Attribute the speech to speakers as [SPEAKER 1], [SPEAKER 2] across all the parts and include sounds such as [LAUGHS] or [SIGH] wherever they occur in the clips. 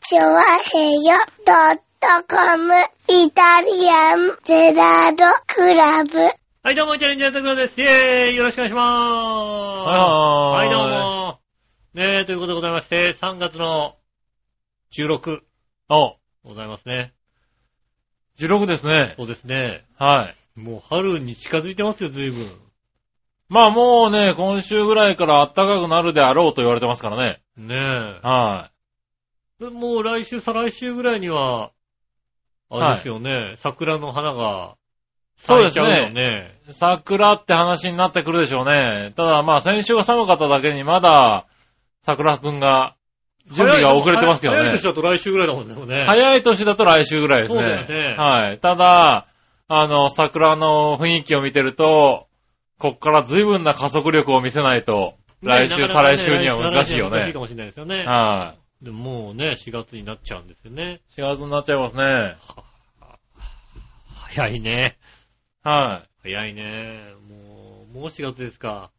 [SPEAKER 1] チョワヘヨドットコムイタリアンゼラードクラブ。
[SPEAKER 2] はい、どうも、イタリアンジャーズグラです。イェーイよろしくお願いしま
[SPEAKER 3] は
[SPEAKER 2] ーす。は
[SPEAKER 3] い
[SPEAKER 2] い、どうも。ねえ、ということでございまして、3月の16、
[SPEAKER 3] お、
[SPEAKER 2] ございますね。
[SPEAKER 3] 16ですね。
[SPEAKER 2] そうですね。
[SPEAKER 3] はい。
[SPEAKER 2] もう春に近づいてますよ、随分。
[SPEAKER 3] まあもうね、今週ぐらいから暖かくなるであろうと言われてますからね。
[SPEAKER 2] ね
[SPEAKER 3] は
[SPEAKER 2] え。もう来週、再来週ぐらいには、あれですよね、桜の花が咲いちゃうよ
[SPEAKER 3] そう
[SPEAKER 2] ね。
[SPEAKER 3] い。桜って話になってくるでしょうね。ただまあ先週が寒かっただけにまだ桜くんが準備が遅れてますけど
[SPEAKER 2] 早い
[SPEAKER 3] ね
[SPEAKER 2] で。しょ、と来週ぐらいだもんね。でもね
[SPEAKER 3] [LAUGHS] 早い年だと来週ぐらいですね。
[SPEAKER 2] そうだよね
[SPEAKER 3] はい。ただ、あの、桜の雰囲気を見てると、こっから随分な加速力を見せないと、来週、
[SPEAKER 2] ね
[SPEAKER 3] 再来週には難しいよ
[SPEAKER 2] なかなかね来週は難しい
[SPEAKER 3] ね
[SPEAKER 2] か。もしれないですよね。
[SPEAKER 3] は
[SPEAKER 2] でももうね、4月になっちゃうんですよね。
[SPEAKER 3] い。4月になっちゃいますね。
[SPEAKER 2] 早いね。
[SPEAKER 3] はい。
[SPEAKER 2] 早いね。もう、もう4月ですか。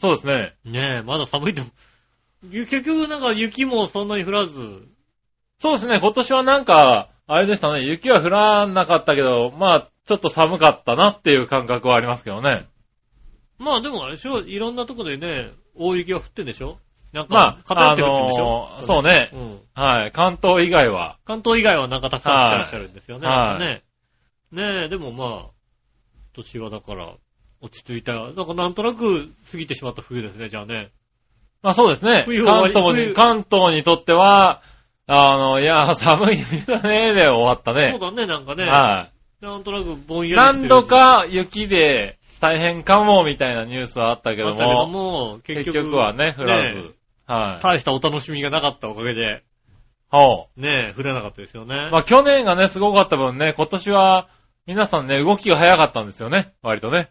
[SPEAKER 3] そうですね。
[SPEAKER 2] ねえ、まだ寒いと思う。ゆ結局なんか雪もそんなに降らず、
[SPEAKER 3] そうですね。今年はなんか、あれでしたね。雪は降らなかったけど、まあ、ちょっと寒かったなっていう感覚はありますけどね。
[SPEAKER 2] まあでもあれでしょ、いろんなとこでね、大雪が降ってんでしょなんか、
[SPEAKER 3] まあ、
[SPEAKER 2] 偏
[SPEAKER 3] あ
[SPEAKER 2] ってるって言うんでしょ、
[SPEAKER 3] のーそうね。
[SPEAKER 2] うん。
[SPEAKER 3] はい。関東以外は。
[SPEAKER 2] 関東以外はなんかたくさん来てらっしゃるんですよね。
[SPEAKER 3] はい
[SPEAKER 2] なんかねねえ、でもまあ、今年はだから、落ち着いた、なんかなんとなく過ぎてしまった冬ですね、じゃあね。
[SPEAKER 3] まあそうですね。
[SPEAKER 2] 冬
[SPEAKER 3] 関
[SPEAKER 2] 終わ
[SPEAKER 3] 東
[SPEAKER 2] り
[SPEAKER 3] に、関東にとっては、あの、いや、寒い冬だね、で終わった
[SPEAKER 2] そう
[SPEAKER 3] ね。
[SPEAKER 2] だね、なんかね。
[SPEAKER 3] は
[SPEAKER 2] なんとなくぼん
[SPEAKER 3] い。
[SPEAKER 2] やりしてる
[SPEAKER 3] 何度か雪で大変かも、みたいなニュースはあったけ
[SPEAKER 2] け
[SPEAKER 3] ど
[SPEAKER 2] ども、
[SPEAKER 3] も、
[SPEAKER 2] も結
[SPEAKER 3] 結
[SPEAKER 2] 局
[SPEAKER 3] 局はね、降らず。はい。
[SPEAKER 2] 大したお楽しみがなかったおかげで、
[SPEAKER 3] ほ
[SPEAKER 2] ねえ、降らなかったですよね。
[SPEAKER 3] う。まあ去年がね、すごかった分ね、今年は、皆さんね、動きが早かったんですよね。割とね。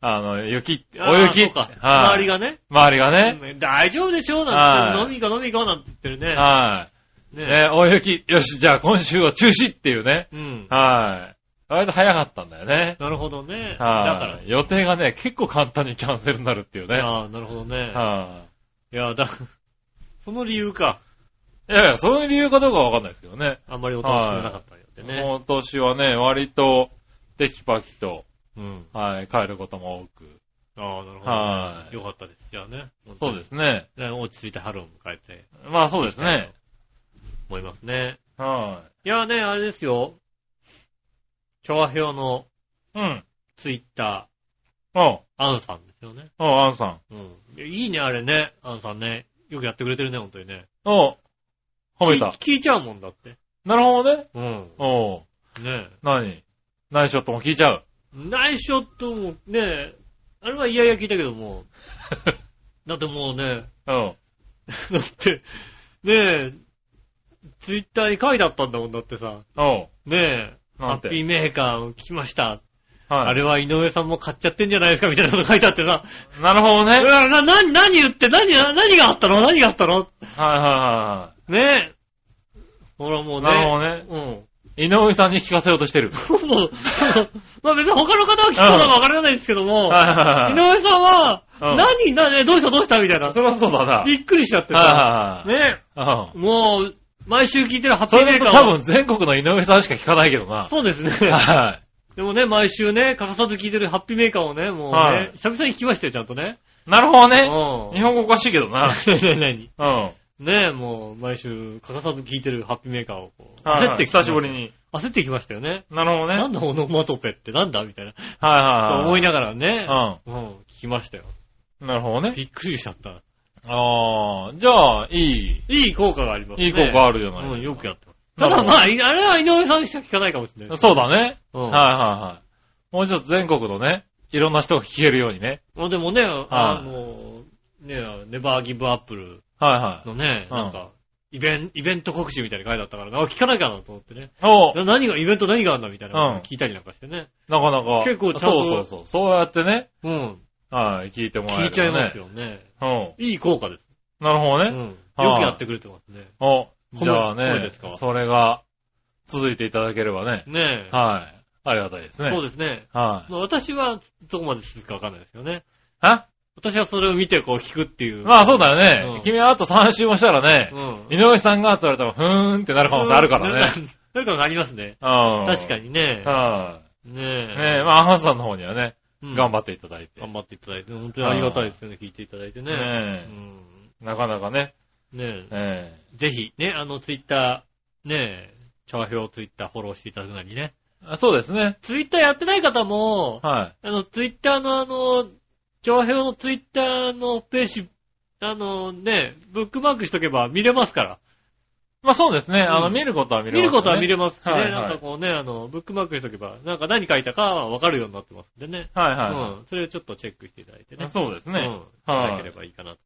[SPEAKER 3] あの、雪、
[SPEAKER 2] あ
[SPEAKER 3] 大
[SPEAKER 2] ー
[SPEAKER 3] 雪。
[SPEAKER 2] そうか周り
[SPEAKER 3] が。
[SPEAKER 2] がね、
[SPEAKER 3] 周りがね。
[SPEAKER 2] うん大丈夫でしょうなんて、
[SPEAKER 3] はい
[SPEAKER 2] 飲みか飲みかなんて言ってるね。
[SPEAKER 3] はい。
[SPEAKER 2] ね
[SPEAKER 3] ね、大雪。よし、じゃあ今週は中止っていうね。
[SPEAKER 2] うん。
[SPEAKER 3] はい。割と早かったんだよね。
[SPEAKER 2] なるほどね。だ
[SPEAKER 3] はい。
[SPEAKER 2] からね。
[SPEAKER 3] 予定がね、結構簡単にキャンセルになるっていうね。
[SPEAKER 2] ああ、なるほどね。
[SPEAKER 3] はい
[SPEAKER 2] や、だ、 [LAUGHS] その理由か。
[SPEAKER 3] い。いやいや、そういう理由かどうかはわかんないですけどね。
[SPEAKER 2] あんまりお楽しみがなかったよってね。
[SPEAKER 3] 今年はね、割と、テキパキと、
[SPEAKER 2] うん。
[SPEAKER 3] はい、帰ることも多く。
[SPEAKER 2] ああ、なるほど。
[SPEAKER 3] はい
[SPEAKER 2] よかったです。じゃあね。
[SPEAKER 3] そうですね。
[SPEAKER 2] す。ね落ち着いて春を迎えて、
[SPEAKER 3] まあそうですね。
[SPEAKER 2] 思いますね。
[SPEAKER 3] はい
[SPEAKER 2] やね、あれですよ。調和表の
[SPEAKER 3] い。うん。
[SPEAKER 2] ツイッタ
[SPEAKER 3] おう、
[SPEAKER 2] ー、アンさんですよね。
[SPEAKER 3] おう、アンさん。
[SPEAKER 2] うん。いいね、あれね、アンさんね。よくやってくれてるね、ほんとにね。
[SPEAKER 3] おう、褒めた
[SPEAKER 2] 聞。聞いちゃうもんだって。
[SPEAKER 3] なるほどね。
[SPEAKER 2] うん。
[SPEAKER 3] おう、
[SPEAKER 2] ね
[SPEAKER 3] 何ナイスショットも聞いちゃう。
[SPEAKER 2] え。ナイスショットもね、あれはいやいや聞いたけども。
[SPEAKER 3] [LAUGHS]
[SPEAKER 2] だってもうね、
[SPEAKER 3] うん。
[SPEAKER 2] だって、ねえ、ツイッターに書いてあったんだもんだってさ。
[SPEAKER 3] おう、
[SPEAKER 2] ねえ、ハ
[SPEAKER 3] なん
[SPEAKER 2] ッピ
[SPEAKER 3] て。
[SPEAKER 2] ーメーカーを聞きました。
[SPEAKER 3] はい。
[SPEAKER 2] あれは井上さんも買っちゃってんじゃないですかみたいなこと書いてあってさ。
[SPEAKER 3] なるほどね。は
[SPEAKER 2] う
[SPEAKER 3] い
[SPEAKER 2] わな、な、何言って、何、何があったの何があったの
[SPEAKER 3] はいはいは
[SPEAKER 2] ねえ。ほらもうね。
[SPEAKER 3] い。なるほどね。
[SPEAKER 2] うん。
[SPEAKER 3] 井上さんに聞かせようと [LAUGHS] してる。
[SPEAKER 2] もう、 [LAUGHS] まあ別に他の方は聞くのかわからないですけども、
[SPEAKER 3] はい
[SPEAKER 2] 井
[SPEAKER 3] はいはい。
[SPEAKER 2] 上さんは、
[SPEAKER 3] うん
[SPEAKER 2] 何、何、どうしたどうしたみたいな
[SPEAKER 3] そ。りゃそうだな。はい
[SPEAKER 2] びっくりしちゃってさ、
[SPEAKER 3] [LAUGHS] はいはい。
[SPEAKER 2] ね、
[SPEAKER 3] うん。
[SPEAKER 2] もう、毎週聞いてるハッ
[SPEAKER 3] そ
[SPEAKER 2] ピー
[SPEAKER 3] れ
[SPEAKER 2] メ
[SPEAKER 3] だ
[SPEAKER 2] ー
[SPEAKER 3] と
[SPEAKER 2] カー
[SPEAKER 3] 多
[SPEAKER 2] を
[SPEAKER 3] 分全国の井上さんしか聞かないけどな。
[SPEAKER 2] そうですね。
[SPEAKER 3] は
[SPEAKER 2] でもね、毎週ね、欠かさず聞いてるハッピーメーカーをね、もうね、
[SPEAKER 3] はい
[SPEAKER 2] 久々に聞きましたよ、ちゃんとね。
[SPEAKER 3] い。なるほど
[SPEAKER 2] う
[SPEAKER 3] ね。
[SPEAKER 2] ん。
[SPEAKER 3] 日本語おかしいけどな。
[SPEAKER 2] 何何
[SPEAKER 3] うん。
[SPEAKER 2] ねもう、毎週、欠かさず聞いてるハッピーメーカーをこう、
[SPEAKER 3] 焦
[SPEAKER 2] 焦っ
[SPEAKER 3] っ
[SPEAKER 2] てて
[SPEAKER 3] 久しぶり。に。
[SPEAKER 2] 焦ってきましたよね。
[SPEAKER 3] なるほどね。
[SPEAKER 2] なんだ、オノマトペってなんだみたいな。
[SPEAKER 3] はいはいはい。
[SPEAKER 2] 思いながらね、
[SPEAKER 3] う
[SPEAKER 2] うん、聞きましたよ。
[SPEAKER 3] ん。なるほど
[SPEAKER 2] [LAUGHS]
[SPEAKER 3] ね。
[SPEAKER 2] びっくりしちゃった。
[SPEAKER 3] ああ、じゃあ、いい、
[SPEAKER 2] いい効果がありますね。
[SPEAKER 3] いい効果あるじゃない
[SPEAKER 2] うん、
[SPEAKER 3] です
[SPEAKER 2] よ
[SPEAKER 3] か。
[SPEAKER 2] くやった。
[SPEAKER 3] な
[SPEAKER 2] ただ
[SPEAKER 3] るほど
[SPEAKER 2] まあ、いあれは井上さんしか聞かないかもしれない。
[SPEAKER 3] そうだね。
[SPEAKER 2] う
[SPEAKER 3] はい
[SPEAKER 2] ん。
[SPEAKER 3] はいはい。もうちょっと全国のね、いろんな人が聞けるようにね。
[SPEAKER 2] まあでもね、あの、ね、ネバーギブアップル
[SPEAKER 3] はいはい。
[SPEAKER 2] のね、
[SPEAKER 3] うん
[SPEAKER 2] なんか、イベント、イベント告知みたいな書いてあったからな、あ聞かなきゃなと思ってね。
[SPEAKER 3] おう
[SPEAKER 2] 何が、イベント何があるんだみたいなこと
[SPEAKER 3] うん
[SPEAKER 2] 聞いたりなんかしてね。
[SPEAKER 3] なかなか。
[SPEAKER 2] 結構ちゃん
[SPEAKER 3] そ
[SPEAKER 2] と
[SPEAKER 3] うそうそう。そうやってね、
[SPEAKER 2] うん。
[SPEAKER 3] はい、聞いてもらえ
[SPEAKER 2] 聞
[SPEAKER 3] る、ね。
[SPEAKER 2] いちゃいます。よね。
[SPEAKER 3] うん。
[SPEAKER 2] いい効果です。
[SPEAKER 3] なるほど
[SPEAKER 2] う
[SPEAKER 3] ね。
[SPEAKER 2] ん。よく
[SPEAKER 3] はい
[SPEAKER 2] やってくれてますね。
[SPEAKER 3] お、
[SPEAKER 2] め
[SPEAKER 3] じゃあ
[SPEAKER 2] 褒めで
[SPEAKER 3] ね
[SPEAKER 2] すか、
[SPEAKER 3] それが続いていただければね。
[SPEAKER 2] ねえ。
[SPEAKER 3] はい。ありがたいですね。
[SPEAKER 2] そう
[SPEAKER 3] で
[SPEAKER 2] ですね。
[SPEAKER 3] す。はい。
[SPEAKER 2] まあ私は、どこまで続くかわかんないですよね。
[SPEAKER 3] は
[SPEAKER 2] 私はそれを見てこう聞くっていう。
[SPEAKER 3] まあそうだよね。
[SPEAKER 2] うん
[SPEAKER 3] 君はあと3周もしたらね、
[SPEAKER 2] うん。
[SPEAKER 3] 井上さんがって言われたら、ふーんってなる可能性あるからね。。
[SPEAKER 2] [LAUGHS] というかありますね。
[SPEAKER 3] うん。
[SPEAKER 2] 確かにね。
[SPEAKER 3] は
[SPEAKER 2] ねえ。
[SPEAKER 3] い。ねえ、まあ、浜田さんの方にはね、頑
[SPEAKER 2] っ
[SPEAKER 3] 張っていただいて。
[SPEAKER 2] 頑張っていただいて、本当にありがたいですよね、聞いていただいてね。う
[SPEAKER 3] ね
[SPEAKER 2] ん
[SPEAKER 3] え、なかなかね、
[SPEAKER 2] ねえ、
[SPEAKER 3] え
[SPEAKER 2] ぜひ、ね、あの、ツイッター、ねえ、チャワヒョウツイッターフォローしていただくなりね。
[SPEAKER 3] えあそうですね。
[SPEAKER 2] ツイッターやってない方も、
[SPEAKER 3] は
[SPEAKER 2] あの、ツイッターのあの、長編のツイッターのページ、あのね、ブックマークしとけば見れますから。
[SPEAKER 3] い。まあそうですね。あ
[SPEAKER 2] う
[SPEAKER 3] の、
[SPEAKER 2] ん
[SPEAKER 3] 見ることは見れ
[SPEAKER 2] 見
[SPEAKER 3] ます、ね。
[SPEAKER 2] ることは見れ
[SPEAKER 3] ま
[SPEAKER 2] ますしね、
[SPEAKER 3] はいはい
[SPEAKER 2] なんかこうね、あの、ブックマークしとけば、なんか何書いたかはわかるようになってますんでね。
[SPEAKER 3] す。はいはい。
[SPEAKER 2] うん。それちょっとチェックしていただいて
[SPEAKER 3] あ
[SPEAKER 2] ね。
[SPEAKER 3] そうですね。
[SPEAKER 2] うん。い
[SPEAKER 3] はい
[SPEAKER 2] ただければいいかなと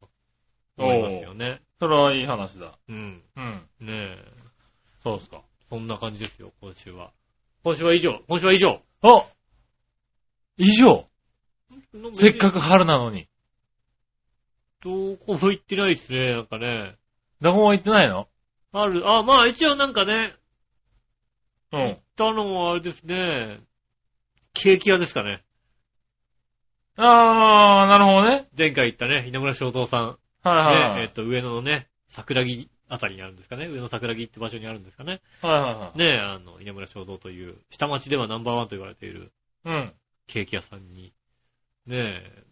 [SPEAKER 2] 思いますよね。
[SPEAKER 3] それはいい話だ。
[SPEAKER 2] うん。
[SPEAKER 3] うん。
[SPEAKER 2] ねえ。
[SPEAKER 3] そうですか。
[SPEAKER 2] そんな感じですよ、今週は。今週は以上。今週は以上。
[SPEAKER 3] お以上せっかく春なのに。
[SPEAKER 2] どこも行ってないですね、なんかね。
[SPEAKER 3] どこも行ってないの
[SPEAKER 2] ある、あ、まあ一応なんかね、
[SPEAKER 3] う
[SPEAKER 2] 行っ。たのはあれですね、ケーキ屋ですかね。
[SPEAKER 3] あー、なるほどね。
[SPEAKER 2] 前回行ったね、稲村正蔵さん。
[SPEAKER 3] はいはい。
[SPEAKER 2] ね、えっと、上野のね、桜木あたりにあるんですかね。上野桜木って場所にあるんですかね。
[SPEAKER 3] はいはいはい。
[SPEAKER 2] ね、あの、稲村正蔵という、下町ではナンバーワンと言われている
[SPEAKER 3] うん。
[SPEAKER 2] ケーキ屋さんに、ねえ、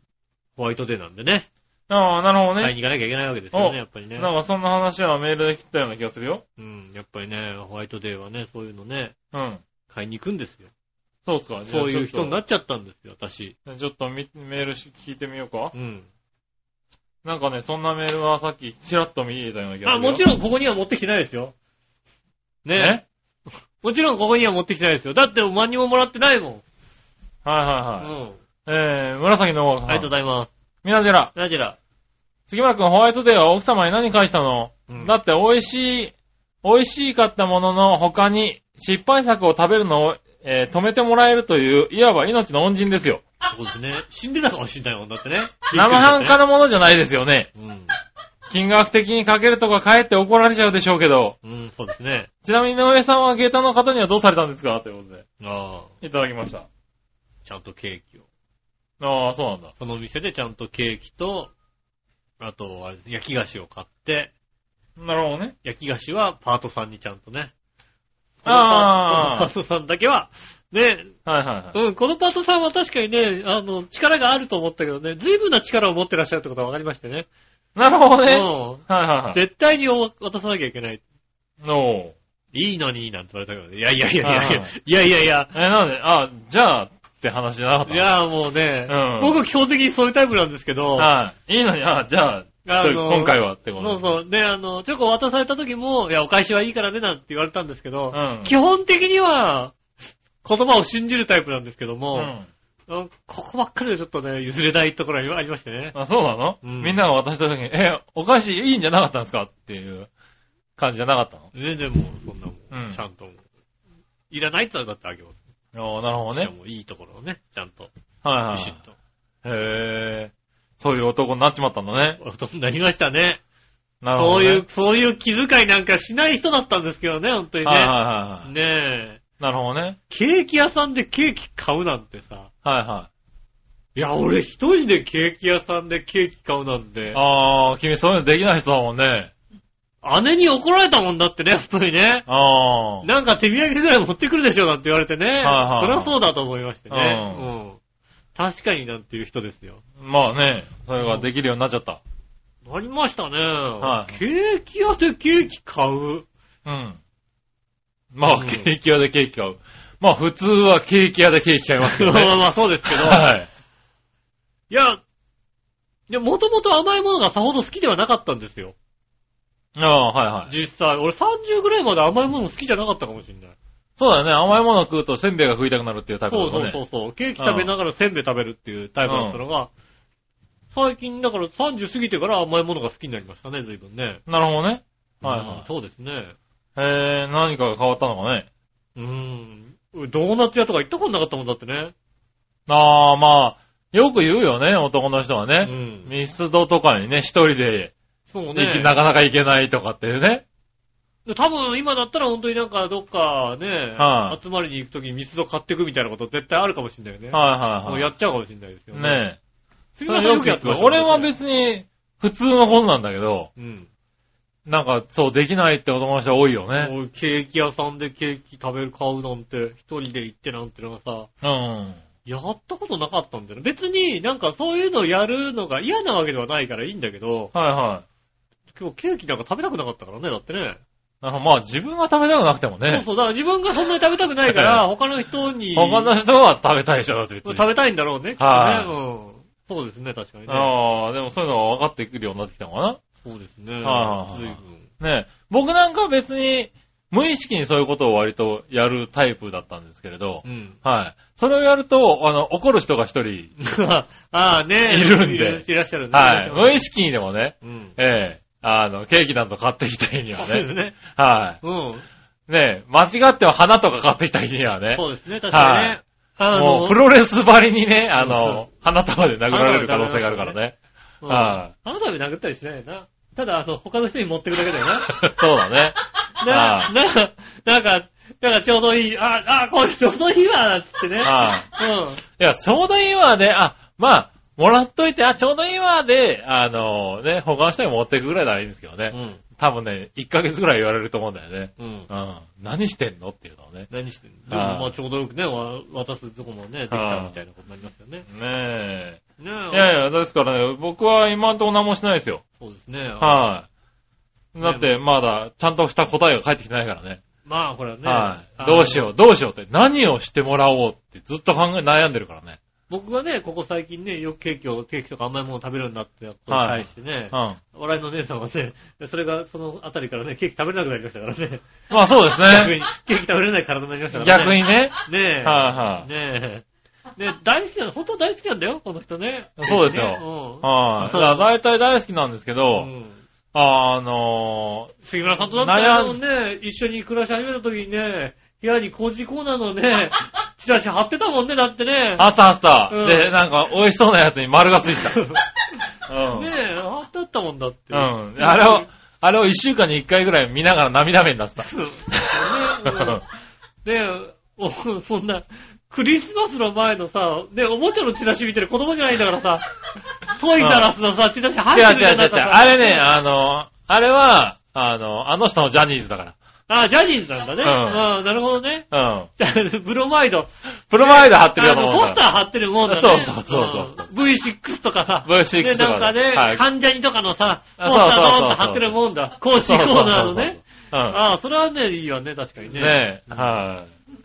[SPEAKER 2] ホワイトデーなんでね、
[SPEAKER 3] あー、なるほど
[SPEAKER 2] 買い
[SPEAKER 3] ね。
[SPEAKER 2] に行かなきゃいけないわけですよ
[SPEAKER 3] お
[SPEAKER 2] ね、やっぱりね。
[SPEAKER 3] なんかそんな話はメールで切ったような気がするよ。
[SPEAKER 2] うん、やっぱりね、ホワイトデーはね、そういうのね、
[SPEAKER 3] うん。
[SPEAKER 2] 買いに行くんですよ。
[SPEAKER 3] そうっすか。じゃあ
[SPEAKER 2] そういう人にな
[SPEAKER 3] ちょ
[SPEAKER 2] っちゃったんですよ、私。
[SPEAKER 3] っとちょっとみメールし聞いてみようか
[SPEAKER 2] う。ん。
[SPEAKER 3] なんかね、そんなメールはさっきちらっと見えたような気がす
[SPEAKER 2] あ、
[SPEAKER 3] るよ。
[SPEAKER 2] もちろんここには持ってきてないですよ。ね [LAUGHS] もちろんここには持ってきてないですよ。だって何ももらってないもん。
[SPEAKER 3] はい
[SPEAKER 2] うん。
[SPEAKER 3] はいはい。えー、紫の王さん。
[SPEAKER 2] ありがとうございます。
[SPEAKER 3] みなじら、
[SPEAKER 2] ラジラ。
[SPEAKER 3] 杉村くんホワイトデーは奥様に何返したの、
[SPEAKER 2] うん
[SPEAKER 3] だって美味しい、美味しかったものの他に失敗作を食べるのを、えー止めてもらえるという、いわば命の恩人ですよ。
[SPEAKER 2] そうですね。死んでたかもしれないもんだってね。
[SPEAKER 3] 生半可
[SPEAKER 2] の。
[SPEAKER 3] なものじゃないですよね。
[SPEAKER 2] うん。
[SPEAKER 3] 金額的にかけるとか帰って怒られちゃうでしょうけど。
[SPEAKER 2] うん、そうですね。
[SPEAKER 3] ちなみに井上さんは下駄の方にはどうされたんですかということで。
[SPEAKER 2] ああ、
[SPEAKER 3] いただきました。
[SPEAKER 2] ちゃんとケーキを。
[SPEAKER 3] ああ、そうなんだ。
[SPEAKER 2] その店でちゃんとケーキと、あと、あれですね焼き菓子を買って、
[SPEAKER 3] なるほどね。
[SPEAKER 2] 焼き菓子はパートさんにちゃんとね。こ
[SPEAKER 3] あー
[SPEAKER 2] のパートさんだけは、ね、
[SPEAKER 3] はいはいはい。
[SPEAKER 2] うん、このパートさんは確かにね、あの、力があると思ったけどね、随分な力を持ってらっしゃるってことが分かりましてね。
[SPEAKER 3] なるほどね。
[SPEAKER 2] う
[SPEAKER 3] はいはいは
[SPEAKER 2] ん。
[SPEAKER 3] い。
[SPEAKER 2] 絶対に渡さなきゃいけない。
[SPEAKER 3] おー
[SPEAKER 2] いいのに、なんて言われたけど、いやいやいやいやいや
[SPEAKER 3] あー、
[SPEAKER 2] いやいやいや、
[SPEAKER 3] え、なんで、あ、じゃあって話じゃなかった
[SPEAKER 2] いやもうね、
[SPEAKER 3] うん
[SPEAKER 2] 僕は基本的にそういうタイプなんですけど、
[SPEAKER 3] はい。いいのに、あ、じゃあ、
[SPEAKER 2] あの
[SPEAKER 3] 今回はってこと
[SPEAKER 2] そうそう。で、あの、チョコ渡された時も、いや、お返しはいいからね、なんて言われたんですけど、
[SPEAKER 3] うん。
[SPEAKER 2] 基本的には、言葉を信じるタイプなんですけど
[SPEAKER 3] う
[SPEAKER 2] も、
[SPEAKER 3] ん。
[SPEAKER 2] うんここばっかりはちょっとね、譲れないところがありましてね。
[SPEAKER 3] あ、そうなの、
[SPEAKER 2] うん
[SPEAKER 3] みんなが渡した時に、え、お菓子いいんじゃなかったんですかっていう感じじゃなかったの
[SPEAKER 2] 全然もう、そんなもん、
[SPEAKER 3] うん
[SPEAKER 2] ちゃんともう。いらないって言ったらだってあげます。
[SPEAKER 3] ああ、なるほど
[SPEAKER 2] しか
[SPEAKER 3] ね。
[SPEAKER 2] もいいところをね、ちゃんと、
[SPEAKER 3] はいは
[SPEAKER 2] ビ
[SPEAKER 3] い。
[SPEAKER 2] シッと。
[SPEAKER 3] へえ。そういう男になっちまったんだね。
[SPEAKER 2] 大人になりましたね
[SPEAKER 3] なるほ
[SPEAKER 2] そ
[SPEAKER 3] ど、
[SPEAKER 2] う
[SPEAKER 3] ね。
[SPEAKER 2] いう、そういう気遣いなんかしない人だったんですけどね、本当にね。
[SPEAKER 3] はいはいはいはい。
[SPEAKER 2] ねえ。
[SPEAKER 3] なるほどね。
[SPEAKER 2] ケーキ屋さんでケーキ買うなんてさ。
[SPEAKER 3] はいはい
[SPEAKER 2] や、俺一人でケーキ屋さんでケーキ買うなん
[SPEAKER 3] い。
[SPEAKER 2] て。
[SPEAKER 3] ああ、君そういうのできない人だもんね。
[SPEAKER 2] 姉に怒られたもんだってね、やっぱりね。
[SPEAKER 3] ああ。
[SPEAKER 2] なんか手土産ぐらい持ってくるでしょなんて言われてね。
[SPEAKER 3] はいはい
[SPEAKER 2] そりゃそうだと思いましてね。
[SPEAKER 3] う
[SPEAKER 2] うん。確かになんていう人ですよ。
[SPEAKER 3] まあね、それができるようになっちゃった。
[SPEAKER 2] なりましたね。
[SPEAKER 3] はい
[SPEAKER 2] ケーキ屋でケーキ買
[SPEAKER 3] [LAUGHS]
[SPEAKER 2] う。
[SPEAKER 3] うん。まあ、
[SPEAKER 2] うん
[SPEAKER 3] ケーキ屋でケーキ買う。まあ、普通はケーキ屋でケーキ買いますけ [LAUGHS] どね。
[SPEAKER 2] まあまあそうですけど。
[SPEAKER 3] はい。
[SPEAKER 2] いや、いや、もともと甘いものがさほど好きではなかったんですよ。
[SPEAKER 3] ああ、はいはい。
[SPEAKER 2] 実際。俺30ぐらいまで甘いもの好きじゃなかったかもしれない。
[SPEAKER 3] そうだよね。甘いものを食うとせんべいが食いたくなるっていうタイプだ
[SPEAKER 2] そ
[SPEAKER 3] も
[SPEAKER 2] うんそう
[SPEAKER 3] ね。
[SPEAKER 2] そうそう。ケーキ食べながらせんべい食べるっていうタイプだったのが、最近だから30過ぎてから甘いものが好きになりましたね、随分ね。
[SPEAKER 3] なるほどね。はい
[SPEAKER 2] うん
[SPEAKER 3] は
[SPEAKER 2] そうですね。
[SPEAKER 3] い。えー、何かが変わったのかね。
[SPEAKER 2] うーん。ドーナツ屋とか行ったことなかったもんだってね。
[SPEAKER 3] あー、まあ、よく言うよね、男の人は
[SPEAKER 2] う
[SPEAKER 3] ね。
[SPEAKER 2] ん。
[SPEAKER 3] ミスドとかにね、一人で
[SPEAKER 2] そう
[SPEAKER 3] 行
[SPEAKER 2] ね
[SPEAKER 3] き、。なかなか行けないとかっていうね。
[SPEAKER 2] 多分今だったら本当になんかどっかね、
[SPEAKER 3] はい
[SPEAKER 2] 集まりに行くときにミスド買ってくみたいなこと絶対あるかもしれないよね。
[SPEAKER 3] はいは
[SPEAKER 2] もう
[SPEAKER 3] い
[SPEAKER 2] や
[SPEAKER 3] は
[SPEAKER 2] っちゃうかもしれないですよ
[SPEAKER 3] い。ねえ。
[SPEAKER 2] 杉村さんよくやってましたね
[SPEAKER 3] 俺は別に普通のことなんだけど、
[SPEAKER 2] うん。
[SPEAKER 3] なんかそうできないって男の人多いよね。
[SPEAKER 2] もうケーキ屋さんでケーキ食べる、買うなんて、一人で行ってなんてのがさ、
[SPEAKER 3] うん。
[SPEAKER 2] やったことなかったんだよね。別になんかそういうのやるのが嫌なわけではないからいいんだけど、
[SPEAKER 3] はいは
[SPEAKER 2] 今日ケーキなんか食べたくなかったからね、だってね。
[SPEAKER 3] い。なんかまあ自分が食べたくなくても
[SPEAKER 2] そう
[SPEAKER 3] ね、
[SPEAKER 2] そう、だから自分がそんなに食べたくないから、他の人に
[SPEAKER 3] 他の人は食べたいでしょ、だって別に。
[SPEAKER 2] 食べたいんだろうね、きっと
[SPEAKER 3] はい
[SPEAKER 2] ね。うんそうですね、確かにね。
[SPEAKER 3] ああ、でもそういうのが分かってくるようになってきたのか
[SPEAKER 2] そうですね。
[SPEAKER 3] はい
[SPEAKER 2] 随分。
[SPEAKER 3] な。ねえ僕なんかは別に無意識にそういうことを割とやるタイプだったんですけれど、
[SPEAKER 2] うん。 [LAUGHS]
[SPEAKER 3] はい。それをやると、あの、怒る人が一人、
[SPEAKER 2] ああね。
[SPEAKER 3] いるんで
[SPEAKER 2] いらっしゃるんで。
[SPEAKER 3] はい。無意
[SPEAKER 2] 識。
[SPEAKER 3] 識にでもね、
[SPEAKER 2] うん。
[SPEAKER 3] ええあの、ケーキなんぞ買ってきた日には
[SPEAKER 2] そう
[SPEAKER 3] [LAUGHS]
[SPEAKER 2] です
[SPEAKER 3] ね、
[SPEAKER 2] ね。
[SPEAKER 3] は
[SPEAKER 2] うん。
[SPEAKER 3] い。ねえ間違っても花とか買ってきた日にはね、
[SPEAKER 2] そうですね、確かにね。あ
[SPEAKER 3] もうプロレスばりにね、あの、花束で殴られる可能性があるからね。
[SPEAKER 2] うん
[SPEAKER 3] は
[SPEAKER 2] あなたで殴ったりしないよな。ただ、あの、他の人に持ってくだけだよな。
[SPEAKER 3] [LAUGHS] そうだね。
[SPEAKER 2] な、な、なんか、なんかちょうどいい、あ、あ、これちょうどいいわ、つってね。
[SPEAKER 3] はい。
[SPEAKER 2] うん。
[SPEAKER 3] いや、ちょうどいいわで、あ、まあ、もらっといて、あ、ちょうどいいわで、あのね、他の人に持っていくぐらいならいいんですけどね。
[SPEAKER 2] ん。
[SPEAKER 3] 多分ね、1ヶ月ぐらい言われると思うんだよね。
[SPEAKER 2] うん。
[SPEAKER 3] うん。何してんのっていうのをね。
[SPEAKER 2] 何してんのでも
[SPEAKER 3] あー
[SPEAKER 2] まあちょうどよくね、わ渡すとこもね、できたみたいなことになりますよね。
[SPEAKER 3] ね
[SPEAKER 2] ね
[SPEAKER 3] え。
[SPEAKER 2] え
[SPEAKER 3] いやいや、ですからね、僕は今んとこ何もしないですよ。
[SPEAKER 2] そうですね。
[SPEAKER 3] はい。だって、まだ、ちゃんとした答えが返ってきてないからね。
[SPEAKER 2] まあ、これはね。
[SPEAKER 3] はい。どうし
[SPEAKER 2] う。
[SPEAKER 3] よう、どうしようって。何をしてもらおうってずっと考え、悩んでるからね。
[SPEAKER 2] 僕がね、ここ最近ね、よくケーキを、ケーキとか甘いものを食べるんだってやった
[SPEAKER 3] は
[SPEAKER 2] に対
[SPEAKER 3] い
[SPEAKER 2] してね
[SPEAKER 3] う、ん。
[SPEAKER 2] 笑いの姉さんはね、それがそのあたりからね、ケーキ食べれなくなりましたからね。 [LAUGHS]
[SPEAKER 3] まあそうです
[SPEAKER 2] 逆
[SPEAKER 3] ね。
[SPEAKER 2] に、ケーキ食べれない体になりましたからね。
[SPEAKER 3] 逆にね。
[SPEAKER 2] ねえ。
[SPEAKER 3] はいはい
[SPEAKER 2] ねえ。ねえ、大好きな、本当は大好きなんだよ、この人ね。
[SPEAKER 3] そうですよ
[SPEAKER 2] ね
[SPEAKER 3] はい。だから大体大好きなんですけ
[SPEAKER 2] うん。
[SPEAKER 3] ど、
[SPEAKER 2] うん
[SPEAKER 3] あの
[SPEAKER 2] 杉村さんとだってあのね、一緒に暮らし始めた時にね、部屋に工事コーナーの
[SPEAKER 3] [LAUGHS]
[SPEAKER 2] ね、チラシ貼ってたもんね、だってね。
[SPEAKER 3] あったあった、
[SPEAKER 2] うん
[SPEAKER 3] で、なんか美味しそうなやつに丸がつ
[SPEAKER 2] [LAUGHS]
[SPEAKER 3] いてた。うん。
[SPEAKER 2] ねえ、貼ってあったもんだって。
[SPEAKER 3] うん。あれを、あれを一週間に一回ぐらい見ながら涙目になってた。
[SPEAKER 2] そうねで、お、そんな、クリスマスの前のさ、ね、おもちゃのチラシ見てる子供じゃないんだから
[SPEAKER 3] [LAUGHS]
[SPEAKER 2] さ、トイザらスのさ、チラシ貼っ
[SPEAKER 3] 違
[SPEAKER 2] て
[SPEAKER 3] う
[SPEAKER 2] る
[SPEAKER 3] 違う違う違う。あれね、
[SPEAKER 2] あ
[SPEAKER 3] あの、あれは、あの、あの人のジャニーズだか
[SPEAKER 2] あ、ジャニーズなんだね。
[SPEAKER 3] うん
[SPEAKER 2] うん、なるほどね。
[SPEAKER 3] ら。うん。
[SPEAKER 2] [LAUGHS] ブロマイド。
[SPEAKER 3] プロバイダー貼ってるよ
[SPEAKER 2] あ
[SPEAKER 3] うな
[SPEAKER 2] の、
[SPEAKER 3] も
[SPEAKER 2] ポ
[SPEAKER 3] ん
[SPEAKER 2] スター
[SPEAKER 3] だ。
[SPEAKER 2] 貼ってるもんだね。
[SPEAKER 3] そうそうそうそう
[SPEAKER 2] うん V6 とかさ。
[SPEAKER 3] V6 とか
[SPEAKER 2] ね、なんか
[SPEAKER 3] は
[SPEAKER 2] ね、
[SPEAKER 3] い
[SPEAKER 2] 関ジャニとかのさ、ポ
[SPEAKER 3] あ
[SPEAKER 2] スタード
[SPEAKER 3] そうそうそうそう
[SPEAKER 2] ーンと貼ってるもんだ。公式
[SPEAKER 3] そう
[SPEAKER 2] コー
[SPEAKER 3] そうそう
[SPEAKER 2] ナーのね。。
[SPEAKER 3] うん。
[SPEAKER 2] ああ、それはね、いいわね、確かにね。
[SPEAKER 3] ねえ、
[SPEAKER 2] うん
[SPEAKER 3] はい。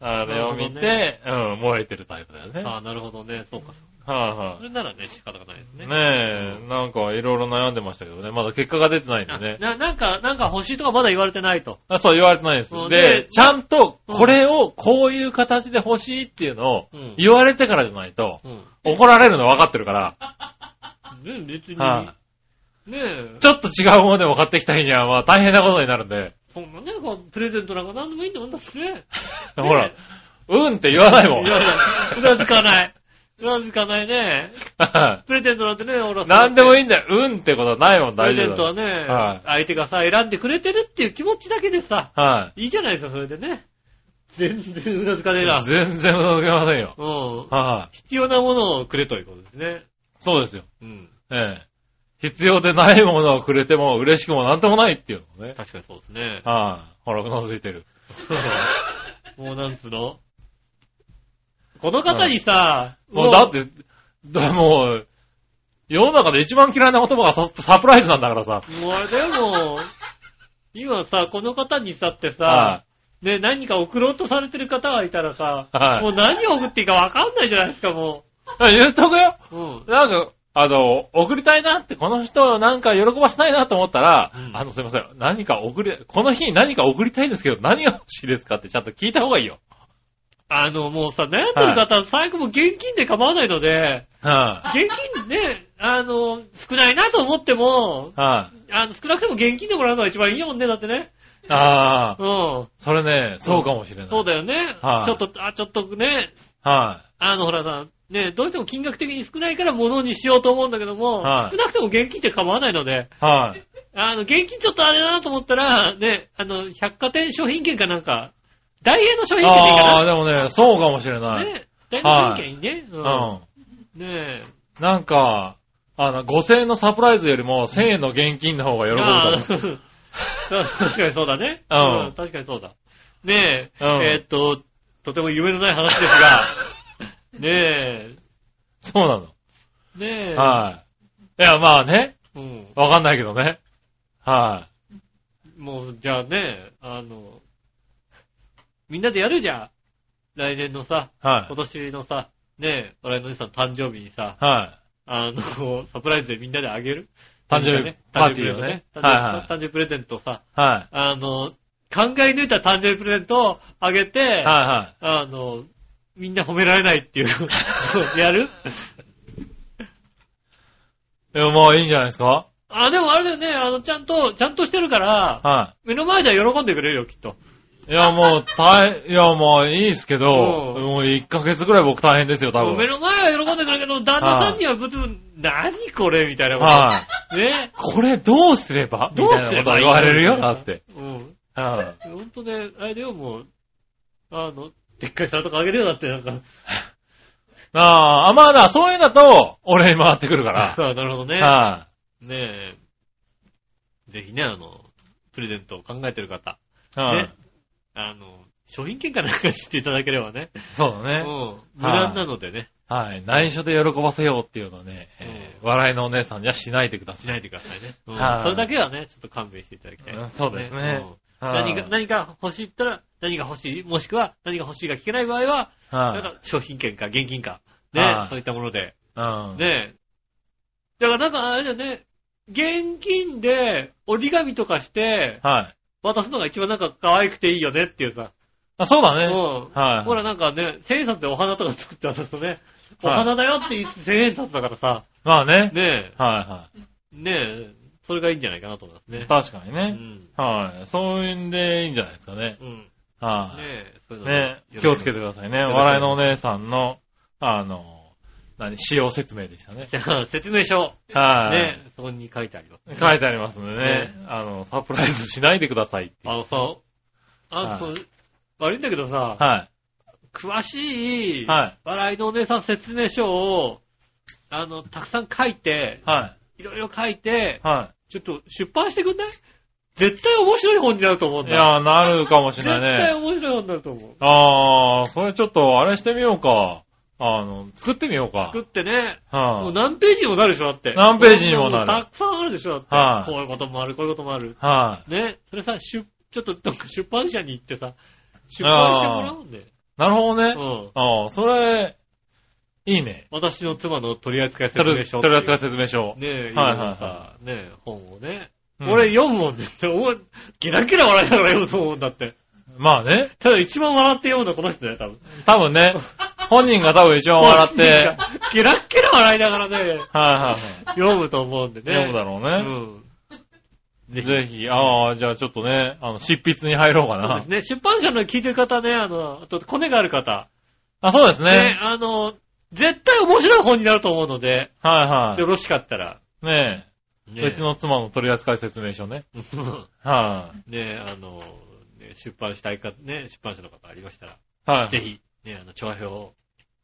[SPEAKER 3] あれを見て、うん、燃えてるタイプだよね。
[SPEAKER 2] ああ、なるほどね、そうか。
[SPEAKER 3] はいはい
[SPEAKER 2] そ。れならね、仕方がないですね。
[SPEAKER 3] ねえ、なんかいろいろ悩んでましたけどね。まだ結果が出てないん
[SPEAKER 2] あ
[SPEAKER 3] でね。
[SPEAKER 2] ななんか、なんか欲しいとかまだ言われてないと。
[SPEAKER 3] あそう言われてないです。
[SPEAKER 2] そう
[SPEAKER 3] で
[SPEAKER 2] で、
[SPEAKER 3] ちゃんとこれをこういう形で欲しいっていうのを
[SPEAKER 2] うん
[SPEAKER 3] 言われてからじゃないと
[SPEAKER 2] うん。
[SPEAKER 3] 怒られるの分かってるから、
[SPEAKER 2] ね別に。
[SPEAKER 3] は
[SPEAKER 2] ねえ、
[SPEAKER 3] ちょっと違うものでも買ってきた日にはまあ大変なことになるんで、
[SPEAKER 2] そんなね、こうプレゼントなんか何でもいいんだもんだしね。
[SPEAKER 3] [LAUGHS] ほら、うんって言わないもん
[SPEAKER 2] い。やいや、うなずかない。うなずかないね。
[SPEAKER 3] [LAUGHS]
[SPEAKER 2] プレゼントなんてね、俺はそう
[SPEAKER 3] 何でもいいんだよ。うんってことはないもん、
[SPEAKER 2] プレ
[SPEAKER 3] 大丈
[SPEAKER 2] ゼン
[SPEAKER 3] 夫
[SPEAKER 2] トは
[SPEAKER 3] だ。
[SPEAKER 2] ね、
[SPEAKER 3] はい
[SPEAKER 2] 相手がさ、選んでくれてるっていう気持ちだけでさ、
[SPEAKER 3] はい
[SPEAKER 2] いじゃないですか、それでね。全然うなずかねえな。
[SPEAKER 3] い。全然嘘つけませんよ。
[SPEAKER 2] うん。
[SPEAKER 3] はい。
[SPEAKER 2] 必要なものをくれということですね。
[SPEAKER 3] そうですよ。
[SPEAKER 2] うん。
[SPEAKER 3] ええ。必要でないものをくれても嬉しくもなんともないっていうのね。
[SPEAKER 2] 確かにそうです
[SPEAKER 3] [LAUGHS]
[SPEAKER 2] ね。
[SPEAKER 3] ああ、ほら、うなずいてる。
[SPEAKER 2] もうなんつうのこの方にさ、
[SPEAKER 3] もうだって、だもう、世の中で一番嫌いな言葉がササプライズなんだからさ。
[SPEAKER 2] もうあれだよ、もう。今さ、この方にさって
[SPEAKER 3] は
[SPEAKER 2] さ、ね、何か送ろうとされてる方がいたらさ、
[SPEAKER 3] はい
[SPEAKER 2] もう何を送っていいかわかんないじゃないですか、も
[SPEAKER 3] い。言っとくよ。
[SPEAKER 2] う。うん。
[SPEAKER 3] なんか、あの、送りたいなって、この人をなんか喜ばせたいなと思ったら、
[SPEAKER 2] うん
[SPEAKER 3] あの、すいません、何か送り、この日に何か送りたいんですけど、何が欲しいですかってちゃんと聞いた方がいいよ。
[SPEAKER 2] あの、もうさ、悩んでる方、最後も現金で構わないので、
[SPEAKER 3] は
[SPEAKER 2] 現金ね、あの、少ないなと思っても
[SPEAKER 3] い、、はい、
[SPEAKER 2] あの、少なくとも現金でもらうのが一番いいもんね、だってね。
[SPEAKER 3] あ。ああ、
[SPEAKER 2] うん。
[SPEAKER 3] それね、そうかもしれない。
[SPEAKER 2] そう
[SPEAKER 3] だ。
[SPEAKER 2] だよね。
[SPEAKER 3] はい
[SPEAKER 2] ちょっと、あ、ちょっとね、
[SPEAKER 3] は
[SPEAKER 2] あの、ほらさ、ね、どうしても金額的に少ないから物にしようと思うんだけども、
[SPEAKER 3] はい
[SPEAKER 2] 少なくとも現金って構わないので、
[SPEAKER 3] い、
[SPEAKER 2] [LAUGHS]
[SPEAKER 3] はい、
[SPEAKER 2] あの、現金ちょっとあれだなと思ったら、ね、あの、百貨店商品券かなんか、ダイエーの商品券でいい
[SPEAKER 3] ああ、
[SPEAKER 2] か
[SPEAKER 3] でもね、そうかもしれ
[SPEAKER 2] な。
[SPEAKER 3] ない。
[SPEAKER 2] ね、ダイエーの商品券いいね。
[SPEAKER 3] う
[SPEAKER 2] う
[SPEAKER 3] ん。
[SPEAKER 2] ん。ねえ、
[SPEAKER 3] なんか、あの、5000円のサプライズよりも1000円の現金の方が喜ぶ
[SPEAKER 2] あ
[SPEAKER 3] と思う。
[SPEAKER 2] ー確かにそうだね。
[SPEAKER 3] うん
[SPEAKER 2] 確かにそうだ。ねえ、
[SPEAKER 3] うん
[SPEAKER 2] えーっと、とても夢のない話です
[SPEAKER 3] [LAUGHS]
[SPEAKER 2] が、ね
[SPEAKER 3] そうなの。
[SPEAKER 2] え、ねえ、
[SPEAKER 3] はい。いや、まあね、
[SPEAKER 2] うん、
[SPEAKER 3] わかんないけどね。は
[SPEAKER 2] もう、じゃあね、あの、みんなでやるじゃん。来年のさ、
[SPEAKER 3] い。は
[SPEAKER 2] 今年のさ、ねえ、俺のおじさん誕生日にさ、
[SPEAKER 3] い。は
[SPEAKER 2] あの、サプライズでみんなであげる
[SPEAKER 3] 誕生日
[SPEAKER 2] みんなね
[SPEAKER 3] パーティーをね
[SPEAKER 2] 誕生日
[SPEAKER 3] はいは
[SPEAKER 2] 誕
[SPEAKER 3] い
[SPEAKER 2] 生日プレゼントをさ、
[SPEAKER 3] い。は
[SPEAKER 2] あの、考え抜いた誕生日プレゼントをあげて、
[SPEAKER 3] い。は
[SPEAKER 2] あの、みんな褒められないっていう、 [LAUGHS] やる
[SPEAKER 3] いはい。でもまあいいんじゃないですか
[SPEAKER 2] あ、でもあれだよね、あの、ちゃんと、ちゃんとしてるから、
[SPEAKER 3] は
[SPEAKER 2] 目の前では喜んでくれるよ、きっと。
[SPEAKER 3] い。いや、もう、大、いや、まあいいですけど、
[SPEAKER 2] うん
[SPEAKER 3] もう1ヶ月ぐらい僕大変ですよ、多
[SPEAKER 2] 目
[SPEAKER 3] 分。
[SPEAKER 2] の前は喜んでくれるけど、旦那さんにはぶつぶつ、何これみたいなこと。
[SPEAKER 3] はい。
[SPEAKER 2] ね。
[SPEAKER 3] これどうすれば
[SPEAKER 2] ど
[SPEAKER 3] み
[SPEAKER 2] う
[SPEAKER 3] た
[SPEAKER 2] す
[SPEAKER 3] い
[SPEAKER 2] れ
[SPEAKER 3] なこと
[SPEAKER 2] ばいい
[SPEAKER 3] 言
[SPEAKER 2] の
[SPEAKER 3] われるよ、だって。。
[SPEAKER 2] うん。
[SPEAKER 3] うん。
[SPEAKER 2] ほんとね、あれでももう、あの、でっかい皿とかあげるよ、だって、なんか。
[SPEAKER 3] ああ、まあな、そういうのだと、俺に回ってくるから。
[SPEAKER 2] [LAUGHS] ああ、なるほどね。
[SPEAKER 3] は
[SPEAKER 2] ねえ。ぜひね、あの、プレゼントを考えてる方。
[SPEAKER 3] い。は
[SPEAKER 2] ね
[SPEAKER 3] い。
[SPEAKER 2] あの、商品券かなんかしていただければね。
[SPEAKER 3] そうだ
[SPEAKER 2] う
[SPEAKER 3] ね。
[SPEAKER 2] ん。無難なのでね。
[SPEAKER 3] はい。内緒で喜ばせようっていうのはね、えー笑いのお姉さんにはしないでくだ
[SPEAKER 2] し
[SPEAKER 3] さい。
[SPEAKER 2] ないでくださいね。うん
[SPEAKER 3] はい
[SPEAKER 2] それだけはね、ちょっと勘弁していただきたい、
[SPEAKER 3] うんそうですね
[SPEAKER 2] うん
[SPEAKER 3] はい
[SPEAKER 2] 何が、何か欲しいったら、何が欲しい、もしくは何が欲しいが聞けない場合は、なん
[SPEAKER 3] は
[SPEAKER 2] か商品券か現金か、ね
[SPEAKER 3] は、い
[SPEAKER 2] そういったもので、
[SPEAKER 3] い。うん。
[SPEAKER 2] ね。だからなんかあれだよね、現金で折り紙とかして
[SPEAKER 3] はい。
[SPEAKER 2] 渡すのが一番なんか可愛くていいよねっていうさ。
[SPEAKER 3] あ、そうだ
[SPEAKER 2] う
[SPEAKER 3] ね。
[SPEAKER 2] ん。
[SPEAKER 3] はい。
[SPEAKER 2] ほらなんかね、千円札でお花とか作って渡すとね、お
[SPEAKER 3] はい
[SPEAKER 2] 花だよって言って千円札だからさ、
[SPEAKER 3] まあね。
[SPEAKER 2] ね
[SPEAKER 3] は
[SPEAKER 2] え、ねえ、それがいいんじゃないかなと思います
[SPEAKER 3] いは
[SPEAKER 2] ね
[SPEAKER 3] い。。確かに
[SPEAKER 2] う
[SPEAKER 3] ね。
[SPEAKER 2] ん。
[SPEAKER 3] はい。そういうんでいいんじゃないですかね。
[SPEAKER 2] うん。ね
[SPEAKER 3] はい。
[SPEAKER 2] え、そういうの
[SPEAKER 3] ね気をつけ
[SPEAKER 2] て。
[SPEAKER 3] てくださいね。
[SPEAKER 2] ろしく
[SPEAKER 3] 笑いのお姉さんの、あの、何、使用説明でしたね。
[SPEAKER 2] じゃあ、 [LAUGHS] 説明書。
[SPEAKER 3] はい。
[SPEAKER 2] ねえ、そこに書いてあります。
[SPEAKER 3] 書いてありますんでね。あの、サプライズしないでくださいっていう
[SPEAKER 2] あのさ、あの、
[SPEAKER 3] はい
[SPEAKER 2] そう悪いんだけどさ、
[SPEAKER 3] は
[SPEAKER 2] 詳しい、
[SPEAKER 3] い。はい。
[SPEAKER 2] 笑いのお姉さん説明書を、あの、たくさん書いて、
[SPEAKER 3] はい
[SPEAKER 2] ろいろ書いて
[SPEAKER 3] い。、は
[SPEAKER 2] ちょっと出版してくんない絶対面白い本になると思うん
[SPEAKER 3] い。い
[SPEAKER 2] だ。
[SPEAKER 3] やー、なるかもし
[SPEAKER 2] 絶
[SPEAKER 3] れない
[SPEAKER 2] 対
[SPEAKER 3] ね。
[SPEAKER 2] 面白い本になると思う。
[SPEAKER 3] あー、それちょっと、あれしてみようか。あの、作ってみようか。
[SPEAKER 2] 作ってね、も
[SPEAKER 3] は
[SPEAKER 2] う
[SPEAKER 3] い、
[SPEAKER 2] 何ページにもなるでしょ、だって。
[SPEAKER 3] 何ページにもなる
[SPEAKER 2] たくさんあるでしょ、だ
[SPEAKER 3] は
[SPEAKER 2] っ
[SPEAKER 3] い
[SPEAKER 2] て。こういうこともある、こういうこともある。
[SPEAKER 3] はい、
[SPEAKER 2] ね、それさ、出ちょっとなんか出版社に行ってさ、出版してもらうんで。
[SPEAKER 3] なるほどね。
[SPEAKER 2] うん。
[SPEAKER 3] あー、それ、いいね。
[SPEAKER 2] 私の妻の取扱説
[SPEAKER 3] とりあ
[SPEAKER 2] 明
[SPEAKER 3] えず
[SPEAKER 2] 書。
[SPEAKER 3] とりあえず説明書。
[SPEAKER 2] ねえ、
[SPEAKER 3] はいはい
[SPEAKER 2] 今さ、ねえ、本をね。
[SPEAKER 3] うん
[SPEAKER 2] 俺読むもんでって、お前ゲラゲラ笑いながら読むと思うんだって。
[SPEAKER 3] まあね。
[SPEAKER 2] ただ一番笑って読むのはこの人だよ、多分。
[SPEAKER 3] 多分ね、本人が多分一番笑っ
[SPEAKER 2] [LAUGHS]
[SPEAKER 3] て、はいはい
[SPEAKER 2] ゲラゲラ笑いながらね、
[SPEAKER 3] はい。
[SPEAKER 2] 読むと思うんでね。
[SPEAKER 3] 読むだろう
[SPEAKER 2] う
[SPEAKER 3] ね。
[SPEAKER 2] ん。
[SPEAKER 3] ぜひ、あー、じゃあちょっとね、あの、執筆に入ろうか
[SPEAKER 2] そうで
[SPEAKER 3] な
[SPEAKER 2] す。ね。出版社の聞いてる方ね、あの、あと、コネがある方。
[SPEAKER 3] あ、そうです
[SPEAKER 2] ね
[SPEAKER 3] ね。、
[SPEAKER 2] あの、絶対面白い本になると思うので、
[SPEAKER 3] はいは
[SPEAKER 2] よろしかったら。
[SPEAKER 3] い。ね
[SPEAKER 2] ね
[SPEAKER 3] え。うちの妻の取扱説明書ね。は
[SPEAKER 2] [LAUGHS] ね、あの、ね出版したいか、ね、出版社の方ありましたら。
[SPEAKER 3] い、はい。
[SPEAKER 2] ぜ。ひ、ね、あの、調和表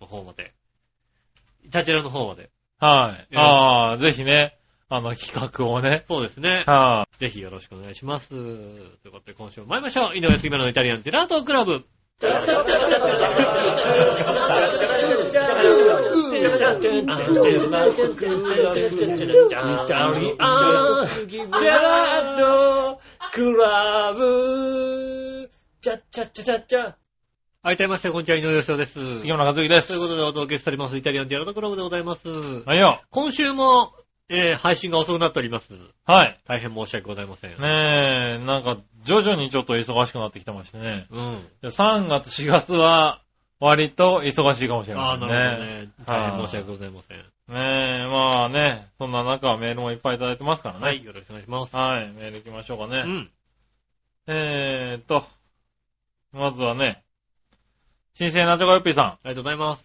[SPEAKER 2] の方まで、イタチラの方まで、
[SPEAKER 3] はい。ああ、ぜひね、あの企画をね。
[SPEAKER 2] そうですね、
[SPEAKER 3] は
[SPEAKER 2] ぜひよろしくお願いします。ということで、今週も参りましょう。井上杉村のイタリアンジェラートクラブ。はい、改めまして、こんにちは、井上洋です。
[SPEAKER 3] い。杉村和之で
[SPEAKER 2] と
[SPEAKER 3] す
[SPEAKER 2] いう。ことで、お届けしております、イタリアンジェラートクラブでございます。
[SPEAKER 3] はいよ。
[SPEAKER 2] 今週も、えー配信が遅くなっております。
[SPEAKER 3] はい。
[SPEAKER 2] 大変申し訳ございません。
[SPEAKER 3] ねえ、なんか、徐々にちょっと忙しくなってきてましてね。
[SPEAKER 2] うん。
[SPEAKER 3] 3月、4月は、割と忙しいかもしれ
[SPEAKER 2] あ
[SPEAKER 3] ま
[SPEAKER 2] あ、
[SPEAKER 3] せん
[SPEAKER 2] なるほど
[SPEAKER 3] ね。
[SPEAKER 2] ね。
[SPEAKER 3] はい
[SPEAKER 2] 大変申し訳ございません。
[SPEAKER 3] ねえ、まあね、そんな中、メールもいっぱいいただいてますから
[SPEAKER 2] はい、
[SPEAKER 3] ね。
[SPEAKER 2] よろしくお願いします。
[SPEAKER 3] はい。メール行きましょうか
[SPEAKER 2] う
[SPEAKER 3] ね。
[SPEAKER 2] ん。
[SPEAKER 3] えーっと、まずはね、新生ナチョコヨッピーさ
[SPEAKER 2] ありがとうございます。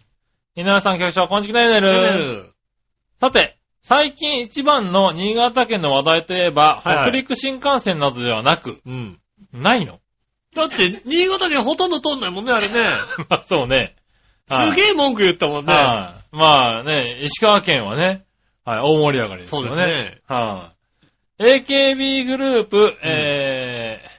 [SPEAKER 3] ん。井上さん、局長、こんにちは、ねるねる。さて、最近一番の新潟県の話題といえば、
[SPEAKER 2] はいはい
[SPEAKER 3] 北陸新幹線などではなく、
[SPEAKER 2] うん。
[SPEAKER 3] ないの [LAUGHS]
[SPEAKER 2] [LAUGHS] だって、新潟にはほとんど通んないもんね、あれね。
[SPEAKER 3] まあそうね。はい
[SPEAKER 2] すげえ文句言ったもんね。
[SPEAKER 3] はい。まあね、石川県はね、はい、大盛り上がりですよね。
[SPEAKER 2] そうですね。
[SPEAKER 3] はい、AKB グループ、えー、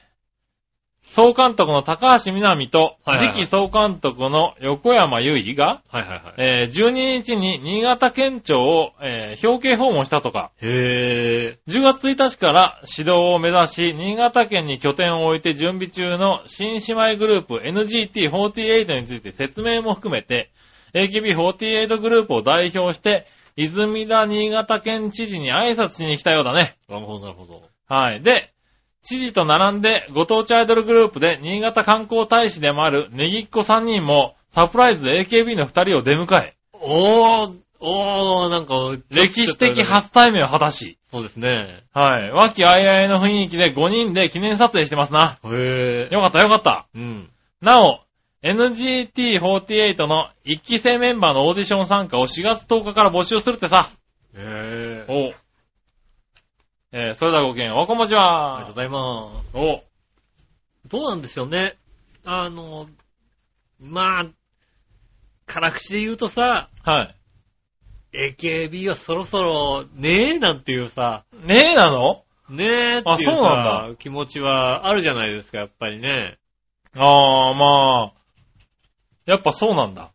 [SPEAKER 3] 総監督の高橋みなみと、
[SPEAKER 2] はいはいはい
[SPEAKER 3] 次期総監督の横山由依が、
[SPEAKER 2] はいはいはい。
[SPEAKER 3] えー、12日に新潟県庁を、えー、表敬訪問したとか、
[SPEAKER 2] へ
[SPEAKER 3] 10月1日から指導を目指し、新潟県に拠点を置いて準備中の新姉妹グループ NGT48 について説明も含めて、AKB48 グループを代表して、泉田新潟県知事に挨拶しに来たようだね。
[SPEAKER 2] え。なるほどなるほど。
[SPEAKER 3] はい。で、知事と並んで、ご当地アイドルグループで新潟観光大使でもあるネギっ子3人も、サプライズで AKB の2人を出迎え、
[SPEAKER 2] おー、おー、なんか、
[SPEAKER 3] 歴史的
[SPEAKER 2] 発、
[SPEAKER 3] 初対面を果たし、
[SPEAKER 2] そうですね。
[SPEAKER 3] はい。和気あいあいの雰囲気で5人で記念撮影してますな。
[SPEAKER 2] へえ。
[SPEAKER 3] よかったよかった。
[SPEAKER 2] うん。
[SPEAKER 3] なお、NGT48 の一期生メンバーのオーディション参加を4月10日から募集するってさ。
[SPEAKER 2] へえ。
[SPEAKER 3] おうえー、それではごきげんよう、おこんばんち
[SPEAKER 2] ありがとう
[SPEAKER 3] は
[SPEAKER 2] ご。ざいます。
[SPEAKER 3] おう
[SPEAKER 2] どうなんですよね。あの、まあ、辛口で言うとさ、
[SPEAKER 3] はい。
[SPEAKER 2] AKB はそろそろ、ねえなんていうさ、
[SPEAKER 3] ねえなの
[SPEAKER 2] ねえっていう
[SPEAKER 3] あそうな
[SPEAKER 2] さ気持ちはあるじゃないですか、やっぱりね。
[SPEAKER 3] あー、まあ、やっぱそうなんだ。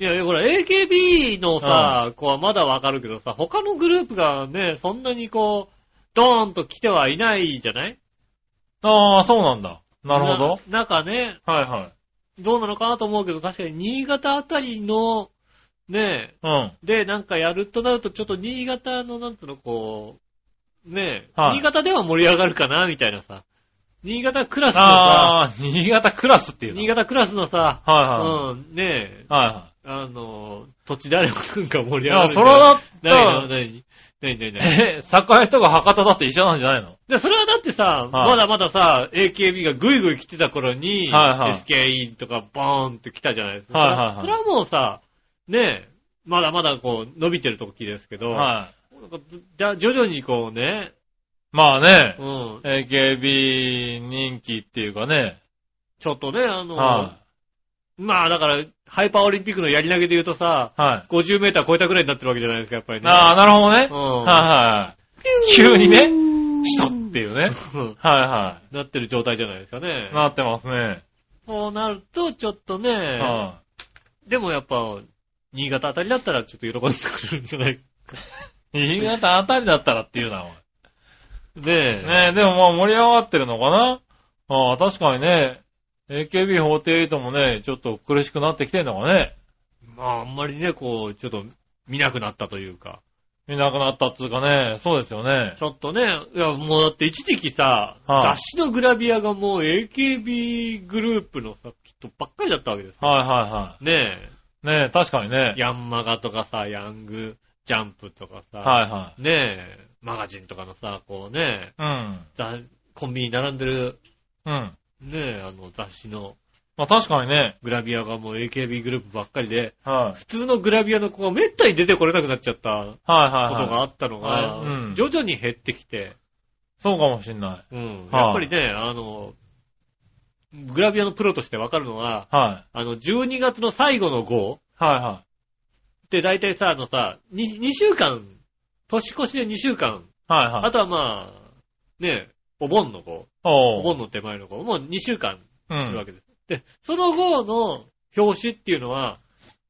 [SPEAKER 2] いや、いやほら、AKB のさ、子はまだわかるけどさ、他のグループがね、そんなにこう、ドーンと来てはいないじゃない
[SPEAKER 3] あー、そうなんだ。なるほ
[SPEAKER 2] ななんかね、
[SPEAKER 3] ど。はいはい。
[SPEAKER 2] どうなのかなと思うけど、確かに新潟あたりの、ね
[SPEAKER 3] うん。
[SPEAKER 2] え、で、なんかやるとなると、ちょっと新潟の、なんつうの、こう、ねえ、
[SPEAKER 3] はい
[SPEAKER 2] 新潟では盛り上がるかな、みたいなさ。新潟クラスのさ、
[SPEAKER 3] あー、新潟クラスっていうの
[SPEAKER 2] 新潟クラスのさ、
[SPEAKER 3] はいうは
[SPEAKER 2] ん、ねえ、
[SPEAKER 3] い。はいは
[SPEAKER 2] あの、土地誰もくんが盛
[SPEAKER 3] い。い
[SPEAKER 2] り上が
[SPEAKER 3] や、
[SPEAKER 2] るんじ
[SPEAKER 3] そ
[SPEAKER 2] ゃ
[SPEAKER 3] れ
[SPEAKER 2] ない。
[SPEAKER 3] だった
[SPEAKER 2] ないな、
[SPEAKER 3] ら、
[SPEAKER 2] ない、ない、ない、ない。
[SPEAKER 3] [LAUGHS] え、堺とか博多だって一緒なんじゃないの
[SPEAKER 2] で、それはだってさ、まだまださ、AKB がぐいぐい来てた頃に、
[SPEAKER 3] はいはい
[SPEAKER 2] SKE とかバーンって来たじゃないですか。
[SPEAKER 3] はいはいはい
[SPEAKER 2] それはもうさ、ねえ、まだまだこう、伸びてる時ですけど、
[SPEAKER 3] はい。
[SPEAKER 2] なんかじゃ徐々にこうね、
[SPEAKER 3] まあね
[SPEAKER 2] う、ん、
[SPEAKER 3] AKB 人気っていうかね、
[SPEAKER 2] ちょっとね、あの、
[SPEAKER 3] は
[SPEAKER 2] まあだから、ハイパーオリンピックのやり投げで言うとさ、
[SPEAKER 3] い。はい。
[SPEAKER 2] 50メーター超えたぐらいになってるわけじゃないですか、やっぱりね。
[SPEAKER 3] ああ、なるほどね
[SPEAKER 2] う。ん。
[SPEAKER 3] はいはい。急にね、人っていうね。
[SPEAKER 2] うん
[SPEAKER 3] はいは
[SPEAKER 2] [LAUGHS] なってる状態じゃないですかね
[SPEAKER 3] い。。なってますね。
[SPEAKER 2] そうなると、ちょっとね、
[SPEAKER 3] は
[SPEAKER 2] でもやっぱ、新潟あたりだったらちょっと喜んでくれるんじゃない
[SPEAKER 3] い。新潟あたりだったらっていうな、おい
[SPEAKER 2] ねえ。
[SPEAKER 3] ねえ、でもまあ盛り上がってるのかなああ、確かにね、AKB48 もね、ちょっと苦しくなってきてんのかね。
[SPEAKER 2] まあ、あんまりね、こう、ちょっと見なくなったというか。
[SPEAKER 3] 見なくなったっつうかね、そうですよね。
[SPEAKER 2] ちょっとね、いや、もうだって一時期さ、
[SPEAKER 3] はい
[SPEAKER 2] 雑誌のグラビアがもう AKB グループのさ、きっとばっかりだったわけですよ。
[SPEAKER 3] はいは
[SPEAKER 2] ね
[SPEAKER 3] いはい。ねえ、確かにね
[SPEAKER 2] え。。ヤンマガとかさ、ヤングジャンプとかさ、
[SPEAKER 3] はいは
[SPEAKER 2] ねえ、マガジンとかのさ、こうね、
[SPEAKER 3] い。うん。
[SPEAKER 2] ざコンビニに並んでる、
[SPEAKER 3] うん。
[SPEAKER 2] ねえ、あの雑誌の
[SPEAKER 3] まあ確かにね。
[SPEAKER 2] グラビアがもう AKB グループばっかりで、
[SPEAKER 3] はい。
[SPEAKER 2] 普通のグラビアの子がめったに出てこれなくなっちゃった
[SPEAKER 3] はいは
[SPEAKER 2] こ
[SPEAKER 3] い
[SPEAKER 2] と
[SPEAKER 3] はい。
[SPEAKER 2] があったのが、
[SPEAKER 3] はいうん
[SPEAKER 2] 徐々に減ってきて、
[SPEAKER 3] そうかもしんない。
[SPEAKER 2] うん
[SPEAKER 3] はい
[SPEAKER 2] やっぱりね、あの、グラビアのプロとしてわかるのは、
[SPEAKER 3] は
[SPEAKER 2] あの、12月の最後の号
[SPEAKER 3] い。はいは
[SPEAKER 2] って大体さ、あのさ、2, 2週間、年越しで2週間、
[SPEAKER 3] い。はいは
[SPEAKER 2] あ
[SPEAKER 3] い。
[SPEAKER 2] とはまあ、ね、お盆の号、お
[SPEAKER 3] おう。
[SPEAKER 2] 盆の手前の号、もう2週間
[SPEAKER 3] う
[SPEAKER 2] いるわ
[SPEAKER 3] ん。
[SPEAKER 2] けです。で、その号の表紙っていうのは、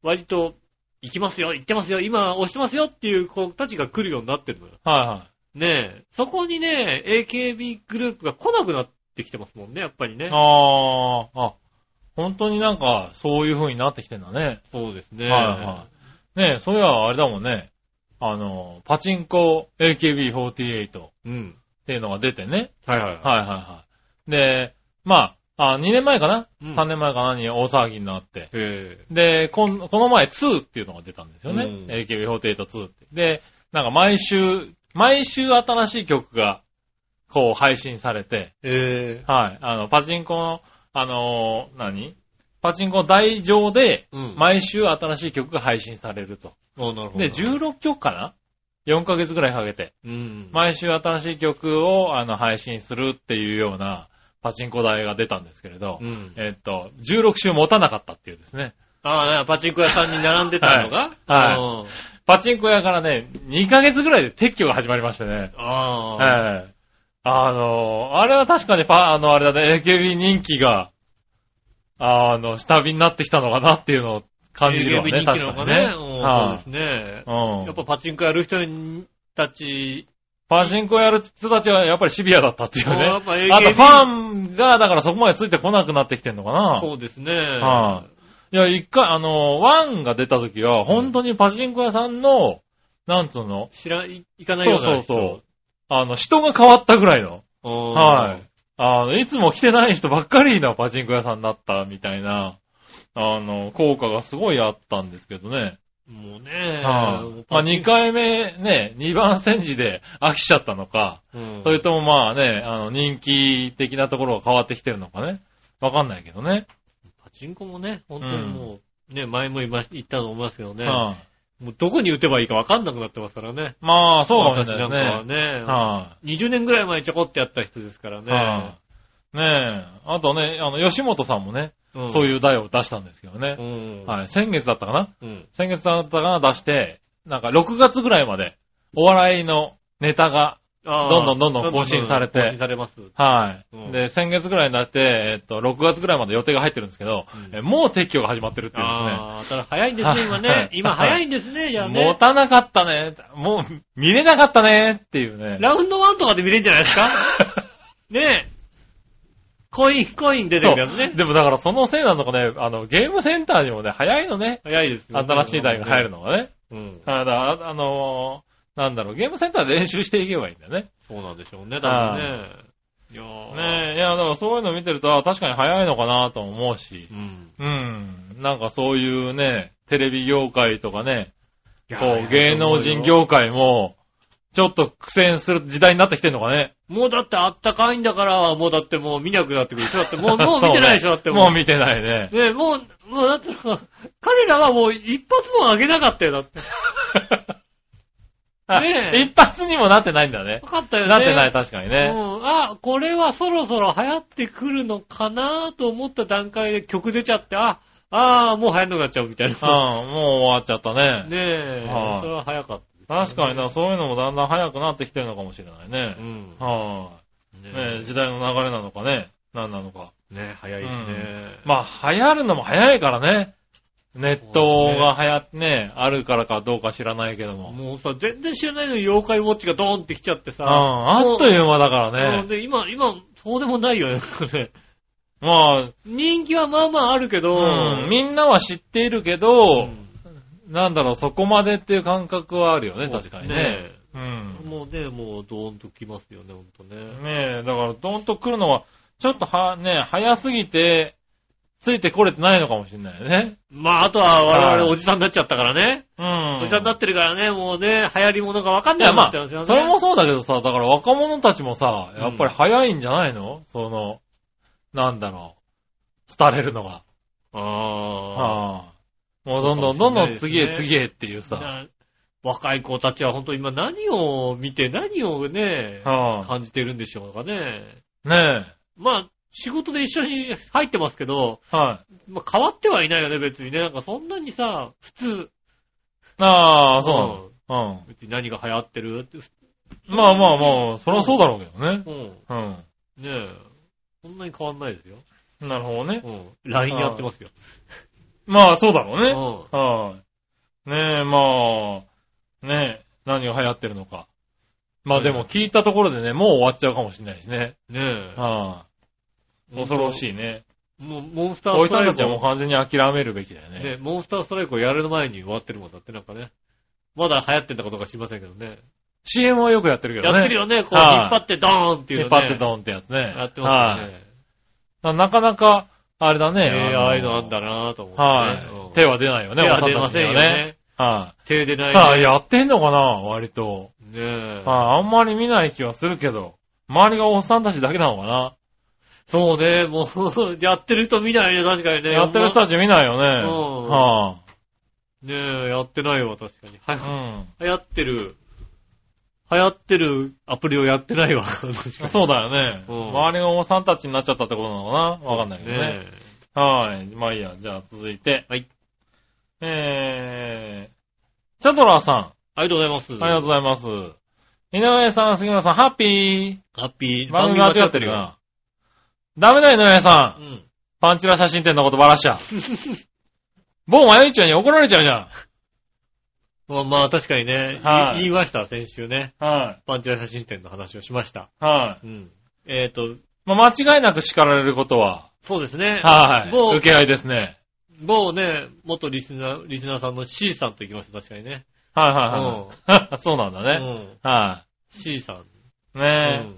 [SPEAKER 2] 割と、行きますよ、行ってますよ、今押してますよっていう子たちが来るようになってるのよ。
[SPEAKER 3] はいは
[SPEAKER 2] ねえ、そこにね、AKB グループが来なくなってきてますもんね、やっぱりね
[SPEAKER 3] い。。ああ、あ、本当になんか、そういう風になってきてんだね。
[SPEAKER 2] そうですね。
[SPEAKER 3] はいはい。ねえ、そういや、あれだもんね。あの、パチンコ AKB48 っ
[SPEAKER 2] い。うん。
[SPEAKER 3] ていうのが出てね。
[SPEAKER 2] はいはいはい。
[SPEAKER 3] はいはいはい。で、まあ、あ2年前かな、
[SPEAKER 2] うん
[SPEAKER 3] ?3 年前かなに大騒ぎになって。
[SPEAKER 2] へ
[SPEAKER 3] で、こんこの前2っていうのが出たんですよね。
[SPEAKER 2] うん
[SPEAKER 3] AKB482 って。で、なんか毎週、毎週新しい曲が、こう配信されて、
[SPEAKER 2] え。へえ。
[SPEAKER 3] はい。あの、パチンコの、あのー何パチンコの台上で、
[SPEAKER 2] うん。
[SPEAKER 3] 毎週新しい曲が配信されると。
[SPEAKER 2] あなるほど。
[SPEAKER 3] で、16曲かな ?4 ヶ月ぐらいかけて、
[SPEAKER 2] うん。
[SPEAKER 3] 毎週新しい曲を、あの、配信するっていうような、パチンコ台が出たんですけれど、
[SPEAKER 2] うん。
[SPEAKER 3] えっと、16週持たなかったっていうですね。
[SPEAKER 2] ああ、だからパチンコ屋さんに並んでたのが
[SPEAKER 3] はいはい
[SPEAKER 2] うん
[SPEAKER 3] パチンコ屋からね、2ヶ月ぐらいで撤去が始まりましたね。
[SPEAKER 2] ああ、
[SPEAKER 3] はい。あの、あれは確かにパ、あの、あれだね、AKB 人気が、あの、下火になってきたのかなっていうのを感じるわ
[SPEAKER 2] AKB
[SPEAKER 3] ね、
[SPEAKER 2] 人
[SPEAKER 3] 確
[SPEAKER 2] 気な
[SPEAKER 3] か
[SPEAKER 2] のか
[SPEAKER 3] に
[SPEAKER 2] ね
[SPEAKER 3] ね。。
[SPEAKER 2] うん
[SPEAKER 3] は
[SPEAKER 2] そうですね。
[SPEAKER 3] い
[SPEAKER 2] や
[SPEAKER 3] う
[SPEAKER 2] っ
[SPEAKER 3] ん。
[SPEAKER 2] ぱパチンコやる人たち、
[SPEAKER 3] パチンコやる人たちはやっぱりシビアだったっていう
[SPEAKER 2] もうや
[SPEAKER 3] ね
[SPEAKER 2] っ。ぱ
[SPEAKER 3] あ
[SPEAKER 2] AKB
[SPEAKER 3] とファンが、だからそこまでついてこなくなってきてんのかな。
[SPEAKER 2] そうですね。
[SPEAKER 3] はい。いや、一回、あの、ワンが出た時は、本当にパチンコ屋さんの、なんつうの、
[SPEAKER 2] 知らん、い行かない
[SPEAKER 3] そ
[SPEAKER 2] よ
[SPEAKER 3] う
[SPEAKER 2] うな
[SPEAKER 3] そう
[SPEAKER 2] 人。
[SPEAKER 3] そう。あの、人が変わったぐらいの。
[SPEAKER 2] うん
[SPEAKER 3] はい。あの、いつも来てない人ばっかりのパチンコ屋さんだったみたいな、あの、効果がすごいあったんですけどね。
[SPEAKER 2] もうね、
[SPEAKER 3] はいまあ、
[SPEAKER 2] パチ
[SPEAKER 3] 2
[SPEAKER 2] ンコ
[SPEAKER 3] 回目ね、2番戦時で飽きちゃったのか、
[SPEAKER 2] うん
[SPEAKER 3] それともまあね、あの、人気的なところが変わってきてるのかね。わかんないけどね。
[SPEAKER 2] パチンコもね、本当にもう、ね、前も言いまし言ったと思いますけどね、
[SPEAKER 3] はい
[SPEAKER 2] もうどこに打てばいいかわかんなくなってますからね。
[SPEAKER 3] まあ、そうかもしれ
[SPEAKER 2] 私なんか
[SPEAKER 3] ない
[SPEAKER 2] は
[SPEAKER 3] ですね。
[SPEAKER 2] ね、
[SPEAKER 3] は
[SPEAKER 2] 20年ぐらい前にちょこってやった人ですから
[SPEAKER 3] い、
[SPEAKER 2] ね。
[SPEAKER 3] はい、ねえ。あとね、あの、吉本さんもね、そう
[SPEAKER 2] う
[SPEAKER 3] いう題を出したんですけどね。
[SPEAKER 2] ん。
[SPEAKER 3] はい。先月だったかな
[SPEAKER 2] うん。
[SPEAKER 3] 先月だったかな出して、なんか6月ぐらいまで、お笑いのネタが、
[SPEAKER 2] あー
[SPEAKER 3] どんどんどんどん更新されて
[SPEAKER 2] 更新されます。
[SPEAKER 3] はい、
[SPEAKER 2] うん
[SPEAKER 3] で、先月ぐらいになって、えっと、6月ぐらいまで予定が入ってるんですけど、
[SPEAKER 2] うん
[SPEAKER 3] えもう撤去が始まってるっていうん
[SPEAKER 2] ああ、ただ早いんですね、今ね。今早いんですね、じ
[SPEAKER 3] で
[SPEAKER 2] ゃ
[SPEAKER 3] す
[SPEAKER 2] あ
[SPEAKER 3] ね。持
[SPEAKER 2] ね。
[SPEAKER 3] たなかったね。もう、見れなかったねっていうね。
[SPEAKER 2] ラウンドワンとかで見れるんじゃない
[SPEAKER 3] [LAUGHS]
[SPEAKER 2] ですかねえ。コイン、コイン出て
[SPEAKER 3] そ
[SPEAKER 2] く
[SPEAKER 3] う
[SPEAKER 2] るやつね。
[SPEAKER 3] でもだからそのせいなのかね、あの、ゲームセンターにもね、早いのね。
[SPEAKER 2] 早いですよね
[SPEAKER 3] 新しい台が入る。のがね。
[SPEAKER 2] うん。
[SPEAKER 3] あだあのーなんだろう、ゲームセンターで練習していけばいいんだよね。
[SPEAKER 2] そうなんでしょうね、多分ね。いやー
[SPEAKER 3] ねえ、いや、だからそういうの見てると、あ確かに早いのかなとも思うし
[SPEAKER 2] う、ん。
[SPEAKER 3] うん、なんかそういうね、テレビ業界とかね、
[SPEAKER 2] いや
[SPEAKER 3] こう、芸能人業界も、ちょっと苦戦する時代になってきてんのかね。
[SPEAKER 2] もうだってあったかいんだから、もうだってもう見なくなってくるでしょだって
[SPEAKER 3] [LAUGHS]
[SPEAKER 2] もう、もう見てないでしょだって
[SPEAKER 3] そうねもう
[SPEAKER 2] う。
[SPEAKER 3] 見てないね。
[SPEAKER 2] ねえもう、もうだってさ、彼らはもう一発も上げなかったよ、だって。
[SPEAKER 3] あ
[SPEAKER 2] ねえ
[SPEAKER 3] 一発にもなってないんだ
[SPEAKER 2] な。
[SPEAKER 3] ね
[SPEAKER 2] かったよね。
[SPEAKER 3] なってない、確かにね。
[SPEAKER 2] うん。あ、これはそろそろ流行ってくるのかなと思った段階で曲出ちゃって、あ、あーもう流行んなくなっちゃうみたい
[SPEAKER 3] うん、
[SPEAKER 2] な。
[SPEAKER 3] もう終わっちゃったね。
[SPEAKER 2] ねえ、
[SPEAKER 3] はい
[SPEAKER 2] それは早かっ
[SPEAKER 3] 確かにな、そういうのもだんだん早くなってきてるのかもしれない
[SPEAKER 2] た。う
[SPEAKER 3] ね。
[SPEAKER 2] ん。
[SPEAKER 3] は
[SPEAKER 2] ね
[SPEAKER 3] い、ねえ時代の流れなのかね。何なのか。
[SPEAKER 2] えねえ早いですね。
[SPEAKER 3] まあ、流行るのも早いからね。ネットが流行ってね、あるからかどうか知らないけども。
[SPEAKER 2] もうさ、全然知らないのに妖怪ウォッチがドーンって来ちゃって
[SPEAKER 3] う
[SPEAKER 2] さ。
[SPEAKER 3] ん、あっという間だから
[SPEAKER 2] うん
[SPEAKER 3] ね。
[SPEAKER 2] で今、今、そうでもないよね。 [LAUGHS]
[SPEAKER 3] まあ、
[SPEAKER 2] 人気はまあまああるけど、
[SPEAKER 3] うん、みんなは知っているけ
[SPEAKER 2] う
[SPEAKER 3] ど、
[SPEAKER 2] ん
[SPEAKER 3] なんだろう、そこまでっていう感覚はあるよね、確かにね。
[SPEAKER 2] ね
[SPEAKER 3] うん。
[SPEAKER 2] もうね、もうドーンと来ますよね、ほんとね。
[SPEAKER 3] ねえ、だから、どんと来るのは、ちょっとは、ね、早すぎて、ついてこれてないのかもしれないよね。
[SPEAKER 2] まあ、あとは我
[SPEAKER 3] は
[SPEAKER 2] 々
[SPEAKER 3] い
[SPEAKER 2] おじさんになっちゃったからね。
[SPEAKER 3] うん。
[SPEAKER 2] おじさんになってるからね、もうね、流行り物がわかん
[SPEAKER 3] い
[SPEAKER 2] な
[SPEAKER 3] や、
[SPEAKER 2] くな
[SPEAKER 3] ま
[SPEAKER 2] っちゃうんですよ
[SPEAKER 3] あ、
[SPEAKER 2] ね。
[SPEAKER 3] それもそうだけどさ、だから若者たちもさ、やっぱり早いんじゃないの、その、なんだろう、廃れるのが。
[SPEAKER 2] あ
[SPEAKER 3] ああ。もうどんどんどんどん次へ
[SPEAKER 2] そうかも
[SPEAKER 3] 次へっていう
[SPEAKER 2] あ。
[SPEAKER 3] さ。
[SPEAKER 2] な若い子たちは本当今何を見て何をね、
[SPEAKER 3] あ
[SPEAKER 2] 感じてるんでしょうかね。
[SPEAKER 3] あ。ね
[SPEAKER 2] まあ、仕事で一緒に入ってますけど、
[SPEAKER 3] え。はい。
[SPEAKER 2] まあ、変わってはいないよね、別にね。なんかそんなにさ、普通。
[SPEAKER 3] ああ、そうなの。
[SPEAKER 2] 別に何が流行ってるって、
[SPEAKER 3] うん。まあまあまあ、そりゃそうだろうけどね。
[SPEAKER 2] うん。
[SPEAKER 3] うん。
[SPEAKER 2] ねえ。そんなに変わんないですよ。
[SPEAKER 3] なるほどね
[SPEAKER 2] う。ん。LINE やってますよ。
[SPEAKER 3] まあ、そうだろう
[SPEAKER 2] う
[SPEAKER 3] ね。
[SPEAKER 2] ん。
[SPEAKER 3] はい。ねえ、まあ、ねえ、何が流行ってるのか。まあでも聞いたところでね、もう終わっちゃうかもしれないですね。
[SPEAKER 2] ね
[SPEAKER 3] は
[SPEAKER 2] え。
[SPEAKER 3] い。恐ろ
[SPEAKER 2] い。
[SPEAKER 3] しいね。
[SPEAKER 2] もう、モンスタ
[SPEAKER 3] お
[SPEAKER 2] ー
[SPEAKER 3] じ
[SPEAKER 2] スト
[SPEAKER 3] さ
[SPEAKER 2] ラ
[SPEAKER 3] んた
[SPEAKER 2] イ
[SPEAKER 3] ち
[SPEAKER 2] ク
[SPEAKER 3] はもう
[SPEAKER 2] を、
[SPEAKER 3] 完全に諦めるべきだよね。
[SPEAKER 2] ね、モンスターストライクをやる前に終わってるもんだって、なんかね。まだ流行ってんだことか知りませんけどね。
[SPEAKER 3] CM はよくやってるけど
[SPEAKER 2] や
[SPEAKER 3] ね。
[SPEAKER 2] ってるよね、こう、引っ
[SPEAKER 3] はい
[SPEAKER 2] 張ってドーンっていうの
[SPEAKER 3] 引っ張って
[SPEAKER 2] ン。
[SPEAKER 3] ドンってやつね。
[SPEAKER 2] やってますよ
[SPEAKER 3] はい
[SPEAKER 2] ね。
[SPEAKER 3] ななかなか、あれだね。
[SPEAKER 2] ええ、
[SPEAKER 3] の
[SPEAKER 2] ああいうのあんだなぁと思ってね。
[SPEAKER 3] はい。
[SPEAKER 2] 手
[SPEAKER 3] 手は出ないよね、
[SPEAKER 2] 手
[SPEAKER 3] お
[SPEAKER 2] は
[SPEAKER 3] じ
[SPEAKER 2] 出
[SPEAKER 3] さん
[SPEAKER 2] ま
[SPEAKER 3] たち
[SPEAKER 2] せ
[SPEAKER 3] に
[SPEAKER 2] ん
[SPEAKER 3] は
[SPEAKER 2] よ
[SPEAKER 3] ね。
[SPEAKER 2] ね。
[SPEAKER 3] は。
[SPEAKER 2] 手出ないい。
[SPEAKER 3] さあ、やってんのかな割と。
[SPEAKER 2] ねえ。
[SPEAKER 3] はい。あんまり見ない気はするけど。周りがおっさんたちだけなのかな
[SPEAKER 2] そうね、もう、 [LAUGHS] やってる人見ないね、確かにね。
[SPEAKER 3] やってる人たち見ないよね。
[SPEAKER 2] うん
[SPEAKER 3] は
[SPEAKER 2] ねえ、やってないわ、確かに。
[SPEAKER 3] い。う
[SPEAKER 2] は
[SPEAKER 3] ん。
[SPEAKER 2] 流行ってる、流行ってるアプリをやってないわ。確かに
[SPEAKER 3] [LAUGHS] そうだよね。
[SPEAKER 2] うん
[SPEAKER 3] 周りがおっさんたちになっちゃったってことなのかなわかんないけどね。はい。まあいいや、じゃあ続いて。
[SPEAKER 2] はい。
[SPEAKER 3] えー、チャドラーさん、
[SPEAKER 2] ありがとうございます。
[SPEAKER 3] ありがとうございます。井上さん、杉村さん、ハッピ
[SPEAKER 2] ハッピ
[SPEAKER 3] ー。
[SPEAKER 2] ー。
[SPEAKER 3] 番組間違ってるよな。ダメだ、井上さ。
[SPEAKER 2] うんん。
[SPEAKER 3] パンチラ写真展のことばら [LAUGHS] しちゃ。某マヨイチョに怒られちゃうじゃ
[SPEAKER 2] まあ、まあ、確かにね、
[SPEAKER 3] はい
[SPEAKER 2] 言いました、先週ね。
[SPEAKER 3] ん。はい。
[SPEAKER 2] パンチラ写真展の話をしました。
[SPEAKER 3] はい。
[SPEAKER 2] うん。えっ、と、
[SPEAKER 3] まあ、間違いなく叱られることは、
[SPEAKER 2] そうですね。
[SPEAKER 3] はい。
[SPEAKER 2] 某
[SPEAKER 3] 受け合いですね。
[SPEAKER 2] 某ね、元リスナー、リスナーさんの C さんと行きました、確かにね。
[SPEAKER 3] はいはいはい。 [LAUGHS] そうなんだ
[SPEAKER 2] う
[SPEAKER 3] ね。
[SPEAKER 2] ん。
[SPEAKER 3] は
[SPEAKER 2] C さん。
[SPEAKER 3] い。
[SPEAKER 2] う
[SPEAKER 3] ね
[SPEAKER 2] ん。
[SPEAKER 3] え。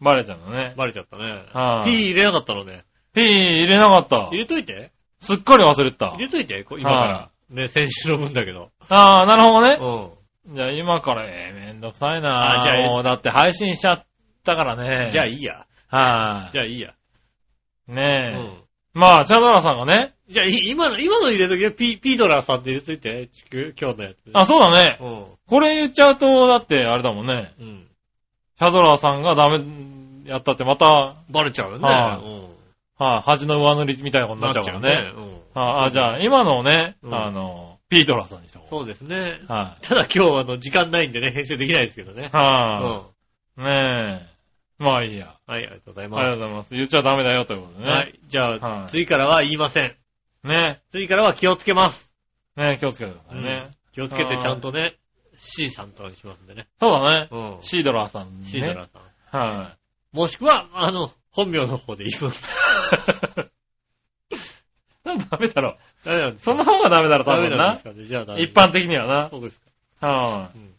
[SPEAKER 3] バレちゃうのね。
[SPEAKER 2] バレちゃったね。
[SPEAKER 3] はい
[SPEAKER 2] P 入れなかったのね。
[SPEAKER 3] P 入れなかった
[SPEAKER 2] 入。れといて。
[SPEAKER 3] すっかり忘れてた
[SPEAKER 2] 入。れといて、こ今から
[SPEAKER 3] は。
[SPEAKER 2] ね、先週の分だけど。
[SPEAKER 3] ああ、なるほど
[SPEAKER 2] う
[SPEAKER 3] ね。
[SPEAKER 2] ん。
[SPEAKER 3] じゃあ今から、えー、めんどくさいな
[SPEAKER 2] あじゃあ
[SPEAKER 3] もうだって配信しちゃったからね。
[SPEAKER 2] じゃあいいや。
[SPEAKER 3] はい、
[SPEAKER 2] じゃあいいや。う
[SPEAKER 3] ねえ。
[SPEAKER 2] ん。
[SPEAKER 3] まあ、チャドラさんがね。
[SPEAKER 2] じゃあ、い今の、今の入れときはピ、ピードラーさんって入れといて、地球今日のやつ。
[SPEAKER 3] あ、そうだね。
[SPEAKER 2] うん。
[SPEAKER 3] これ言っちゃうと、だってあれだもんね。
[SPEAKER 2] うん。
[SPEAKER 3] チャドラさんがダメ、やったってまた、はい、
[SPEAKER 2] バレちゃうよね。
[SPEAKER 3] は
[SPEAKER 2] うん。
[SPEAKER 3] 恥の上塗りみたいなことになっちゃうからね。
[SPEAKER 2] なっちゃうね。うん。
[SPEAKER 3] ああ、じゃあ今のをね、
[SPEAKER 2] うん
[SPEAKER 3] あの、ピートラさんにした
[SPEAKER 2] そうですね。
[SPEAKER 3] は
[SPEAKER 2] ただ今日はあの、時間ないんでね、編集できないですけどね
[SPEAKER 3] い。。
[SPEAKER 2] うん。
[SPEAKER 3] は、
[SPEAKER 2] はい
[SPEAKER 3] ねえ。まあいいや。
[SPEAKER 2] い、ありがとうござい
[SPEAKER 3] ありがと
[SPEAKER 2] ま
[SPEAKER 3] うございます。言っちゃダメだよということ
[SPEAKER 2] す。
[SPEAKER 3] でね。
[SPEAKER 2] はい。じゃ
[SPEAKER 3] は
[SPEAKER 2] あ、
[SPEAKER 3] い
[SPEAKER 2] 次からは言いません。
[SPEAKER 3] ね
[SPEAKER 2] 次からは気をつけます。
[SPEAKER 3] え。ねえ、気をつけてくださいね。
[SPEAKER 2] 気をつけてちゃんとね、C さんとしますんでね。
[SPEAKER 3] そうだね。
[SPEAKER 2] うん。
[SPEAKER 3] シードラーさん、ね。
[SPEAKER 2] C ドラーさん。
[SPEAKER 3] は
[SPEAKER 2] もしくは、あの、本名の方で言い
[SPEAKER 3] [LAUGHS]
[SPEAKER 2] ます。
[SPEAKER 3] い。ダメだろ。
[SPEAKER 2] ダメなんです
[SPEAKER 3] そ
[SPEAKER 2] か
[SPEAKER 3] の方がダメだろ、多
[SPEAKER 2] ダメ
[SPEAKER 3] 分
[SPEAKER 2] なんで
[SPEAKER 3] な
[SPEAKER 2] す。かね。じゃあダメ、
[SPEAKER 3] 一般的にはな。
[SPEAKER 2] そうですか。
[SPEAKER 3] はい、
[SPEAKER 2] うん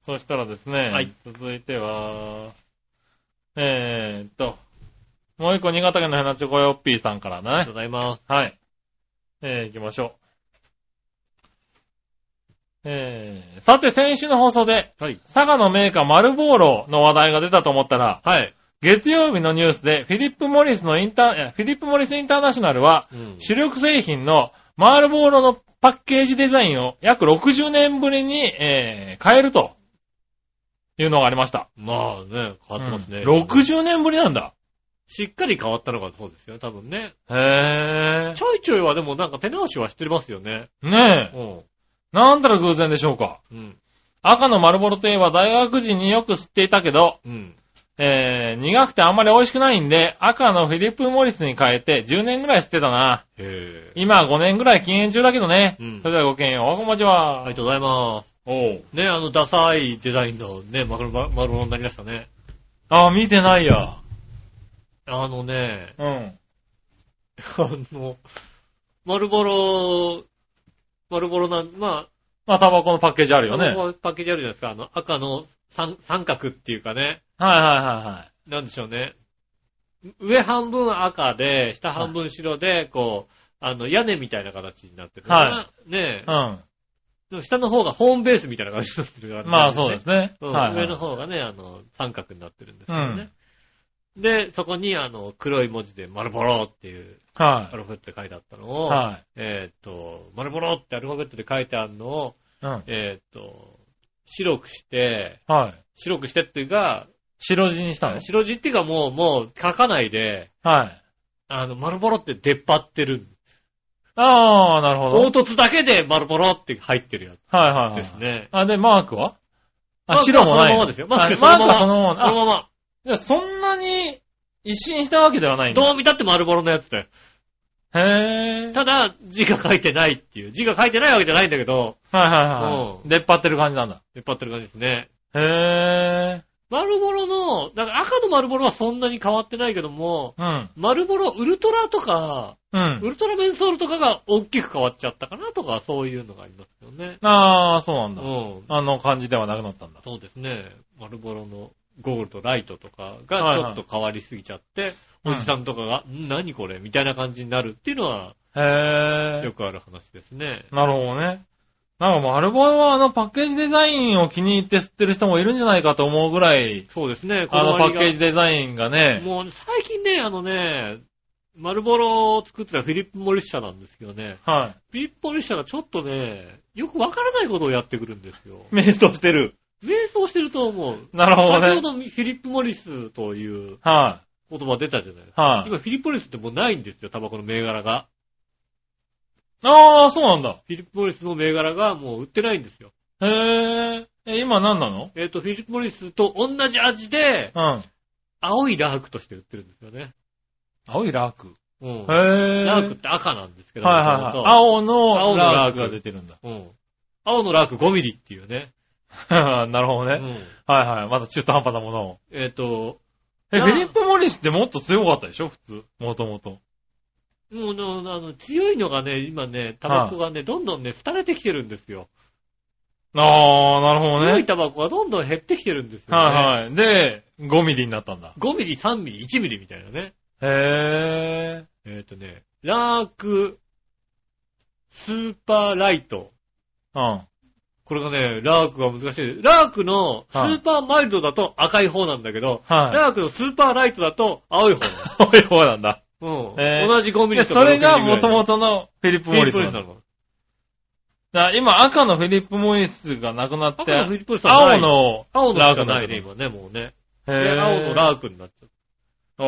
[SPEAKER 3] そしたらですね、
[SPEAKER 2] はい
[SPEAKER 3] 続いては、えーっと、もう一個新潟県の花チョコヨッピーさんから
[SPEAKER 2] あ
[SPEAKER 3] だ
[SPEAKER 2] りがと
[SPEAKER 3] ね
[SPEAKER 2] う。ございます。
[SPEAKER 3] はい。えー、行きましょう。えー、さて先週の放送で、
[SPEAKER 2] はい。
[SPEAKER 3] 佐賀のメーカー丸ボーロの話題が出たと思ったら、
[SPEAKER 2] はい。
[SPEAKER 3] 月曜日のニュースでフィリップ・モリスのインター、いやフィリップ・モリスインターナショナルは、
[SPEAKER 2] うん
[SPEAKER 3] 主力製品のマールボーロのパッケージデザインを約60年ぶりに、えー変えるというのがありました。
[SPEAKER 2] まあね、変わってますね。
[SPEAKER 3] うん60年ぶりなんだ。
[SPEAKER 2] しっかり変わったのがそうですよね、多分ね。
[SPEAKER 3] へ
[SPEAKER 2] ちょいちょいはでもなんか手直しはしてますよね。
[SPEAKER 3] え。ねえ。
[SPEAKER 2] う
[SPEAKER 3] なんたら偶然でしょうか。
[SPEAKER 2] ん。うん。
[SPEAKER 3] 赤のマルボロといえば大学時によく吸っていたけど、
[SPEAKER 2] うん。
[SPEAKER 3] えー苦くてあんまり美味しくないんで、赤のフィリップ・モリスに変えて10年ぐらい吸ってたな。
[SPEAKER 2] へえ。
[SPEAKER 3] 今は5年ぐらい禁煙中だけどね。
[SPEAKER 2] うん
[SPEAKER 3] それではごきげんよう。おこんばちは。
[SPEAKER 2] ありがとうございます。
[SPEAKER 3] おう。
[SPEAKER 2] ね、あの、ダサいデザインのね、マグロ、マグロになりましたね。
[SPEAKER 3] あー、見てないや。
[SPEAKER 2] あのね、 [LAUGHS]
[SPEAKER 3] うん。
[SPEAKER 2] あの、丸ボロ、丸ボロな、ま
[SPEAKER 3] まあ、タバコのパッケージある
[SPEAKER 2] あ、
[SPEAKER 3] よね。
[SPEAKER 2] ここパッケージあるじゃないですか。あの、赤の三三角っていうかね、
[SPEAKER 3] はいはいはいはい。
[SPEAKER 2] なんでしょうね。上半分赤で、下半分白で、こう、あの、屋根みたいな形になってるのかな。ねえ
[SPEAKER 3] う
[SPEAKER 2] でも下の方がホームベースみたいな形になってるから、
[SPEAKER 3] ん。まあそうですね。
[SPEAKER 2] うん
[SPEAKER 3] はいはい
[SPEAKER 2] 上の方がね、あの、三角になってるんですけどね。で、そこに、あの、黒い文字で、丸ボロっていう、ア
[SPEAKER 3] は
[SPEAKER 2] ルファベットで書いてあったの
[SPEAKER 3] い。
[SPEAKER 2] を、
[SPEAKER 3] はい。
[SPEAKER 2] えーっと、丸ボロってアルファベットで書いてあるのを、
[SPEAKER 3] うん。
[SPEAKER 2] えーっと、白くして、
[SPEAKER 3] はい。
[SPEAKER 2] 白くしてっていうか、
[SPEAKER 3] 白地にしたの
[SPEAKER 2] 白字っていうかもう、もう書かないで、
[SPEAKER 3] はい。
[SPEAKER 2] あの、丸ボロって出っ張ってる。
[SPEAKER 3] ああ、なるほど。
[SPEAKER 2] 凹凸だけで丸ボロって入ってるや
[SPEAKER 3] はいはい
[SPEAKER 2] つ
[SPEAKER 3] はい。
[SPEAKER 2] です。ね。
[SPEAKER 3] あ、で、マークはあ、
[SPEAKER 2] マーク
[SPEAKER 3] 白
[SPEAKER 2] は
[SPEAKER 3] もな
[SPEAKER 2] そ
[SPEAKER 3] い
[SPEAKER 2] のま
[SPEAKER 3] の。
[SPEAKER 2] まですよマーク
[SPEAKER 3] あマークは
[SPEAKER 2] そ
[SPEAKER 3] そのま
[SPEAKER 2] この
[SPEAKER 3] ま。あ、
[SPEAKER 2] まま、
[SPEAKER 3] じゃあそんなに一新したわけではないんだ。
[SPEAKER 2] どう見たって丸ボロのやつだよ。
[SPEAKER 3] へえ。
[SPEAKER 2] ただ、字が書いてないっていう。字が書いてないわけじゃないんだけど、
[SPEAKER 3] はいはいは
[SPEAKER 2] う
[SPEAKER 3] い。
[SPEAKER 2] ん
[SPEAKER 3] 出っ張ってる感じなんだ。
[SPEAKER 2] 出っ張ってる感じですね。
[SPEAKER 3] へえ。
[SPEAKER 2] 丸ボロの、だから赤の丸ボロはそんなに変わってないけども、
[SPEAKER 3] うん。
[SPEAKER 2] 丸ボロウルトラとか、
[SPEAKER 3] うん
[SPEAKER 2] ウ。ルトラメンソールとかが大きく変わっちゃったかなとか、そういうのがありますよね。
[SPEAKER 3] ああ、そうなん
[SPEAKER 2] う
[SPEAKER 3] だ。
[SPEAKER 2] ん。
[SPEAKER 3] あの感じではなくなったんだ。
[SPEAKER 2] そうですね。丸ボロのゴールドライトとかがちょっと変わりすぎちゃって、
[SPEAKER 3] うん
[SPEAKER 2] おじさんとかが、ん何これみたいな感じになるっていうのは、
[SPEAKER 3] へえ
[SPEAKER 2] よ。くある話ですね。
[SPEAKER 3] なるほどね。なんか丸ボロはあのパッケージデザインを気に入って吸ってる人もいるんじゃないかと思うぐらい、
[SPEAKER 2] そうですね。
[SPEAKER 3] あのパッケージ
[SPEAKER 2] ジ。
[SPEAKER 3] デザインがね、
[SPEAKER 2] もう最近ね、あのね、丸ボロを作ってたフィリップ・モリッシャなんですけどね、
[SPEAKER 3] は
[SPEAKER 2] フィリップ・モリッシャがちょっとね、よくわからないことをやってくるんですよ。
[SPEAKER 3] い。迷走してる。
[SPEAKER 2] 瞑想してると思う。
[SPEAKER 3] なるほど
[SPEAKER 2] 先ほ
[SPEAKER 3] ね。
[SPEAKER 2] どフィリップ・モリスという
[SPEAKER 3] は
[SPEAKER 2] 言葉出たじゃないです
[SPEAKER 3] い。
[SPEAKER 2] か。
[SPEAKER 3] はい。
[SPEAKER 2] 今フィリップ・モリスってもうないんですよ、タバコの銘柄が。
[SPEAKER 3] ああ、そうなんだ。
[SPEAKER 2] フィリップ・モリスの銘柄がもう売ってないんですよ。
[SPEAKER 3] へえ。え、今何なの
[SPEAKER 2] えっ、と、フィリップ・モリスと同じ味で、
[SPEAKER 3] うん。
[SPEAKER 2] 青いラークとして売ってるんですよね。
[SPEAKER 3] 青いラーク。
[SPEAKER 2] うん。
[SPEAKER 3] へえ。
[SPEAKER 2] ラークって赤なんですけど、
[SPEAKER 3] はいはいはい。
[SPEAKER 2] 青。
[SPEAKER 3] 青の
[SPEAKER 2] 青の
[SPEAKER 3] ラ
[SPEAKER 2] ラ
[SPEAKER 3] ー
[SPEAKER 2] ー
[SPEAKER 3] ク
[SPEAKER 2] ク
[SPEAKER 3] が出てるんだ。 [LAUGHS]
[SPEAKER 2] うん。青のラーク5ミリっていうね。
[SPEAKER 3] なるほ
[SPEAKER 2] う
[SPEAKER 3] どね。
[SPEAKER 2] ん。
[SPEAKER 3] はいはい。まだ中途半端なものを。
[SPEAKER 2] えっ、と、
[SPEAKER 3] え、フ
[SPEAKER 2] なあ
[SPEAKER 3] ィリップ・モリスってもっと強かったでしょ普通。もともと。
[SPEAKER 2] もうの、あの、強いのがね、今ね、タバコがね、どんどんね、廃れてきてるんですよ。
[SPEAKER 3] ああ、なるほど
[SPEAKER 2] 強い
[SPEAKER 3] ね。
[SPEAKER 2] タバコがどんどん減ってきてるんですよ、ね。
[SPEAKER 3] はいはい。で、5ミリになったんだ。
[SPEAKER 2] 5ミリ、3ミリ、1ミリみたいなね。
[SPEAKER 3] へえ。
[SPEAKER 2] えっ、とね、ラーク、スーパーライト。
[SPEAKER 3] うん。
[SPEAKER 2] これがね、ラークが難しい。ラークのスーパーマイルドだと赤い方なんだけど、
[SPEAKER 3] はい。 [LAUGHS]
[SPEAKER 2] ラークのスーパーライトだと青い方。
[SPEAKER 3] そう [LAUGHS] いう方なんだ。
[SPEAKER 2] うん。
[SPEAKER 3] えー
[SPEAKER 2] 同じ5ミ
[SPEAKER 3] で、
[SPEAKER 2] リと
[SPEAKER 3] それがもと
[SPEAKER 2] と
[SPEAKER 3] もとのフィリップ・モリス
[SPEAKER 2] フィリ
[SPEAKER 3] な
[SPEAKER 2] ップモリス
[SPEAKER 3] んだ
[SPEAKER 2] な
[SPEAKER 3] だか
[SPEAKER 2] の。
[SPEAKER 3] ら今、赤のフィリップ・モリスがなくなって
[SPEAKER 2] 赤、のフィリップモリスはな
[SPEAKER 3] 青
[SPEAKER 2] い。
[SPEAKER 3] の、
[SPEAKER 2] 青のしか
[SPEAKER 3] ラーク
[SPEAKER 2] ないね、
[SPEAKER 3] に
[SPEAKER 2] 今ね、もうね。
[SPEAKER 3] へ
[SPEAKER 2] で
[SPEAKER 3] え。
[SPEAKER 2] 青のラークになっちゃっ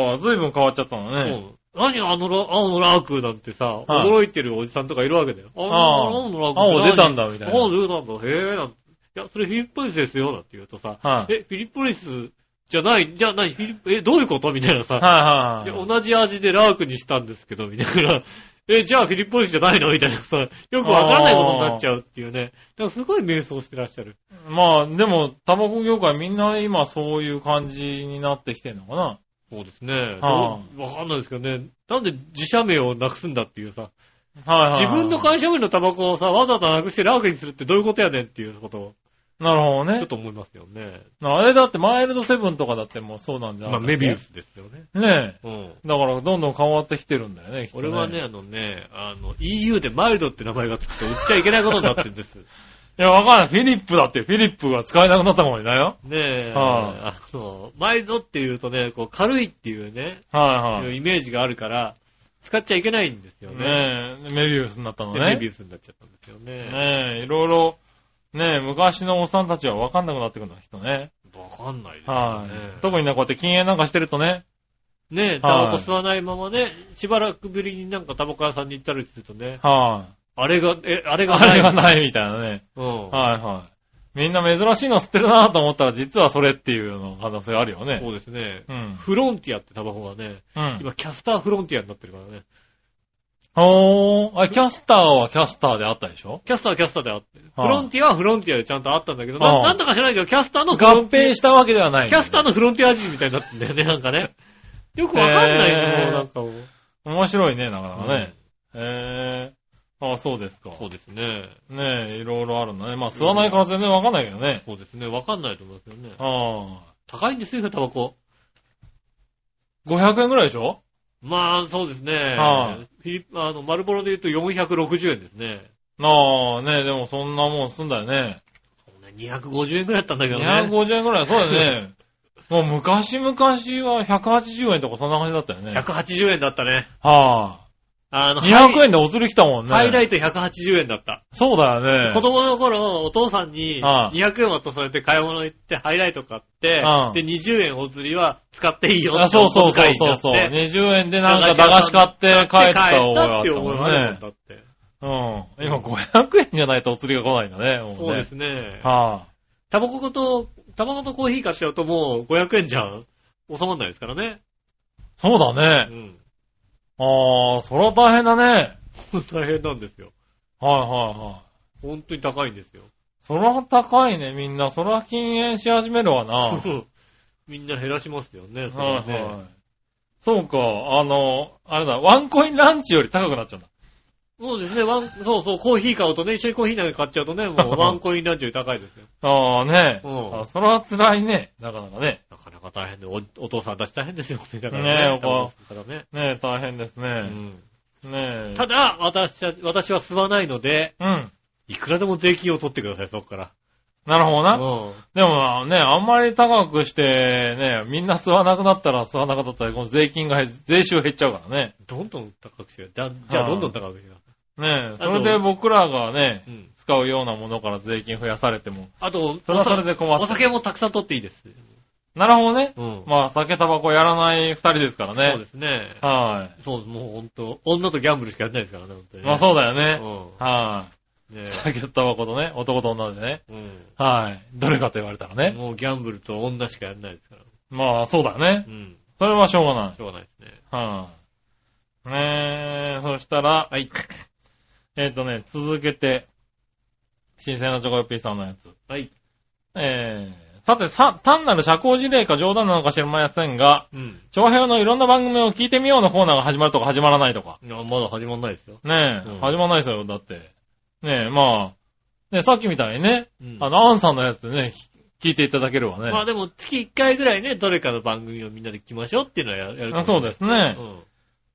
[SPEAKER 3] ああ、随分変わっちゃったの
[SPEAKER 2] た。う
[SPEAKER 3] ね。
[SPEAKER 2] ん。何あのラ青のラークなんてさ、
[SPEAKER 3] い
[SPEAKER 2] 驚いてるおじさんとかいるわけだよ。あ
[SPEAKER 3] ああ
[SPEAKER 2] 青のラーク
[SPEAKER 3] 青出たん
[SPEAKER 2] だ。
[SPEAKER 3] だ、みたいな。
[SPEAKER 2] 青出たんだ。へえ、なんていや、それフィリップモリスですよ、なんて言うとさ、
[SPEAKER 3] はい。
[SPEAKER 2] え、フィリップモリスじゃない、じゃあ何、フィリップ、え、どういうことみたいなさ、
[SPEAKER 3] はいはい
[SPEAKER 2] で
[SPEAKER 3] はい。
[SPEAKER 2] 同じ味でラークにしたんですけど、みたいな。 [LAUGHS] え、じゃあフィリップ・モリスじゃないのみたいな [LAUGHS] さ、よくわかんないことになっちゃうっていうね。だからすごい迷走してらっしゃる。
[SPEAKER 3] まあ、でも、タバコ業界みんな今そういう感じになってきてんのかな
[SPEAKER 2] そうですね。
[SPEAKER 3] はあ
[SPEAKER 2] どうわかんないですけどね。なんで自社名をなくすんだっていうさ、
[SPEAKER 3] はいはいはい。
[SPEAKER 2] 自分の会社名のタバコをさ、わざわざなくしてラークにするってどういうことやねんっていうことを、
[SPEAKER 3] なるほどね。
[SPEAKER 2] ちょっと思いますよね。
[SPEAKER 3] あれだって、マイルドセブンとかだってもうそうなんじゃ
[SPEAKER 2] ま
[SPEAKER 3] な
[SPEAKER 2] あ、
[SPEAKER 3] い
[SPEAKER 2] メビウ。スですよね。
[SPEAKER 3] ね
[SPEAKER 2] うん。
[SPEAKER 3] え。だから、どんどん変わってきてるんだよね、きっと
[SPEAKER 2] 俺はね、。あのね、あの、EU でマイルドって名前がつくと売っちゃいけないことになってるんです。
[SPEAKER 3] いや、わかんない。フィリップだって、フィリップが使えなくなったかもしれないよ。
[SPEAKER 2] ねえ、
[SPEAKER 3] は
[SPEAKER 2] あの、マイルドっていうとね、こう軽いっていうね、
[SPEAKER 3] はい
[SPEAKER 2] い
[SPEAKER 3] は
[SPEAKER 2] う
[SPEAKER 3] い。
[SPEAKER 2] イメージがあるから、使っちゃいけないんですよね。
[SPEAKER 3] ねえ、メビウスになったの
[SPEAKER 2] で
[SPEAKER 3] ね。
[SPEAKER 2] メビウスになっちゃったんですよね。
[SPEAKER 3] ねえ、いろいろ、ねえ、昔のおっさんたちはわかんなくなってくるんだ、きっとね。
[SPEAKER 2] わかんないですよ
[SPEAKER 3] は
[SPEAKER 2] ね。
[SPEAKER 3] い。特にね、こうやって禁煙なんかしてるとね。
[SPEAKER 2] ねえ、タバコ吸わないままね、しばらくぶりになんかタバコ屋さんに行ったりするとね、
[SPEAKER 3] はい。
[SPEAKER 2] あれが、え、あれが
[SPEAKER 3] あ
[SPEAKER 2] ない。
[SPEAKER 3] れがないみたいなね。
[SPEAKER 2] うん。
[SPEAKER 3] はいはい。みんな珍しいの吸ってるなと思ったら、実はそれっていうの可能性あるよね
[SPEAKER 2] そ。うですね。
[SPEAKER 3] うん。
[SPEAKER 2] フロンティアってタバコがね、
[SPEAKER 3] うん。
[SPEAKER 2] 今キャスターフロンティアになってるからね。
[SPEAKER 3] おー。あ、キャスターはキャスターであったでしょ
[SPEAKER 2] キャスターはキャスターであって、フ
[SPEAKER 3] はい
[SPEAKER 2] ロンティアはフロンティアでちゃんとあったんだけど、
[SPEAKER 3] は
[SPEAKER 2] ないなんとか知らないけど、キャスターのフロ
[SPEAKER 3] 合
[SPEAKER 2] ンティア
[SPEAKER 3] 併したわけではない。
[SPEAKER 2] キャスターのフロンティア人みたいになってんだよね、なんか
[SPEAKER 3] [LAUGHS]
[SPEAKER 2] ね。よくわかんない
[SPEAKER 3] へ
[SPEAKER 2] け
[SPEAKER 3] ー
[SPEAKER 2] ど、なんかもう。
[SPEAKER 3] 面白いね、なかなかね。へー。あ、そうですか。
[SPEAKER 2] そうですね。
[SPEAKER 3] ねえ、いろいろあるんだね。まあ、吸わないから全然わかんないけどね。
[SPEAKER 2] そうですね。わかんないと思いますよね。
[SPEAKER 3] あ
[SPEAKER 2] 高いんですよ、タバコ。
[SPEAKER 3] あ。500円ぐらいでしょ
[SPEAKER 2] まあ、そうですね。
[SPEAKER 3] はい
[SPEAKER 2] フィリッあの、丸ボロで言うと460円ですね。
[SPEAKER 3] ああ、ねえ、でもそんなもん済んだよね。
[SPEAKER 2] そうね250円くらいだったんだけどね。
[SPEAKER 3] 250円ぐらい、そうだよ
[SPEAKER 2] [LAUGHS]
[SPEAKER 3] ね。もう昔々は180円とかそんな感じだったよね。
[SPEAKER 2] 180円だったね。
[SPEAKER 3] は
[SPEAKER 2] あの、
[SPEAKER 3] あ。200
[SPEAKER 2] 円
[SPEAKER 3] 円でお釣り来たもんね。
[SPEAKER 2] ハイライト180円だった。
[SPEAKER 3] そうだよね。
[SPEAKER 2] 子供の頃、お父さんに
[SPEAKER 3] はい
[SPEAKER 2] 200円渡されて買い物行って、ハイライト買って
[SPEAKER 3] うん、
[SPEAKER 2] で、20円お釣りは使っていいよって
[SPEAKER 3] あそうそうそうそうそう。
[SPEAKER 2] お小遣いになって
[SPEAKER 3] 20円でなんか駄菓子買って帰った覚えがあったもんね。
[SPEAKER 2] だって。
[SPEAKER 3] うん。今500円じゃないとお釣りが来ないんだね。もうね
[SPEAKER 2] そうですね。
[SPEAKER 3] は
[SPEAKER 2] タバコと、タバコとコーヒー買っちゃうともう500円じゃ収まんないですからね。
[SPEAKER 3] あ。そうだ
[SPEAKER 2] う
[SPEAKER 3] ね。
[SPEAKER 2] ん。 [LAUGHS]
[SPEAKER 3] ああ、それは大変だね。はいはい
[SPEAKER 2] 大変なんですよ。
[SPEAKER 3] はい。
[SPEAKER 2] 本当に高いんですよ。
[SPEAKER 3] それは高いね、みんな。それは禁煙し始めるわな。は
[SPEAKER 2] [LAUGHS] みんな減らしますよね、
[SPEAKER 3] い
[SPEAKER 2] それはね。
[SPEAKER 3] はい。そうか、あの、あれだ、ワンコインランチより高くなっちゃうんだ。
[SPEAKER 2] そうですね、ワン、そうそう、コーヒー買うとね、一緒にコーヒーなんか買っちゃうとね、もうワンコインランチより高いですよ。
[SPEAKER 3] ああね。
[SPEAKER 2] うん
[SPEAKER 3] あそれは辛いね。なかなかね。
[SPEAKER 2] なかなか大変で、おお父さんたち大変ですよ、ね。だから
[SPEAKER 3] ねえ
[SPEAKER 2] ね。タバコ吸うからね。
[SPEAKER 3] ねえ、大変ですね。ねえ。
[SPEAKER 2] ただ、私は、私は吸わないので、
[SPEAKER 3] うん。
[SPEAKER 2] いくらでも税金を取ってください、そこから。
[SPEAKER 3] なるほどな。
[SPEAKER 2] うん。
[SPEAKER 3] でもね、あんまり高くして、ね、みんな吸わなくなったら吸わなかったら、この税金が減、税収減っちゃうからね。
[SPEAKER 2] どんどん高くしよう。じゃあ、じゃあどんどん高くしよ
[SPEAKER 3] ねえ、
[SPEAKER 2] あと
[SPEAKER 3] それで僕らがね
[SPEAKER 2] う。う、ん。
[SPEAKER 3] 使うようなものから税金増やされても、
[SPEAKER 2] あと、
[SPEAKER 3] それはそれで困
[SPEAKER 2] お
[SPEAKER 3] っ
[SPEAKER 2] 酒もたくさん取っていいです。
[SPEAKER 3] なるほどね。
[SPEAKER 2] うん。
[SPEAKER 3] まあ、酒、タバコやらない二人ですからね。
[SPEAKER 2] そうですね。
[SPEAKER 3] は
[SPEAKER 2] そう、もうほんと、女とギャンブルしかやってないですからね、ほんと
[SPEAKER 3] い。
[SPEAKER 2] にね。
[SPEAKER 3] まあ、そうだよね。
[SPEAKER 2] う
[SPEAKER 3] は
[SPEAKER 2] ん。ね
[SPEAKER 3] い。酒とタバコとね、男と女でね。
[SPEAKER 2] うん。
[SPEAKER 3] はい。どれかと言われたらね。
[SPEAKER 2] もうギャンブルと女しかやらないですから。
[SPEAKER 3] まあ、そうだよね
[SPEAKER 2] う。ん。
[SPEAKER 3] それはしょうがない
[SPEAKER 2] し。ょうがないですね。
[SPEAKER 3] はい、ねえ、そしたら、はい。えっ、とね、続けて、新鮮なチョコヨッピーさんのやつ。
[SPEAKER 2] はい。
[SPEAKER 3] えー、さて、さ、単なる社交辞令か冗談なのか知りませんが、
[SPEAKER 2] うん。
[SPEAKER 3] 長編のいろんな番組を聞いてみようのコーナーが始まるとか始まらないとか。
[SPEAKER 2] いや、まだ始まんないですよ。
[SPEAKER 3] ねえ、
[SPEAKER 2] うん
[SPEAKER 3] 始まらないですよ、だって。ねえ、まあ、ねさっきみたいにね、
[SPEAKER 2] うん
[SPEAKER 3] あの、アンさんのやつでね、聞聞いていただければね。
[SPEAKER 2] まあでも、月1回ぐらいね、どれかの番組をみんなで聞きましょうっていうのはややるかも
[SPEAKER 3] あそうですね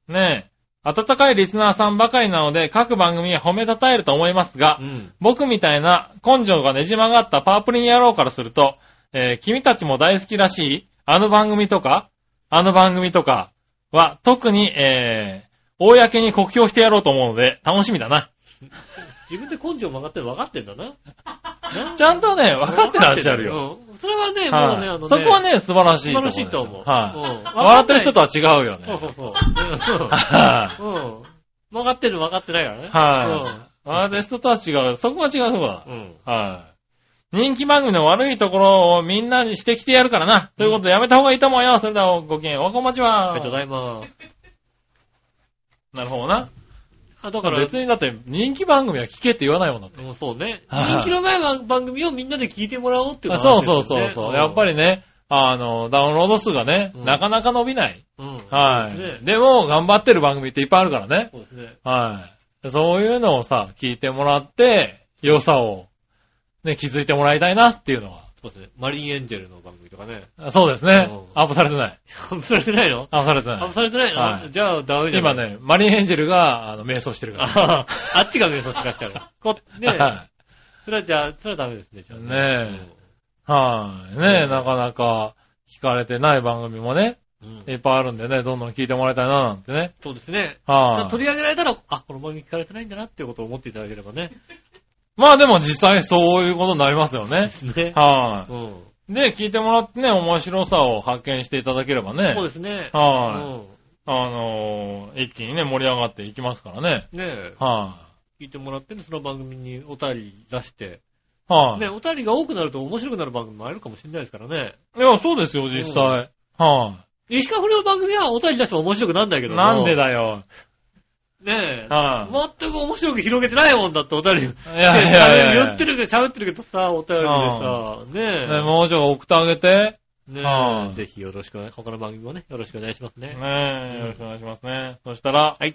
[SPEAKER 2] う。ん。
[SPEAKER 3] ねえ、温かいリスナーさんばかりなので、各番組は褒めたたえると思いますが、
[SPEAKER 2] うん。
[SPEAKER 3] 僕みたいな根性がねじ曲がったパープリン野郎からすると、えー君たちも大好きらしい、あの番組とか、あの番組とかは、特に、えー公に酷評してやろうと思うので、楽しみだな。
[SPEAKER 2] 自分で根性曲がってるの分かってんだな。
[SPEAKER 3] ちゃんとね、分かってらっしゃるよ。。
[SPEAKER 2] うん。それはね、もうね、あの
[SPEAKER 3] はい
[SPEAKER 2] ね。
[SPEAKER 3] そこはね、素晴らし
[SPEAKER 2] 素
[SPEAKER 3] い
[SPEAKER 2] 晴
[SPEAKER 3] こ
[SPEAKER 2] ら
[SPEAKER 3] ろ
[SPEAKER 2] しいと思う。
[SPEAKER 3] ですよはい
[SPEAKER 2] うん
[SPEAKER 3] 笑ってる人とは違うよね。
[SPEAKER 2] そうそうそう。
[SPEAKER 3] はい
[SPEAKER 2] うん。曲がってるの分かってないからね。
[SPEAKER 3] はい笑ってる人とは違う。そこは違うとこだ
[SPEAKER 2] い。。うん。
[SPEAKER 3] はい。人気番組の悪いところをみんなに指摘してやるからな。ということでやめた方がいいと思うよ。それではごきげん、おはこんばんち
[SPEAKER 2] あ
[SPEAKER 3] は。
[SPEAKER 2] りがとうございます。
[SPEAKER 3] なるほどな。
[SPEAKER 2] あ、だから、
[SPEAKER 3] 別にだって人気番組は聞けって言わないもんだって。
[SPEAKER 2] もうそうね。
[SPEAKER 3] はい
[SPEAKER 2] 人気のない番番組をみんなで聞いてもらおうっていう
[SPEAKER 3] あ
[SPEAKER 2] のは
[SPEAKER 3] そ
[SPEAKER 2] あ
[SPEAKER 3] う
[SPEAKER 2] るけど
[SPEAKER 3] そう
[SPEAKER 2] ね
[SPEAKER 3] そうそう。やっぱ。りね、あの、ダウンロード数がね、
[SPEAKER 2] うん
[SPEAKER 3] なかなか伸びない。
[SPEAKER 2] うん。
[SPEAKER 3] は
[SPEAKER 2] そうです
[SPEAKER 3] い。
[SPEAKER 2] ね
[SPEAKER 3] でも、頑張ってる番組っていっぱいあるからね。
[SPEAKER 2] そうですね。
[SPEAKER 3] はい。そういうのをさ、聞いてもらって、良さを、ね、気づいてもらいたいなっていうのは。
[SPEAKER 2] そうですね。マリンエンジェルの番組とかね。
[SPEAKER 3] あそうですね
[SPEAKER 2] うん。
[SPEAKER 3] アップされてない。
[SPEAKER 2] アップされてないの
[SPEAKER 3] アップされて
[SPEAKER 2] アッ
[SPEAKER 3] な
[SPEAKER 2] プされてないの、
[SPEAKER 3] はい
[SPEAKER 2] じゃあダメ
[SPEAKER 3] い。
[SPEAKER 2] じゃん。
[SPEAKER 3] 今。ね、マリンエンジェルが、あの、瞑想してるから。
[SPEAKER 2] ああっちが瞑想しかしちゃう。こね
[SPEAKER 3] は
[SPEAKER 2] それはじゃあ、それはダメですね、じゃあ
[SPEAKER 3] ねい。はい。ね
[SPEAKER 2] う
[SPEAKER 3] え、
[SPEAKER 2] ん
[SPEAKER 3] なかなか聞かれてない番組もね、
[SPEAKER 2] うんうん
[SPEAKER 3] いっぱいあるんでね、どんどん聞いてもらいたいななんてね。
[SPEAKER 2] そうですね。
[SPEAKER 3] は
[SPEAKER 2] 取
[SPEAKER 3] い。
[SPEAKER 2] り上げられたら、あ、この番組聞かれてないんだなっていうことを思っていただければね。
[SPEAKER 3] まあでも実際そういうことになりますよ [LAUGHS] ね。
[SPEAKER 2] ね。
[SPEAKER 3] は
[SPEAKER 2] うん。
[SPEAKER 3] い。で、聞いてもらってね、面白さを発見していただければね。
[SPEAKER 2] そうですね。う
[SPEAKER 3] はい。
[SPEAKER 2] ん。
[SPEAKER 3] あのー一気にね、盛り上がっていきますからね。
[SPEAKER 2] ねえ。
[SPEAKER 3] は
[SPEAKER 2] 聞いてもらってね、その番組にお便り出して。
[SPEAKER 3] い。はい。
[SPEAKER 2] ね、お便りが多くなると面白くなる番組もあるかもしれないですからね。
[SPEAKER 3] いや、そうですよ、実際。は
[SPEAKER 2] 石川不良の番組はお便り出しても面白くなんないけ
[SPEAKER 3] い。
[SPEAKER 2] ど
[SPEAKER 3] なんでだよ。
[SPEAKER 2] ねえ。
[SPEAKER 3] は
[SPEAKER 2] 全く面白く広げてないもんだって、お便り。
[SPEAKER 3] い。いやいやいやい
[SPEAKER 2] [LAUGHS]
[SPEAKER 3] や。
[SPEAKER 2] 言ってるけど、喋ってるけどさ、お便りでさ、ねえ。
[SPEAKER 3] ね、もうちょい送ってあげて。
[SPEAKER 2] ね
[SPEAKER 3] は
[SPEAKER 2] え、
[SPEAKER 3] い
[SPEAKER 2] ぜひよろしくお願い、他の番組もね、よろしくお願いしますね。あ
[SPEAKER 3] ね
[SPEAKER 2] う
[SPEAKER 3] え、
[SPEAKER 2] ん
[SPEAKER 3] よろしくお願いしますね。そしたら、
[SPEAKER 2] はい。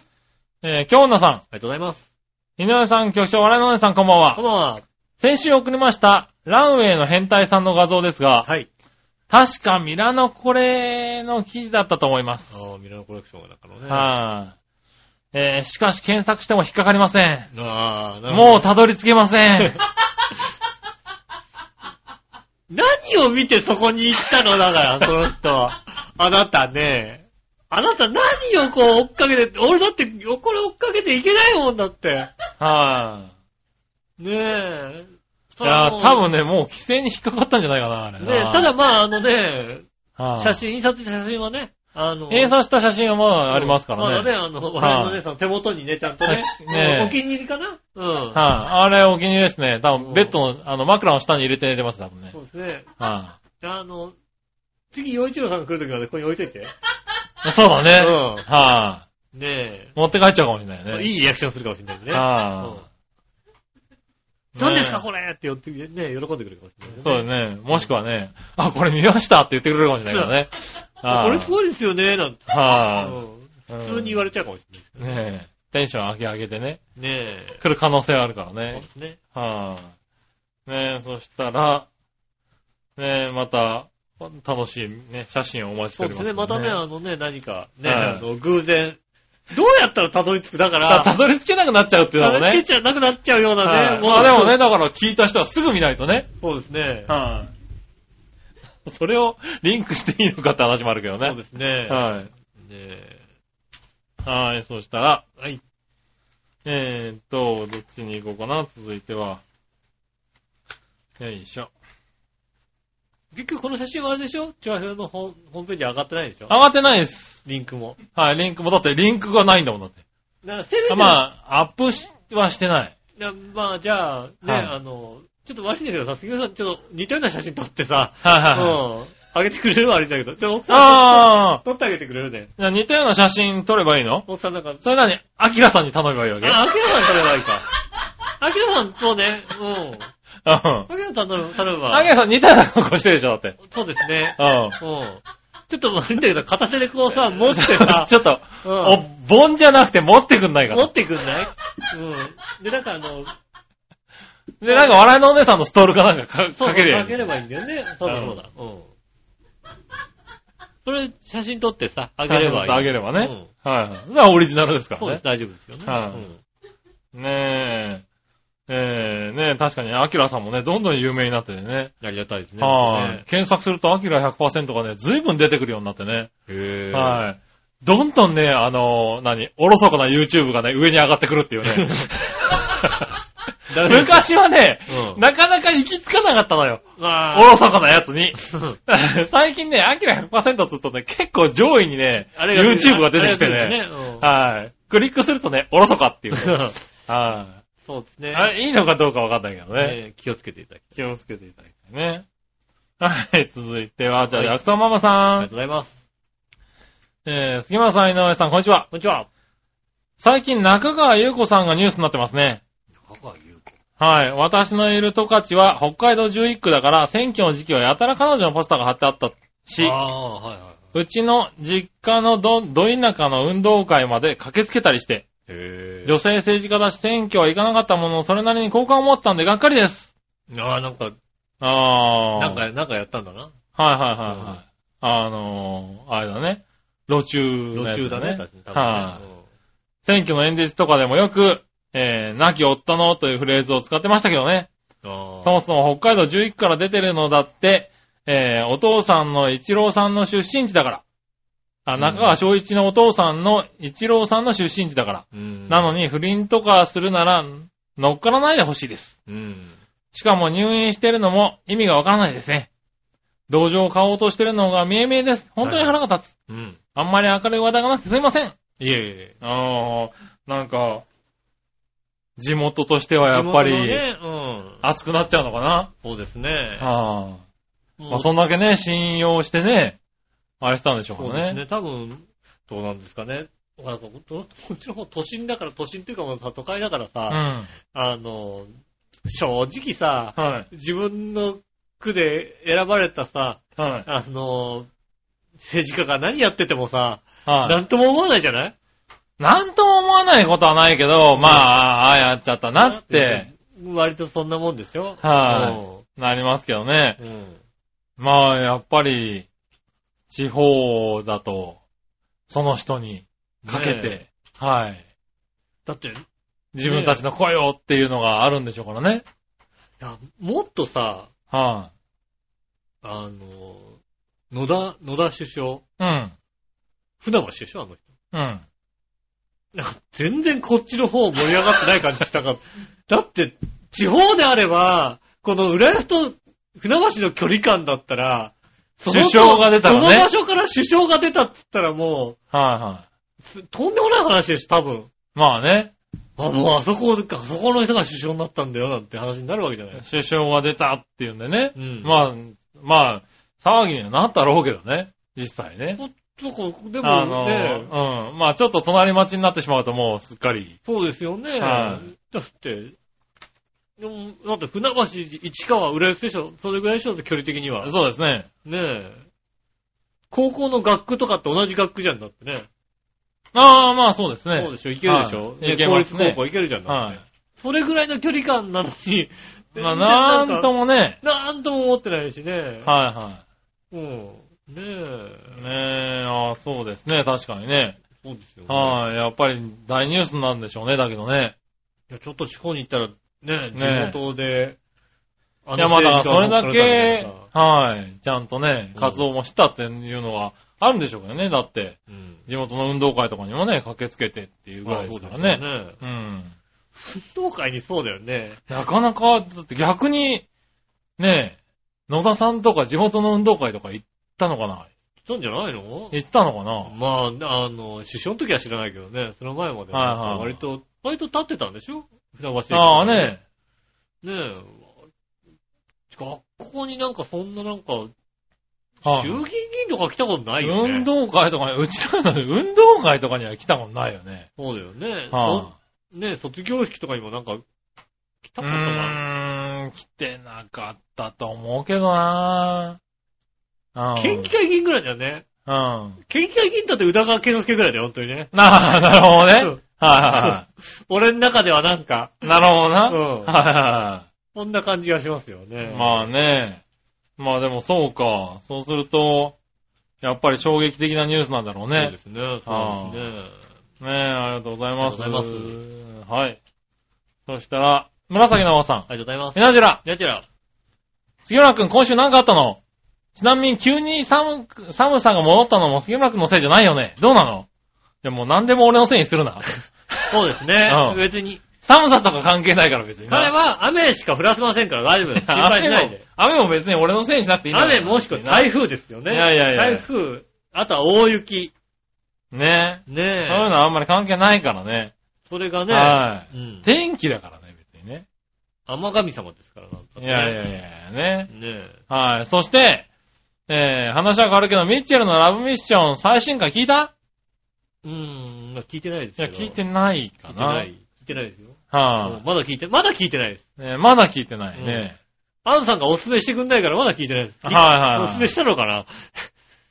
[SPEAKER 3] えー、京奈さ
[SPEAKER 2] りがとうございます。
[SPEAKER 3] ん、井上さん、局長、笑いのお姉さん、こんばん
[SPEAKER 2] こん
[SPEAKER 3] は。
[SPEAKER 2] ばんは。
[SPEAKER 3] 先週送りました、ランウェイの変態さんの画像ですが、
[SPEAKER 2] はい。
[SPEAKER 3] 確かミラノコレの記事だったと思います。
[SPEAKER 2] ああ、ミラノコレクションなんかのね。
[SPEAKER 3] はい、えー、しかし検索しても引っかかりません。
[SPEAKER 2] ああ、なるほど。
[SPEAKER 3] もうたどり着けません。
[SPEAKER 2] 何を見てそこに行ったのだから、その [LAUGHS] 人は。 [LAUGHS] あなたね。あなた何をこう追っかけて、俺だって、これ追っかけていけないもんだって。
[SPEAKER 3] は
[SPEAKER 2] ねえ。
[SPEAKER 3] い、
[SPEAKER 2] そ
[SPEAKER 3] い
[SPEAKER 2] れは
[SPEAKER 3] や
[SPEAKER 2] もう
[SPEAKER 3] ー、多分ね、もう規制に引っかかったんじゃないかな、あれな。
[SPEAKER 2] ねえ、ただまあ、あのね、
[SPEAKER 3] はい、
[SPEAKER 2] 写真、印刷した写真はね、あの、
[SPEAKER 3] 閉鎖した写真はまだありますからね。
[SPEAKER 2] まだね、あの、我々の姉さんの手元にね、ちゃん [LAUGHS] とね、
[SPEAKER 3] ね
[SPEAKER 2] お気に入りかなうん。
[SPEAKER 3] はい、あれお気に入りですね。多
[SPEAKER 2] う
[SPEAKER 3] 分
[SPEAKER 2] ん
[SPEAKER 3] ベッドの、あの、枕の下に入れて寝てます、多分ね。
[SPEAKER 2] そうですね。
[SPEAKER 3] は
[SPEAKER 2] あの、次、洋一郎さんが来るときまでここに置いといて。
[SPEAKER 3] い。そうだね。
[SPEAKER 2] うん
[SPEAKER 3] はい、
[SPEAKER 2] ね
[SPEAKER 3] 持って帰っちゃうかもしれない
[SPEAKER 2] え。
[SPEAKER 3] ね。
[SPEAKER 2] いいリアクションするかもしれないね。
[SPEAKER 3] は
[SPEAKER 2] うん何ですかこれって言ってね、喜んでくれるかもしれない
[SPEAKER 3] い、
[SPEAKER 2] ね。
[SPEAKER 3] そうですね。もしくはね、あ、これ見ましたって言ってくれるかもしれないからね。
[SPEAKER 2] これす
[SPEAKER 3] い。
[SPEAKER 2] ごいですよね、なんて。
[SPEAKER 3] は
[SPEAKER 2] うん
[SPEAKER 3] い、
[SPEAKER 2] 普通に言われちゃうかもしれ
[SPEAKER 3] れねえ。テンション上げ上げてね。
[SPEAKER 2] ない。ねえ。
[SPEAKER 3] 来る可能性はあるから
[SPEAKER 2] そう
[SPEAKER 3] ね
[SPEAKER 2] で。すね。
[SPEAKER 3] はい、ねえ、そしたら、ねえ、また、楽しいね、写真をお待ちして
[SPEAKER 2] そ
[SPEAKER 3] お
[SPEAKER 2] う
[SPEAKER 3] り
[SPEAKER 2] で
[SPEAKER 3] ます
[SPEAKER 2] ね。
[SPEAKER 3] す、
[SPEAKER 2] またね、あのね、何か、ね、
[SPEAKER 3] はい
[SPEAKER 2] あの、偶然、どうやったらたどり着くだから、
[SPEAKER 3] たたどり着けなくなっちゃうっていうの
[SPEAKER 2] た
[SPEAKER 3] も
[SPEAKER 2] どり
[SPEAKER 3] ね
[SPEAKER 2] 着。けちゃなくなっちゃうような
[SPEAKER 3] は
[SPEAKER 2] ね
[SPEAKER 3] い。
[SPEAKER 2] う
[SPEAKER 3] まあでもね、、だから聞いた人はすぐ見ないとね。
[SPEAKER 2] そうですね。
[SPEAKER 3] はい。それをリンクしていいのかって話もあるけどね。
[SPEAKER 2] そうですね。
[SPEAKER 3] はい。
[SPEAKER 2] ねえ
[SPEAKER 3] はい、そしたら、
[SPEAKER 2] はい。
[SPEAKER 3] えーっと、どっちに行こうかな、続いては。よいしょ。
[SPEAKER 2] 結局この写真はあれでしょチュアヘヨのホーホームページ上がってないでしょ
[SPEAKER 3] 上がってないです。
[SPEAKER 2] リンクも。
[SPEAKER 3] はい、リンクも、だってリンクがないんだもんだって。
[SPEAKER 2] だからせめて、
[SPEAKER 3] あまあ、アップしはしてない。
[SPEAKER 2] いやまあじゃあ、ね、
[SPEAKER 3] はい
[SPEAKER 2] あの、ちょっと悪いんだけどさ、杉村さんちょっと似たような写真撮ってさ、
[SPEAKER 3] はいうはい、はい。
[SPEAKER 2] ん、あげてくれるはあれだけど、ちょ、奥さん
[SPEAKER 3] ああ
[SPEAKER 2] 撮ってあげてくれるね。
[SPEAKER 3] じゃあ似たような写真撮ればいいの
[SPEAKER 2] 奥さんなんか、
[SPEAKER 3] それなに、アキラさんに頼めばいいわけ
[SPEAKER 2] あ、アキラさんに頼めばいいか。アキラさんとね、うん。
[SPEAKER 3] うん。
[SPEAKER 2] アキラさん頼む頼めば。
[SPEAKER 3] アキラさん似たような格好してるでしょ、だって。
[SPEAKER 2] そうですね。
[SPEAKER 3] うん、
[SPEAKER 2] う。ん。ちょっと悪いんだけど、片手でこうさ、持ってさ
[SPEAKER 3] [LAUGHS] ちょっと、
[SPEAKER 2] う
[SPEAKER 3] お
[SPEAKER 2] ん、、
[SPEAKER 3] ボンじゃなくて持ってくんないか
[SPEAKER 2] 持
[SPEAKER 3] ら
[SPEAKER 2] っ。てくんないうん。で、なんかあの、
[SPEAKER 3] で、なんか笑いのお姉さんのストールかなんかか
[SPEAKER 2] そう
[SPEAKER 3] かける
[SPEAKER 2] か
[SPEAKER 3] や
[SPEAKER 2] け
[SPEAKER 3] つ
[SPEAKER 2] れ。ばいいんだよね。そうだそうだ。うん。それ、写真撮ってさ、あげ
[SPEAKER 3] 写
[SPEAKER 2] れ
[SPEAKER 3] 真撮
[SPEAKER 2] ば
[SPEAKER 3] っ
[SPEAKER 2] い
[SPEAKER 3] て
[SPEAKER 2] い。
[SPEAKER 3] あげればね。はいはい。それはオリジナルです
[SPEAKER 2] う
[SPEAKER 3] か
[SPEAKER 2] ん。そう
[SPEAKER 3] ら
[SPEAKER 2] で
[SPEAKER 3] ね
[SPEAKER 2] す、。大丈夫ですよね。
[SPEAKER 3] はい
[SPEAKER 2] うん
[SPEAKER 3] ねえ。ええ、ねえ、確かにアキラさんもね、どんどん有名になっててね。
[SPEAKER 2] ありがたいですね。
[SPEAKER 3] はい。検索するとアキラ100%がね、ずいぶん出てくるようになってね。
[SPEAKER 2] い。へぇ
[SPEAKER 3] はい。どんどんね、あの、何、おろそかな YouTube がね、上に上がってくる
[SPEAKER 2] [LAUGHS]
[SPEAKER 3] っていうね。昔はね、
[SPEAKER 2] うん
[SPEAKER 3] なかなか行き着かなかったのよ。お
[SPEAKER 2] まあ、
[SPEAKER 3] ろそかなやつに。 [LAUGHS] 最近ね、アキラ100%っつうとね、結構上位にね、
[SPEAKER 2] [LAUGHS] あれが
[SPEAKER 3] YouTube が出てきて
[SPEAKER 2] あれが出
[SPEAKER 3] ね。
[SPEAKER 2] てきてね。うん
[SPEAKER 3] はい。クリックするとね、おろそかっていうね。は
[SPEAKER 2] [LAUGHS] そうです
[SPEAKER 3] い。
[SPEAKER 2] ね。
[SPEAKER 3] あれ、いいのかどうかわかんないけどね。
[SPEAKER 2] ね気をつけていただき
[SPEAKER 3] 気をつけていただきたいね。はい、続いては、じゃあ、
[SPEAKER 2] はい
[SPEAKER 3] ヤクソンママ
[SPEAKER 2] ありが
[SPEAKER 3] さ
[SPEAKER 2] と
[SPEAKER 3] ん
[SPEAKER 2] う。ございます。
[SPEAKER 3] えー、杉村さん、井上さん、こんにちは。
[SPEAKER 2] こんにちは。
[SPEAKER 3] 最近、中川優子さんがニュースになってますね。
[SPEAKER 2] 中川優子。
[SPEAKER 3] はい。私のいる十勝は北海道11区だから、選挙の時期はやたら彼女のポスターが貼ってあったし、
[SPEAKER 2] ああ、はいは
[SPEAKER 3] うちの実家のど、ど田舎の運動会まで駆けつけたりして、
[SPEAKER 2] い。へ
[SPEAKER 3] 女性政治家だし選挙は行かなかったものの、それなりに好感を持ったんでがっかりです。
[SPEAKER 2] ぇああ、なんか、
[SPEAKER 3] あー。
[SPEAKER 2] なんか、なんかやったんだな。
[SPEAKER 3] はいはいはいはい。あのー、あれだね。路中のや
[SPEAKER 2] 路
[SPEAKER 3] つ、
[SPEAKER 2] 中だね、確かに。多分ね
[SPEAKER 3] はい、選挙の演説とかでもよく、えー、亡き夫のというフレーズを使ってましたけどね。
[SPEAKER 2] うんあ
[SPEAKER 3] そ
[SPEAKER 2] あ
[SPEAKER 3] もそも北海道11区から出てるのだって、えー、お父さんの一郎さんの出身地だから。あ、
[SPEAKER 2] うん
[SPEAKER 3] 中川昭一のお父さんの一郎さんの出身地だから。
[SPEAKER 2] うん
[SPEAKER 3] なのに不倫とかするなら、乗っからないでほしいです。
[SPEAKER 2] うん。
[SPEAKER 3] しかも入院してるのも意味がわからないですね。同情を買おうとしてるのが見え見えです。本当に腹が立つ。
[SPEAKER 2] うん。
[SPEAKER 3] あんまり明るい話題がなくてすいません。
[SPEAKER 2] いえいえ。
[SPEAKER 3] ああ、なんか、地元としてはやっぱ
[SPEAKER 2] 地元の
[SPEAKER 3] り
[SPEAKER 2] ね、うん。
[SPEAKER 3] 熱くなっちゃうのかな。
[SPEAKER 2] そうですね。
[SPEAKER 3] ああ。ま
[SPEAKER 2] ま
[SPEAKER 3] あそんだけね、信用してね、あれしたんでしょう
[SPEAKER 2] そう
[SPEAKER 3] か
[SPEAKER 2] です
[SPEAKER 3] ね。
[SPEAKER 2] ね。多分、どうなんですかね。なんかここっちの方、都心だから、都心っていうかもうさ、都会だから
[SPEAKER 3] う
[SPEAKER 2] さ、
[SPEAKER 3] ん。
[SPEAKER 2] あの、正直さ、
[SPEAKER 3] はい。
[SPEAKER 2] 自分の区で選ばれたさ、
[SPEAKER 3] はい。
[SPEAKER 2] あの、政治家が何やっててもさ、
[SPEAKER 3] は。
[SPEAKER 2] ないんとも思わないじゃない
[SPEAKER 3] なんとも思わないことはないけど、まあ、ああやっちゃったなって、、
[SPEAKER 2] 割とそんなもんですよ。
[SPEAKER 3] はなりますけどね。
[SPEAKER 2] い。うん。
[SPEAKER 3] まあ、やっぱり、地方だと、その人にかけて、
[SPEAKER 2] ね
[SPEAKER 3] はい。
[SPEAKER 2] だって、い
[SPEAKER 3] 自分たちの声をっていうのがあるんでしょうからね。
[SPEAKER 2] やもっとさ、
[SPEAKER 3] は
[SPEAKER 2] あの、野田、野田首相、
[SPEAKER 3] い、うん。
[SPEAKER 2] 船橋首相あの人。
[SPEAKER 3] うん。
[SPEAKER 2] なんか全然こっちの方盛り上がってない感じしたから。 [LAUGHS] だって、地方であれば、この浦安と船橋の距離感だったら、その
[SPEAKER 3] 首相が出たらね
[SPEAKER 2] その場所から首相が出たって言ったらも
[SPEAKER 3] はいは
[SPEAKER 2] うす、とんでもない話でしょ、多分。
[SPEAKER 3] い。まあね、
[SPEAKER 2] あ、もうあそこ、あそこの人が首相になったんだよ、なんて話になるわけじゃない。
[SPEAKER 3] 首相が出たっていうんでね。
[SPEAKER 2] うん
[SPEAKER 3] まあ、まあ、騒ぎにはなったろうけどね。実際ね。
[SPEAKER 2] そうか、で
[SPEAKER 3] あ
[SPEAKER 2] も
[SPEAKER 3] の、
[SPEAKER 2] ね、
[SPEAKER 3] うん。まあ、ちょっと隣町になってしまうともうすっかり。
[SPEAKER 2] そうですよね。
[SPEAKER 3] は
[SPEAKER 2] だって、でもだって船橋、市川、浦安でしょ、それぐらいでしょ、距離的には。
[SPEAKER 3] そうですね。
[SPEAKER 2] ねえ。高校の学区とかって同じ学区じゃんだってね。
[SPEAKER 3] ああ、まあそうですね。
[SPEAKER 2] そうでしょ、いけるでしょ
[SPEAKER 3] は。い
[SPEAKER 2] ね
[SPEAKER 3] いけ
[SPEAKER 2] 公
[SPEAKER 3] ま
[SPEAKER 2] 立
[SPEAKER 3] すね
[SPEAKER 2] 高校いけるじゃんだっ
[SPEAKER 3] は
[SPEAKER 2] て。それぐらいの距離感なのに、
[SPEAKER 3] い。まあ、
[SPEAKER 2] 全然
[SPEAKER 3] [LAUGHS] なんと
[SPEAKER 2] も。
[SPEAKER 3] もね。
[SPEAKER 2] なんとも思ってないしね。
[SPEAKER 3] はいはい。
[SPEAKER 2] うん。ねえ。
[SPEAKER 3] ねえ、ああそうですね、確かにね。
[SPEAKER 2] そうですよね。い。
[SPEAKER 3] はい、やっぱり大ニュースなんでしょうね、だけどね。
[SPEAKER 2] や、ちょっと地方に行ったら、ねえ、
[SPEAKER 3] ね
[SPEAKER 2] 地元で、あ
[SPEAKER 3] いや、まあだからそれだ
[SPEAKER 2] 政治家が
[SPEAKER 3] け
[SPEAKER 2] 乗っかれたんだか、
[SPEAKER 3] はい、ちゃんとね
[SPEAKER 2] う、ん
[SPEAKER 3] 活動もしたっていうのはあるんでしょうけどね、だって、
[SPEAKER 2] らさうん。
[SPEAKER 3] 地元の運動会とかにもね、駆けつけてっていうぐ
[SPEAKER 2] ま
[SPEAKER 3] ら
[SPEAKER 2] あ
[SPEAKER 3] いで
[SPEAKER 2] そう
[SPEAKER 3] すか
[SPEAKER 2] で
[SPEAKER 3] ら
[SPEAKER 2] すよ
[SPEAKER 3] ね。
[SPEAKER 2] ね。
[SPEAKER 3] うん。
[SPEAKER 2] 運動会にそうだよね。
[SPEAKER 3] なかなか、だって逆に、ね野田さんとか地元の運動会とか行ったのかな
[SPEAKER 2] たんじゃないの
[SPEAKER 3] 行ってたのかな
[SPEAKER 2] まあ、あの、首相の時は知らないけどね、その前まで
[SPEAKER 3] はいはい
[SPEAKER 2] 割と、割と立ってたんでしょ船橋駅
[SPEAKER 3] ああね。
[SPEAKER 2] ねえ。学校になんかそんななんか、
[SPEAKER 3] はい
[SPEAKER 2] 衆議院議員とか来たことないよね。
[SPEAKER 3] 運動会とかね、うちらの運動会とかには来たことないよね。
[SPEAKER 2] そうだよね。
[SPEAKER 3] は
[SPEAKER 2] そねえ卒業式とかにもなんか、来
[SPEAKER 3] い、
[SPEAKER 2] たことが
[SPEAKER 3] うーん、来てなかったと思うけどなうん。
[SPEAKER 2] 県議会議員ぐらいだよね。
[SPEAKER 3] うん。
[SPEAKER 2] 県議会議員だって宇田川圭之介ぐらいだよ、本当にね。
[SPEAKER 3] なあ、なるほどね。はい、
[SPEAKER 2] うん
[SPEAKER 3] はいは
[SPEAKER 2] 俺の中ではなんか、
[SPEAKER 3] い。なるほど
[SPEAKER 2] う
[SPEAKER 3] な。はい、
[SPEAKER 2] ん。
[SPEAKER 3] は
[SPEAKER 2] こんな感じがしますよ
[SPEAKER 3] いは
[SPEAKER 2] ね
[SPEAKER 3] い。。まあね。まあでもそうか。そうすると、やっぱり衝撃的なニュースなんだろ
[SPEAKER 2] そ
[SPEAKER 3] う
[SPEAKER 2] う
[SPEAKER 3] ね
[SPEAKER 2] で。すね。そうですね。
[SPEAKER 3] ねえ、ありがとうございます。
[SPEAKER 2] ありがとうござ
[SPEAKER 3] ます。はい。そしたら、紫のおさん。
[SPEAKER 2] ありがとうございます
[SPEAKER 3] エ。ナジュラ。
[SPEAKER 2] やちら。
[SPEAKER 3] 杉村くん、今週何かあったのちなみに、急に寒く、寒さが戻ったのも杉村くんのせいじゃないよね。どうなのでも、何でも俺のせいにす
[SPEAKER 2] [LAUGHS]
[SPEAKER 3] るな。
[SPEAKER 2] そうですね
[SPEAKER 3] う。ん
[SPEAKER 2] 別に。
[SPEAKER 3] 寒さとか関係ないから別にな。
[SPEAKER 2] 彼は雨しか降らせませんから大丈夫
[SPEAKER 3] [LAUGHS]
[SPEAKER 2] です。心配しないで。
[SPEAKER 3] 雨も。雨も別に俺のせいにしなくていいんだから
[SPEAKER 2] 雨もしくは台風ですよね。
[SPEAKER 3] いやいやいや
[SPEAKER 2] 台風、あとは大雪。
[SPEAKER 3] ね
[SPEAKER 2] ねえ。
[SPEAKER 3] そういうのはあんまり関係ないからね。
[SPEAKER 2] それがね、
[SPEAKER 3] は
[SPEAKER 2] うん
[SPEAKER 3] い。。天気だからね、別にね。
[SPEAKER 2] 天神様ですからなんか
[SPEAKER 3] い
[SPEAKER 2] ね
[SPEAKER 3] やいやいやね。
[SPEAKER 2] ねえ。
[SPEAKER 3] はい。そして、えー、話は変わるけど、ミッチェルのラブミッション最新回聞いた
[SPEAKER 2] うーん、聞いてないです
[SPEAKER 3] い
[SPEAKER 2] け
[SPEAKER 3] や、
[SPEAKER 2] ど
[SPEAKER 3] 聞いてない
[SPEAKER 2] 聞
[SPEAKER 3] か
[SPEAKER 2] いてな
[SPEAKER 3] な。
[SPEAKER 2] い。聞いてないですよ。う
[SPEAKER 3] は
[SPEAKER 2] んまだ聞いて、まだ聞いてないです。
[SPEAKER 3] い、ねまだ聞いてないね。
[SPEAKER 2] アンさんがおすすめしてくんないからまだ聞いてないです。
[SPEAKER 3] はいはいはい
[SPEAKER 2] おすすめしたのかな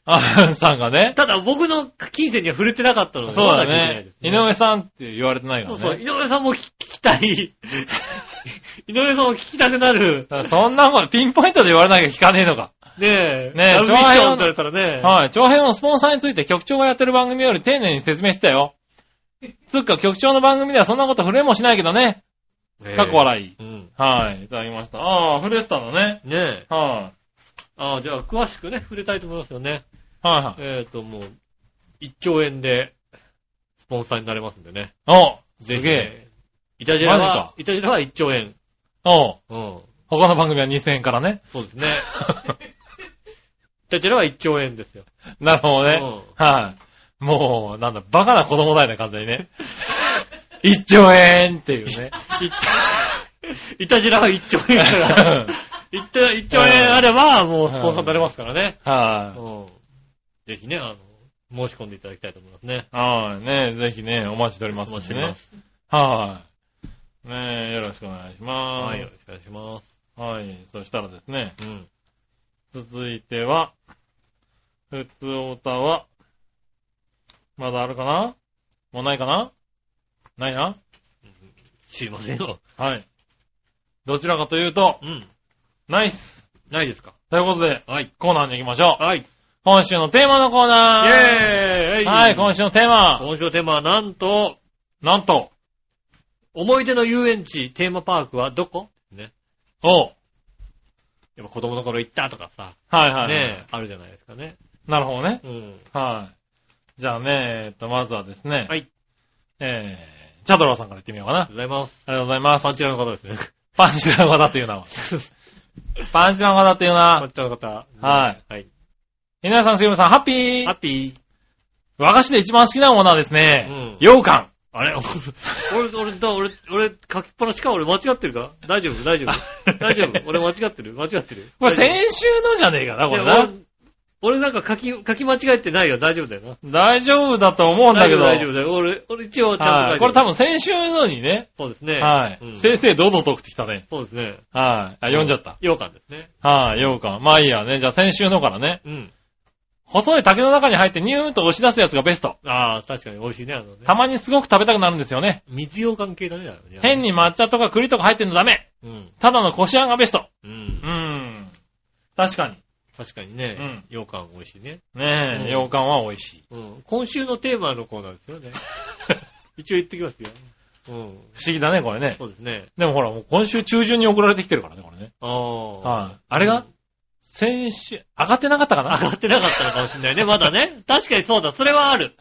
[SPEAKER 3] あ、さんがね。
[SPEAKER 2] ただ僕の金銭には触れてなかったので、
[SPEAKER 3] そうだ
[SPEAKER 2] ま聞いてない
[SPEAKER 3] ね
[SPEAKER 2] で。す
[SPEAKER 3] 井上さんって言われてないか
[SPEAKER 2] そう
[SPEAKER 3] ら
[SPEAKER 2] そう、
[SPEAKER 3] ね。
[SPEAKER 2] 井上さんも聞きたい。 [LAUGHS] 井上さんも聞きたくなる。
[SPEAKER 3] ただそんなこと、ピンポイントで言われなきゃ聞かねえのか。
[SPEAKER 2] ねえ。
[SPEAKER 3] ねえ
[SPEAKER 2] ラブミッションだったらね。
[SPEAKER 3] はい。長編のスポンサーについて局長がやってる番組より丁寧に説明してたよ。つっか、局長の番組ではそんなこと触れもしないけどね。
[SPEAKER 2] ええ
[SPEAKER 3] 過去笑
[SPEAKER 2] うん。
[SPEAKER 3] い。はい。いただきました。ああ、触れてたのね。
[SPEAKER 2] ねえ。
[SPEAKER 3] は
[SPEAKER 2] ああ、じゃあ、詳しくね、触れたいと思いますよね。
[SPEAKER 3] い。はいはい。
[SPEAKER 2] えっ、と、もう、1兆円で、スポンサーになれますんでね。
[SPEAKER 3] お
[SPEAKER 2] ぜ
[SPEAKER 3] す
[SPEAKER 2] ひ
[SPEAKER 3] げえ。
[SPEAKER 2] ね。イタジェラ
[SPEAKER 3] マジ
[SPEAKER 2] は
[SPEAKER 3] か、
[SPEAKER 2] イタジェラは1兆円。
[SPEAKER 3] おう
[SPEAKER 2] うん。
[SPEAKER 3] 他の番組は2000円からね。
[SPEAKER 2] そう
[SPEAKER 3] [LAUGHS]
[SPEAKER 2] ですね。イタジェラは1兆円ですよ。
[SPEAKER 3] なるほどね。
[SPEAKER 2] う
[SPEAKER 3] はい。もう、なんだ、バカな子供だよね、完全
[SPEAKER 2] [LAUGHS]
[SPEAKER 3] にね。1兆円っていうね。
[SPEAKER 2] ん。イタジェラは1兆円から。1, 兆1兆円あれば、もうスポンサーになれますからね。
[SPEAKER 3] はい。
[SPEAKER 2] うん。ぜひね、あの、申し込んでいただきたいと思いますね。
[SPEAKER 3] はい。ねぜひね、お待ちしており
[SPEAKER 2] お
[SPEAKER 3] ますん
[SPEAKER 2] 待ちして
[SPEAKER 3] で
[SPEAKER 2] おりま。
[SPEAKER 3] ね
[SPEAKER 2] す。
[SPEAKER 3] はい。ねえ、よろしくお願いしま
[SPEAKER 2] はい、
[SPEAKER 3] す
[SPEAKER 2] よ。ろしくお願いします。
[SPEAKER 3] はい。そしたらですね、
[SPEAKER 2] うん。
[SPEAKER 3] 続いては、普通おたは、まだあるかなもうないかなないな
[SPEAKER 2] 知りませんよ。
[SPEAKER 3] はい。どちらかというと、
[SPEAKER 2] うん。
[SPEAKER 3] ナイス
[SPEAKER 2] ないですか
[SPEAKER 3] ということで、
[SPEAKER 2] はい。
[SPEAKER 3] コーナーに行きましょう。
[SPEAKER 2] はい。イ
[SPEAKER 3] 今週のテーマのコーナー
[SPEAKER 2] ェーイ
[SPEAKER 3] はい、今週のテーマ、
[SPEAKER 2] 今週のテーマはなんと、
[SPEAKER 3] なんと、
[SPEAKER 2] 思い出の遊園地、テーマパークはどこね。
[SPEAKER 3] おう
[SPEAKER 2] やっぱ子供の頃行ったとかさ、
[SPEAKER 3] はいはい。
[SPEAKER 2] ねえ、あるじゃないですかね。
[SPEAKER 3] なるほどね。
[SPEAKER 2] うん。
[SPEAKER 3] はい。じゃあね、えっと、まずはですね。
[SPEAKER 2] はい。
[SPEAKER 3] えー、チャドラーさんから行ってみようかな。
[SPEAKER 2] ありがとうございます。
[SPEAKER 3] ありがとうございます。
[SPEAKER 2] パンチラの方ですね。
[SPEAKER 3] パンチラの方ってい
[SPEAKER 2] [LAUGHS]
[SPEAKER 3] うな。パンチラの方っていう
[SPEAKER 2] パ [LAUGHS]
[SPEAKER 3] な
[SPEAKER 2] ン。チラの方。
[SPEAKER 3] はい。
[SPEAKER 2] はい。
[SPEAKER 3] 皆さん、すいません。ハッピー
[SPEAKER 2] ハッピー。
[SPEAKER 3] 和菓子で一番好きなものはですね、
[SPEAKER 2] う
[SPEAKER 3] 羊羹。
[SPEAKER 2] あ [LAUGHS] れ俺、俺、だ俺、俺、書きっぱなしか俺間違ってるか大丈夫、大丈
[SPEAKER 3] [LAUGHS]
[SPEAKER 2] 夫。大丈夫。俺間違ってる間違ってる。
[SPEAKER 3] これ先週のじゃねえかな、これ
[SPEAKER 2] いや
[SPEAKER 3] な。
[SPEAKER 2] 俺俺なんか書き、書き間違えてないよ。大丈夫だよな。
[SPEAKER 3] 大丈夫だと思うんだ
[SPEAKER 2] 大
[SPEAKER 3] け
[SPEAKER 2] 丈
[SPEAKER 3] ど。
[SPEAKER 2] 夫、大丈夫だよ。俺、俺一応ちゃんと書
[SPEAKER 3] はい
[SPEAKER 2] てる
[SPEAKER 3] い。これ多分先週のにね。
[SPEAKER 2] そうですね。
[SPEAKER 3] は
[SPEAKER 2] うん
[SPEAKER 3] い。正々堂々と送ってきたね。
[SPEAKER 2] そうですね。
[SPEAKER 3] はい。あ、読んじゃった。
[SPEAKER 2] 羊羹ですね。
[SPEAKER 3] はい、羊羹。まあいいやね。じゃあ先週のからね。
[SPEAKER 2] うん。
[SPEAKER 3] 細い竹の中に入ってニューンと押し出すやつがベスト。
[SPEAKER 2] ああ、確かに美味しいね、あのね。
[SPEAKER 3] たまにすごく食べたくなるんですよね。
[SPEAKER 2] 水羊羹系だね、あれね
[SPEAKER 3] 変。に抹茶とか栗とか入ってんのダメ。
[SPEAKER 2] うん。
[SPEAKER 3] ただのこしあんがベスト。
[SPEAKER 2] う。
[SPEAKER 3] うんーん。確かに。
[SPEAKER 2] 確かにね、
[SPEAKER 3] うん
[SPEAKER 2] 羊羹美味しいね。
[SPEAKER 3] ねえ、
[SPEAKER 2] うん
[SPEAKER 3] 羊羹は美味しい。
[SPEAKER 2] うん。今週のテーマのコーナーです
[SPEAKER 3] [LAUGHS]
[SPEAKER 2] よね。一応言っときますよ。うん。
[SPEAKER 3] 不思議だね、これね。
[SPEAKER 2] そうですね。
[SPEAKER 3] でもほら、もう今週中旬に送られてきてるからね、これね。
[SPEAKER 2] ああ。
[SPEAKER 3] はい。あれが先週、上がってなかったか
[SPEAKER 2] 上が
[SPEAKER 3] な
[SPEAKER 2] ってなかったのかもしれないね、まだね。 [LAUGHS] 確かにそうだ、それはある。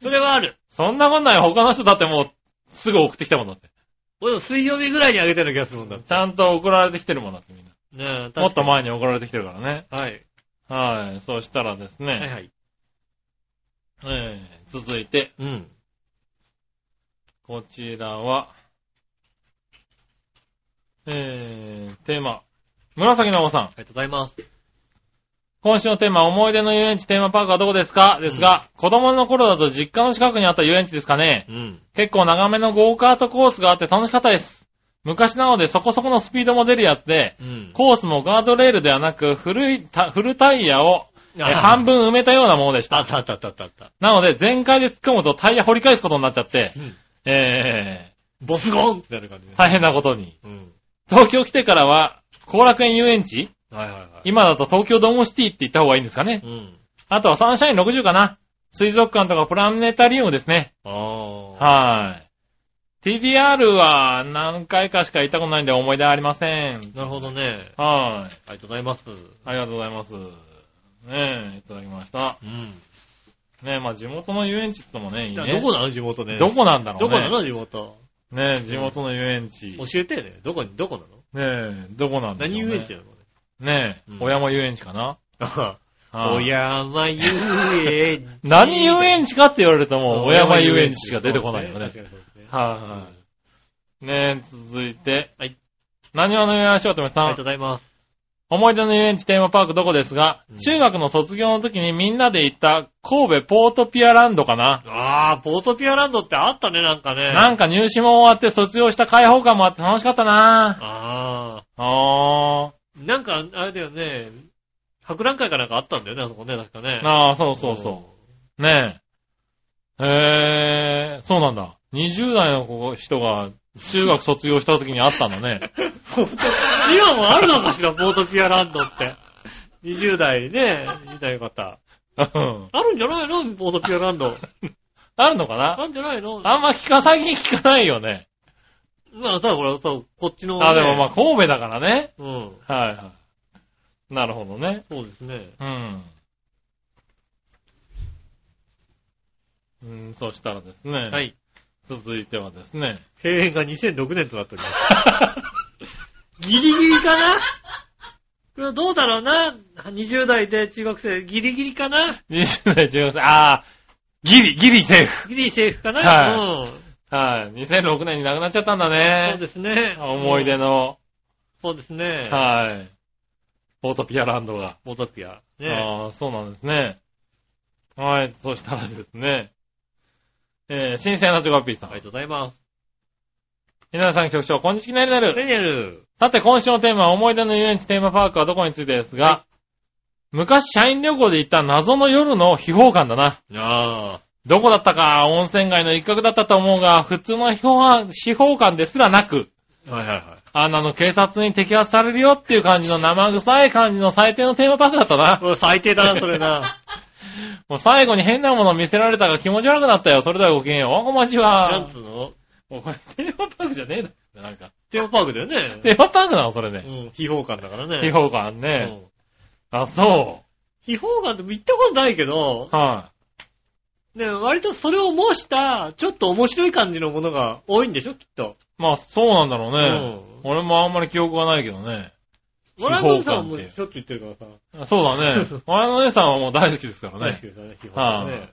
[SPEAKER 2] それはある。
[SPEAKER 3] そんなことないよ。他の人だってもう、すぐ送ってきたもんだって。
[SPEAKER 2] 俺も水曜日ぐらいに上げてるような気がするもんだ。
[SPEAKER 3] ちゃんと送られてきてるもんだってみんな。
[SPEAKER 2] ねえ、確かに
[SPEAKER 3] もっと。前に送られてきてるからね。
[SPEAKER 2] はい。
[SPEAKER 3] はい。そしたらですね、
[SPEAKER 2] はいはい。
[SPEAKER 3] えー続いて、
[SPEAKER 2] うん。
[SPEAKER 3] こちらは、えー、テーマ、紫のおばさん。
[SPEAKER 2] ありがとうございます。
[SPEAKER 3] 今週のテーマ、思い出の遊園地テーマパークはどこですかですが、子供の頃だと実家の近くにあった遊園地ですかね。
[SPEAKER 2] うん。
[SPEAKER 3] 結構長めのゴーカートコースがあって楽しかったです。昔なのでそこそこのスピードも出るやつで、
[SPEAKER 2] うん。
[SPEAKER 3] コースもガードレールではなく、古いタ、フルタイヤをえ
[SPEAKER 2] あ
[SPEAKER 3] 半。分埋めたようなものでし
[SPEAKER 2] あ
[SPEAKER 3] た
[SPEAKER 2] っ。たあったあったあったあった。
[SPEAKER 3] なので、全開で突っ込むとタイヤ掘り返すことになっちゃって、
[SPEAKER 2] うん。
[SPEAKER 3] え
[SPEAKER 2] ボスゴンってなる感じで
[SPEAKER 3] ー、。大変なことに。
[SPEAKER 2] うん。
[SPEAKER 3] 東京来てからは、後楽園遊園地
[SPEAKER 2] はいはいはい。
[SPEAKER 3] 今だと東京ドームシティって言った方がいいんですかね。
[SPEAKER 2] うん。
[SPEAKER 3] あとはサンシャイン60かな。水族館とかプラネタリウムですね。
[SPEAKER 2] ああ。
[SPEAKER 3] はい。TDR は何回かしか行ったことないんで思い出ありません。
[SPEAKER 2] なるほどね。
[SPEAKER 3] はい。
[SPEAKER 2] ありがとうございます。
[SPEAKER 3] ありがとうございます。ねえ、いただきました。
[SPEAKER 2] うん。
[SPEAKER 3] ねえ、まあ地元の遊園地ともね、いい
[SPEAKER 2] じゃあ、
[SPEAKER 3] ね。
[SPEAKER 2] どこなの地元ね。
[SPEAKER 3] どこなんだろ
[SPEAKER 2] ど
[SPEAKER 3] うね。
[SPEAKER 2] こなの地元。
[SPEAKER 3] ねえ、地元の遊園地。ね
[SPEAKER 2] 教えてね。どこに、どこなの
[SPEAKER 3] え、どこなんだろ
[SPEAKER 2] 何
[SPEAKER 3] う、ね。
[SPEAKER 2] 遊園地なの
[SPEAKER 3] ねえ
[SPEAKER 2] う、ん
[SPEAKER 3] 小山遊園地かな。
[SPEAKER 2] あ
[SPEAKER 3] はい
[SPEAKER 2] 小山遊園地。
[SPEAKER 3] 何遊園地かって言われるともう、 [LAUGHS] 小山遊園地し
[SPEAKER 2] が
[SPEAKER 3] か出てこないよね。はい、
[SPEAKER 2] 確かにそうですね。
[SPEAKER 3] はい、ねえ、続いて。
[SPEAKER 2] はい。
[SPEAKER 3] 何話のよやしおとめさ
[SPEAKER 2] あり
[SPEAKER 3] ん
[SPEAKER 2] がとう。ございます。
[SPEAKER 3] 思い出の遊園地テーマパークどこですが、
[SPEAKER 2] うん
[SPEAKER 3] 中学の卒業の時にみんなで行った神戸ポートピアランドかな。
[SPEAKER 2] ああ、ポートピアランドってあったね、なんかね。
[SPEAKER 3] なんか入試も終わって卒業した開放感もあって楽しかったなぁ。
[SPEAKER 2] ああ。
[SPEAKER 3] あ
[SPEAKER 2] なんか、あれだよね。博覧会かなんかあったんだよね、あそこね、確かね
[SPEAKER 3] ー。。あー、そうそうそう。ねえ。へえ、そうなんだ。20代の子人が中学卒業した時にあったんだね。
[SPEAKER 2] うん。今もあるのか
[SPEAKER 3] [LAUGHS]
[SPEAKER 2] しら、ポートピアランドって。20代ね、20代の方。
[SPEAKER 3] うん
[SPEAKER 2] あるんじゃないのポートピアランド。
[SPEAKER 3] あるのか
[SPEAKER 2] あ
[SPEAKER 3] な
[SPEAKER 2] るんじゃないの
[SPEAKER 3] あんま聞か、最近聞かないよね。
[SPEAKER 2] まあ、ただこれ、ただこっちの、
[SPEAKER 3] あ、でもまあ神戸だからね。
[SPEAKER 2] あ。うん。
[SPEAKER 3] はいはい。なるほどね。
[SPEAKER 2] そうですね。
[SPEAKER 3] うん。うん、そしたらですね。
[SPEAKER 2] は。い。
[SPEAKER 3] 続いてはですね。
[SPEAKER 2] 閉園が2006年となっております。 [LAUGHS] ギリギリかなこれはどうだろうな ?20 代で中学生、ギリギリかな
[SPEAKER 3] 20代15歳、あー、ギリ、ギリセーフ。
[SPEAKER 2] ギリセーフかな、
[SPEAKER 3] は
[SPEAKER 2] うん。
[SPEAKER 3] はい。2006年に亡くなっちゃったんだ
[SPEAKER 2] そう
[SPEAKER 3] ね。
[SPEAKER 2] ですね。
[SPEAKER 3] 思い出の、
[SPEAKER 2] そうですね。
[SPEAKER 3] はい。ポートピアランドが。
[SPEAKER 2] モトピア。ね
[SPEAKER 3] ああ、そうなんですね。はい。そしたらですね。えー、新鮮なチョコピーさ
[SPEAKER 2] ありが
[SPEAKER 3] ん。
[SPEAKER 2] とうございます。
[SPEAKER 3] 皆さん局長、こんにちはなる。
[SPEAKER 2] レニエル。
[SPEAKER 3] さて、今週のテーマは思い出の遊園地テーマパークはどこについてですが、昔社員旅行で行った謎の夜の秘宝館だな。
[SPEAKER 2] ああ。
[SPEAKER 3] どこだったか温泉街の一角だったと思うが、普通の秘宝館秘宝館ですらなく、
[SPEAKER 2] はいはいは
[SPEAKER 3] あんなの警察に摘発されるよっていう感じの生臭い感じの最低のテーマパークだった
[SPEAKER 2] い。
[SPEAKER 3] な。
[SPEAKER 2] これ最低だな、それ [LAUGHS] な。
[SPEAKER 3] もう最後に変なもの見せられたが気持ち悪くなったよ。それではごきげんよう。おこまち
[SPEAKER 2] な
[SPEAKER 3] は
[SPEAKER 2] ん。つうの
[SPEAKER 3] もうこれテーマパークじゃねえだろなんか。
[SPEAKER 2] テーマパークだよね。
[SPEAKER 3] テーマパークなのそれね。
[SPEAKER 2] うん、秘宝館だからね。
[SPEAKER 3] 秘宝館
[SPEAKER 2] う
[SPEAKER 3] ね。
[SPEAKER 2] ん
[SPEAKER 3] あ、そ
[SPEAKER 2] 秘宝館って行ったことないけど
[SPEAKER 3] う。、は
[SPEAKER 2] ね、割とそれを模した、ちょっと面白い感じのものが多いんでしょ、きっと。
[SPEAKER 3] い。まあ、そうなんだろう
[SPEAKER 2] う
[SPEAKER 3] ね。俺もあんまり記憶がないけどね。
[SPEAKER 2] モラゴンさんはもう
[SPEAKER 3] 秘
[SPEAKER 2] し
[SPEAKER 3] 宝
[SPEAKER 2] ょっちゅう行ってるからさ。
[SPEAKER 3] 館ってそうだ
[SPEAKER 2] [LAUGHS]
[SPEAKER 3] ね。我の姉さんはもう大好きですから
[SPEAKER 2] 大好
[SPEAKER 3] ね
[SPEAKER 2] き。ですよね、秘
[SPEAKER 3] は
[SPEAKER 2] 宝
[SPEAKER 3] あ
[SPEAKER 2] 館ね。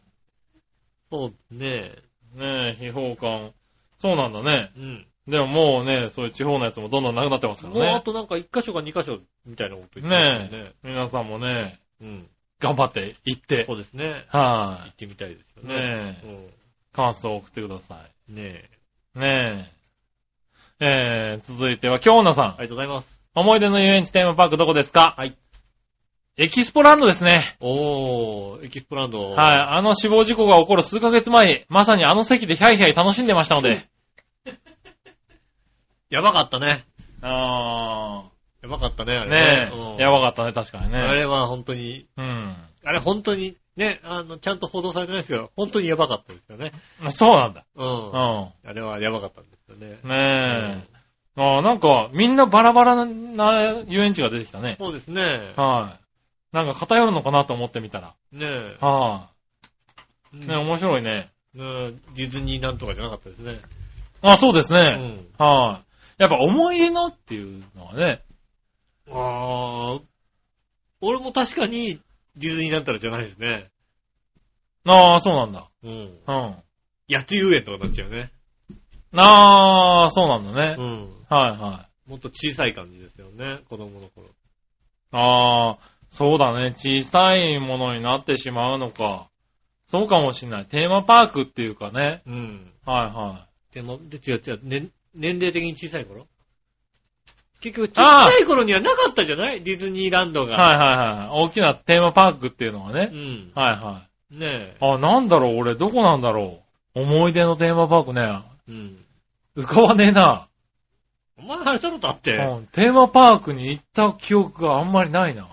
[SPEAKER 2] そうね。
[SPEAKER 3] ねえ、秘宝館。そうなんだね。
[SPEAKER 2] うん。
[SPEAKER 3] でももうね、そういう地方のやつもどんどんなくなってますか
[SPEAKER 2] もうあ
[SPEAKER 3] らね。
[SPEAKER 2] となんか一箇所か二箇所みたいなこと言って
[SPEAKER 3] ね
[SPEAKER 2] ますよ
[SPEAKER 3] え、皆さんもね、
[SPEAKER 2] うん。
[SPEAKER 3] 頑張って行って
[SPEAKER 2] そ。うですね。
[SPEAKER 3] は
[SPEAKER 2] 行ってみたいです
[SPEAKER 3] い。
[SPEAKER 2] よね。
[SPEAKER 3] ねえ、感想を送ってくださ
[SPEAKER 2] うん。ねえ。
[SPEAKER 3] い。ねえ。えー、続いては、京奈さん。
[SPEAKER 2] ありがとうございます。
[SPEAKER 3] 思い出の遊園地テーマパークどこですか
[SPEAKER 2] はい。
[SPEAKER 3] エキスポランドですね。
[SPEAKER 2] おー、エキスプランド。
[SPEAKER 3] はい。あの死亡事故が起こる数ヶ月前、まさにあの席でヒャイヒャイ楽しんでましたので。
[SPEAKER 2] やばかったね。
[SPEAKER 3] あ
[SPEAKER 2] やばかったね、あ
[SPEAKER 3] あ。
[SPEAKER 2] れね。
[SPEAKER 3] ね
[SPEAKER 2] うん
[SPEAKER 3] え。やばかったね、確かに
[SPEAKER 2] あ
[SPEAKER 3] ね。
[SPEAKER 2] れは本当に、
[SPEAKER 3] うん。
[SPEAKER 2] あれ本当に、ね、あの、ちゃんと報道されてないですけど、本当にやばかったですよね。
[SPEAKER 3] そうなんだ。
[SPEAKER 2] う。
[SPEAKER 3] うん
[SPEAKER 2] あ
[SPEAKER 3] ん。
[SPEAKER 2] れはやばかったんですよね。
[SPEAKER 3] ねえ。ああ、なんか、みんなバラバラな遊園地が出てきたね。
[SPEAKER 2] そうですね。
[SPEAKER 3] はい。なんか偏るのかなと思ってみたら。
[SPEAKER 2] ねえ。
[SPEAKER 3] は
[SPEAKER 2] う
[SPEAKER 3] い。
[SPEAKER 2] ん
[SPEAKER 3] ね面白いね。
[SPEAKER 2] ねディズニーなんとかじゃなかったですね。
[SPEAKER 3] あそうです
[SPEAKER 2] う
[SPEAKER 3] ね。
[SPEAKER 2] ん。
[SPEAKER 3] はい。やっぱ思い出のっていうのはね、
[SPEAKER 2] あー、俺も確かにディズニーだったらじゃないですね。
[SPEAKER 3] ああ、そうなんだ。
[SPEAKER 2] うん。
[SPEAKER 3] うん。
[SPEAKER 2] 八つ遊園とかになっちゃうね。
[SPEAKER 3] ああ、そうなんだ
[SPEAKER 2] う
[SPEAKER 3] ね。
[SPEAKER 2] ん。
[SPEAKER 3] はいはい。
[SPEAKER 2] もっと小さい感じですよね、子供の頃。
[SPEAKER 3] ああ、そうだね。小さいものになってしまうのか。そうかもしんない。テーマパークっていうかね。
[SPEAKER 2] うん。
[SPEAKER 3] はいは
[SPEAKER 2] でも、で、違う違う、ね、年齢的に小さい頃結局、ちっちゃい頃にはなかったじゃないディズニーランド
[SPEAKER 3] い。
[SPEAKER 2] が。
[SPEAKER 3] はいはいはい。大きなテーマパークっていうのがね。
[SPEAKER 2] うん。
[SPEAKER 3] はいは
[SPEAKER 2] ね
[SPEAKER 3] い。あ、なんだろう、俺、どこなんだろう。思い出のテーマパークね。
[SPEAKER 2] え。うん。
[SPEAKER 3] 浮かばねえな。
[SPEAKER 2] お前、あれだろだって。
[SPEAKER 3] うん、テーマパークに行った記憶があんまりないな。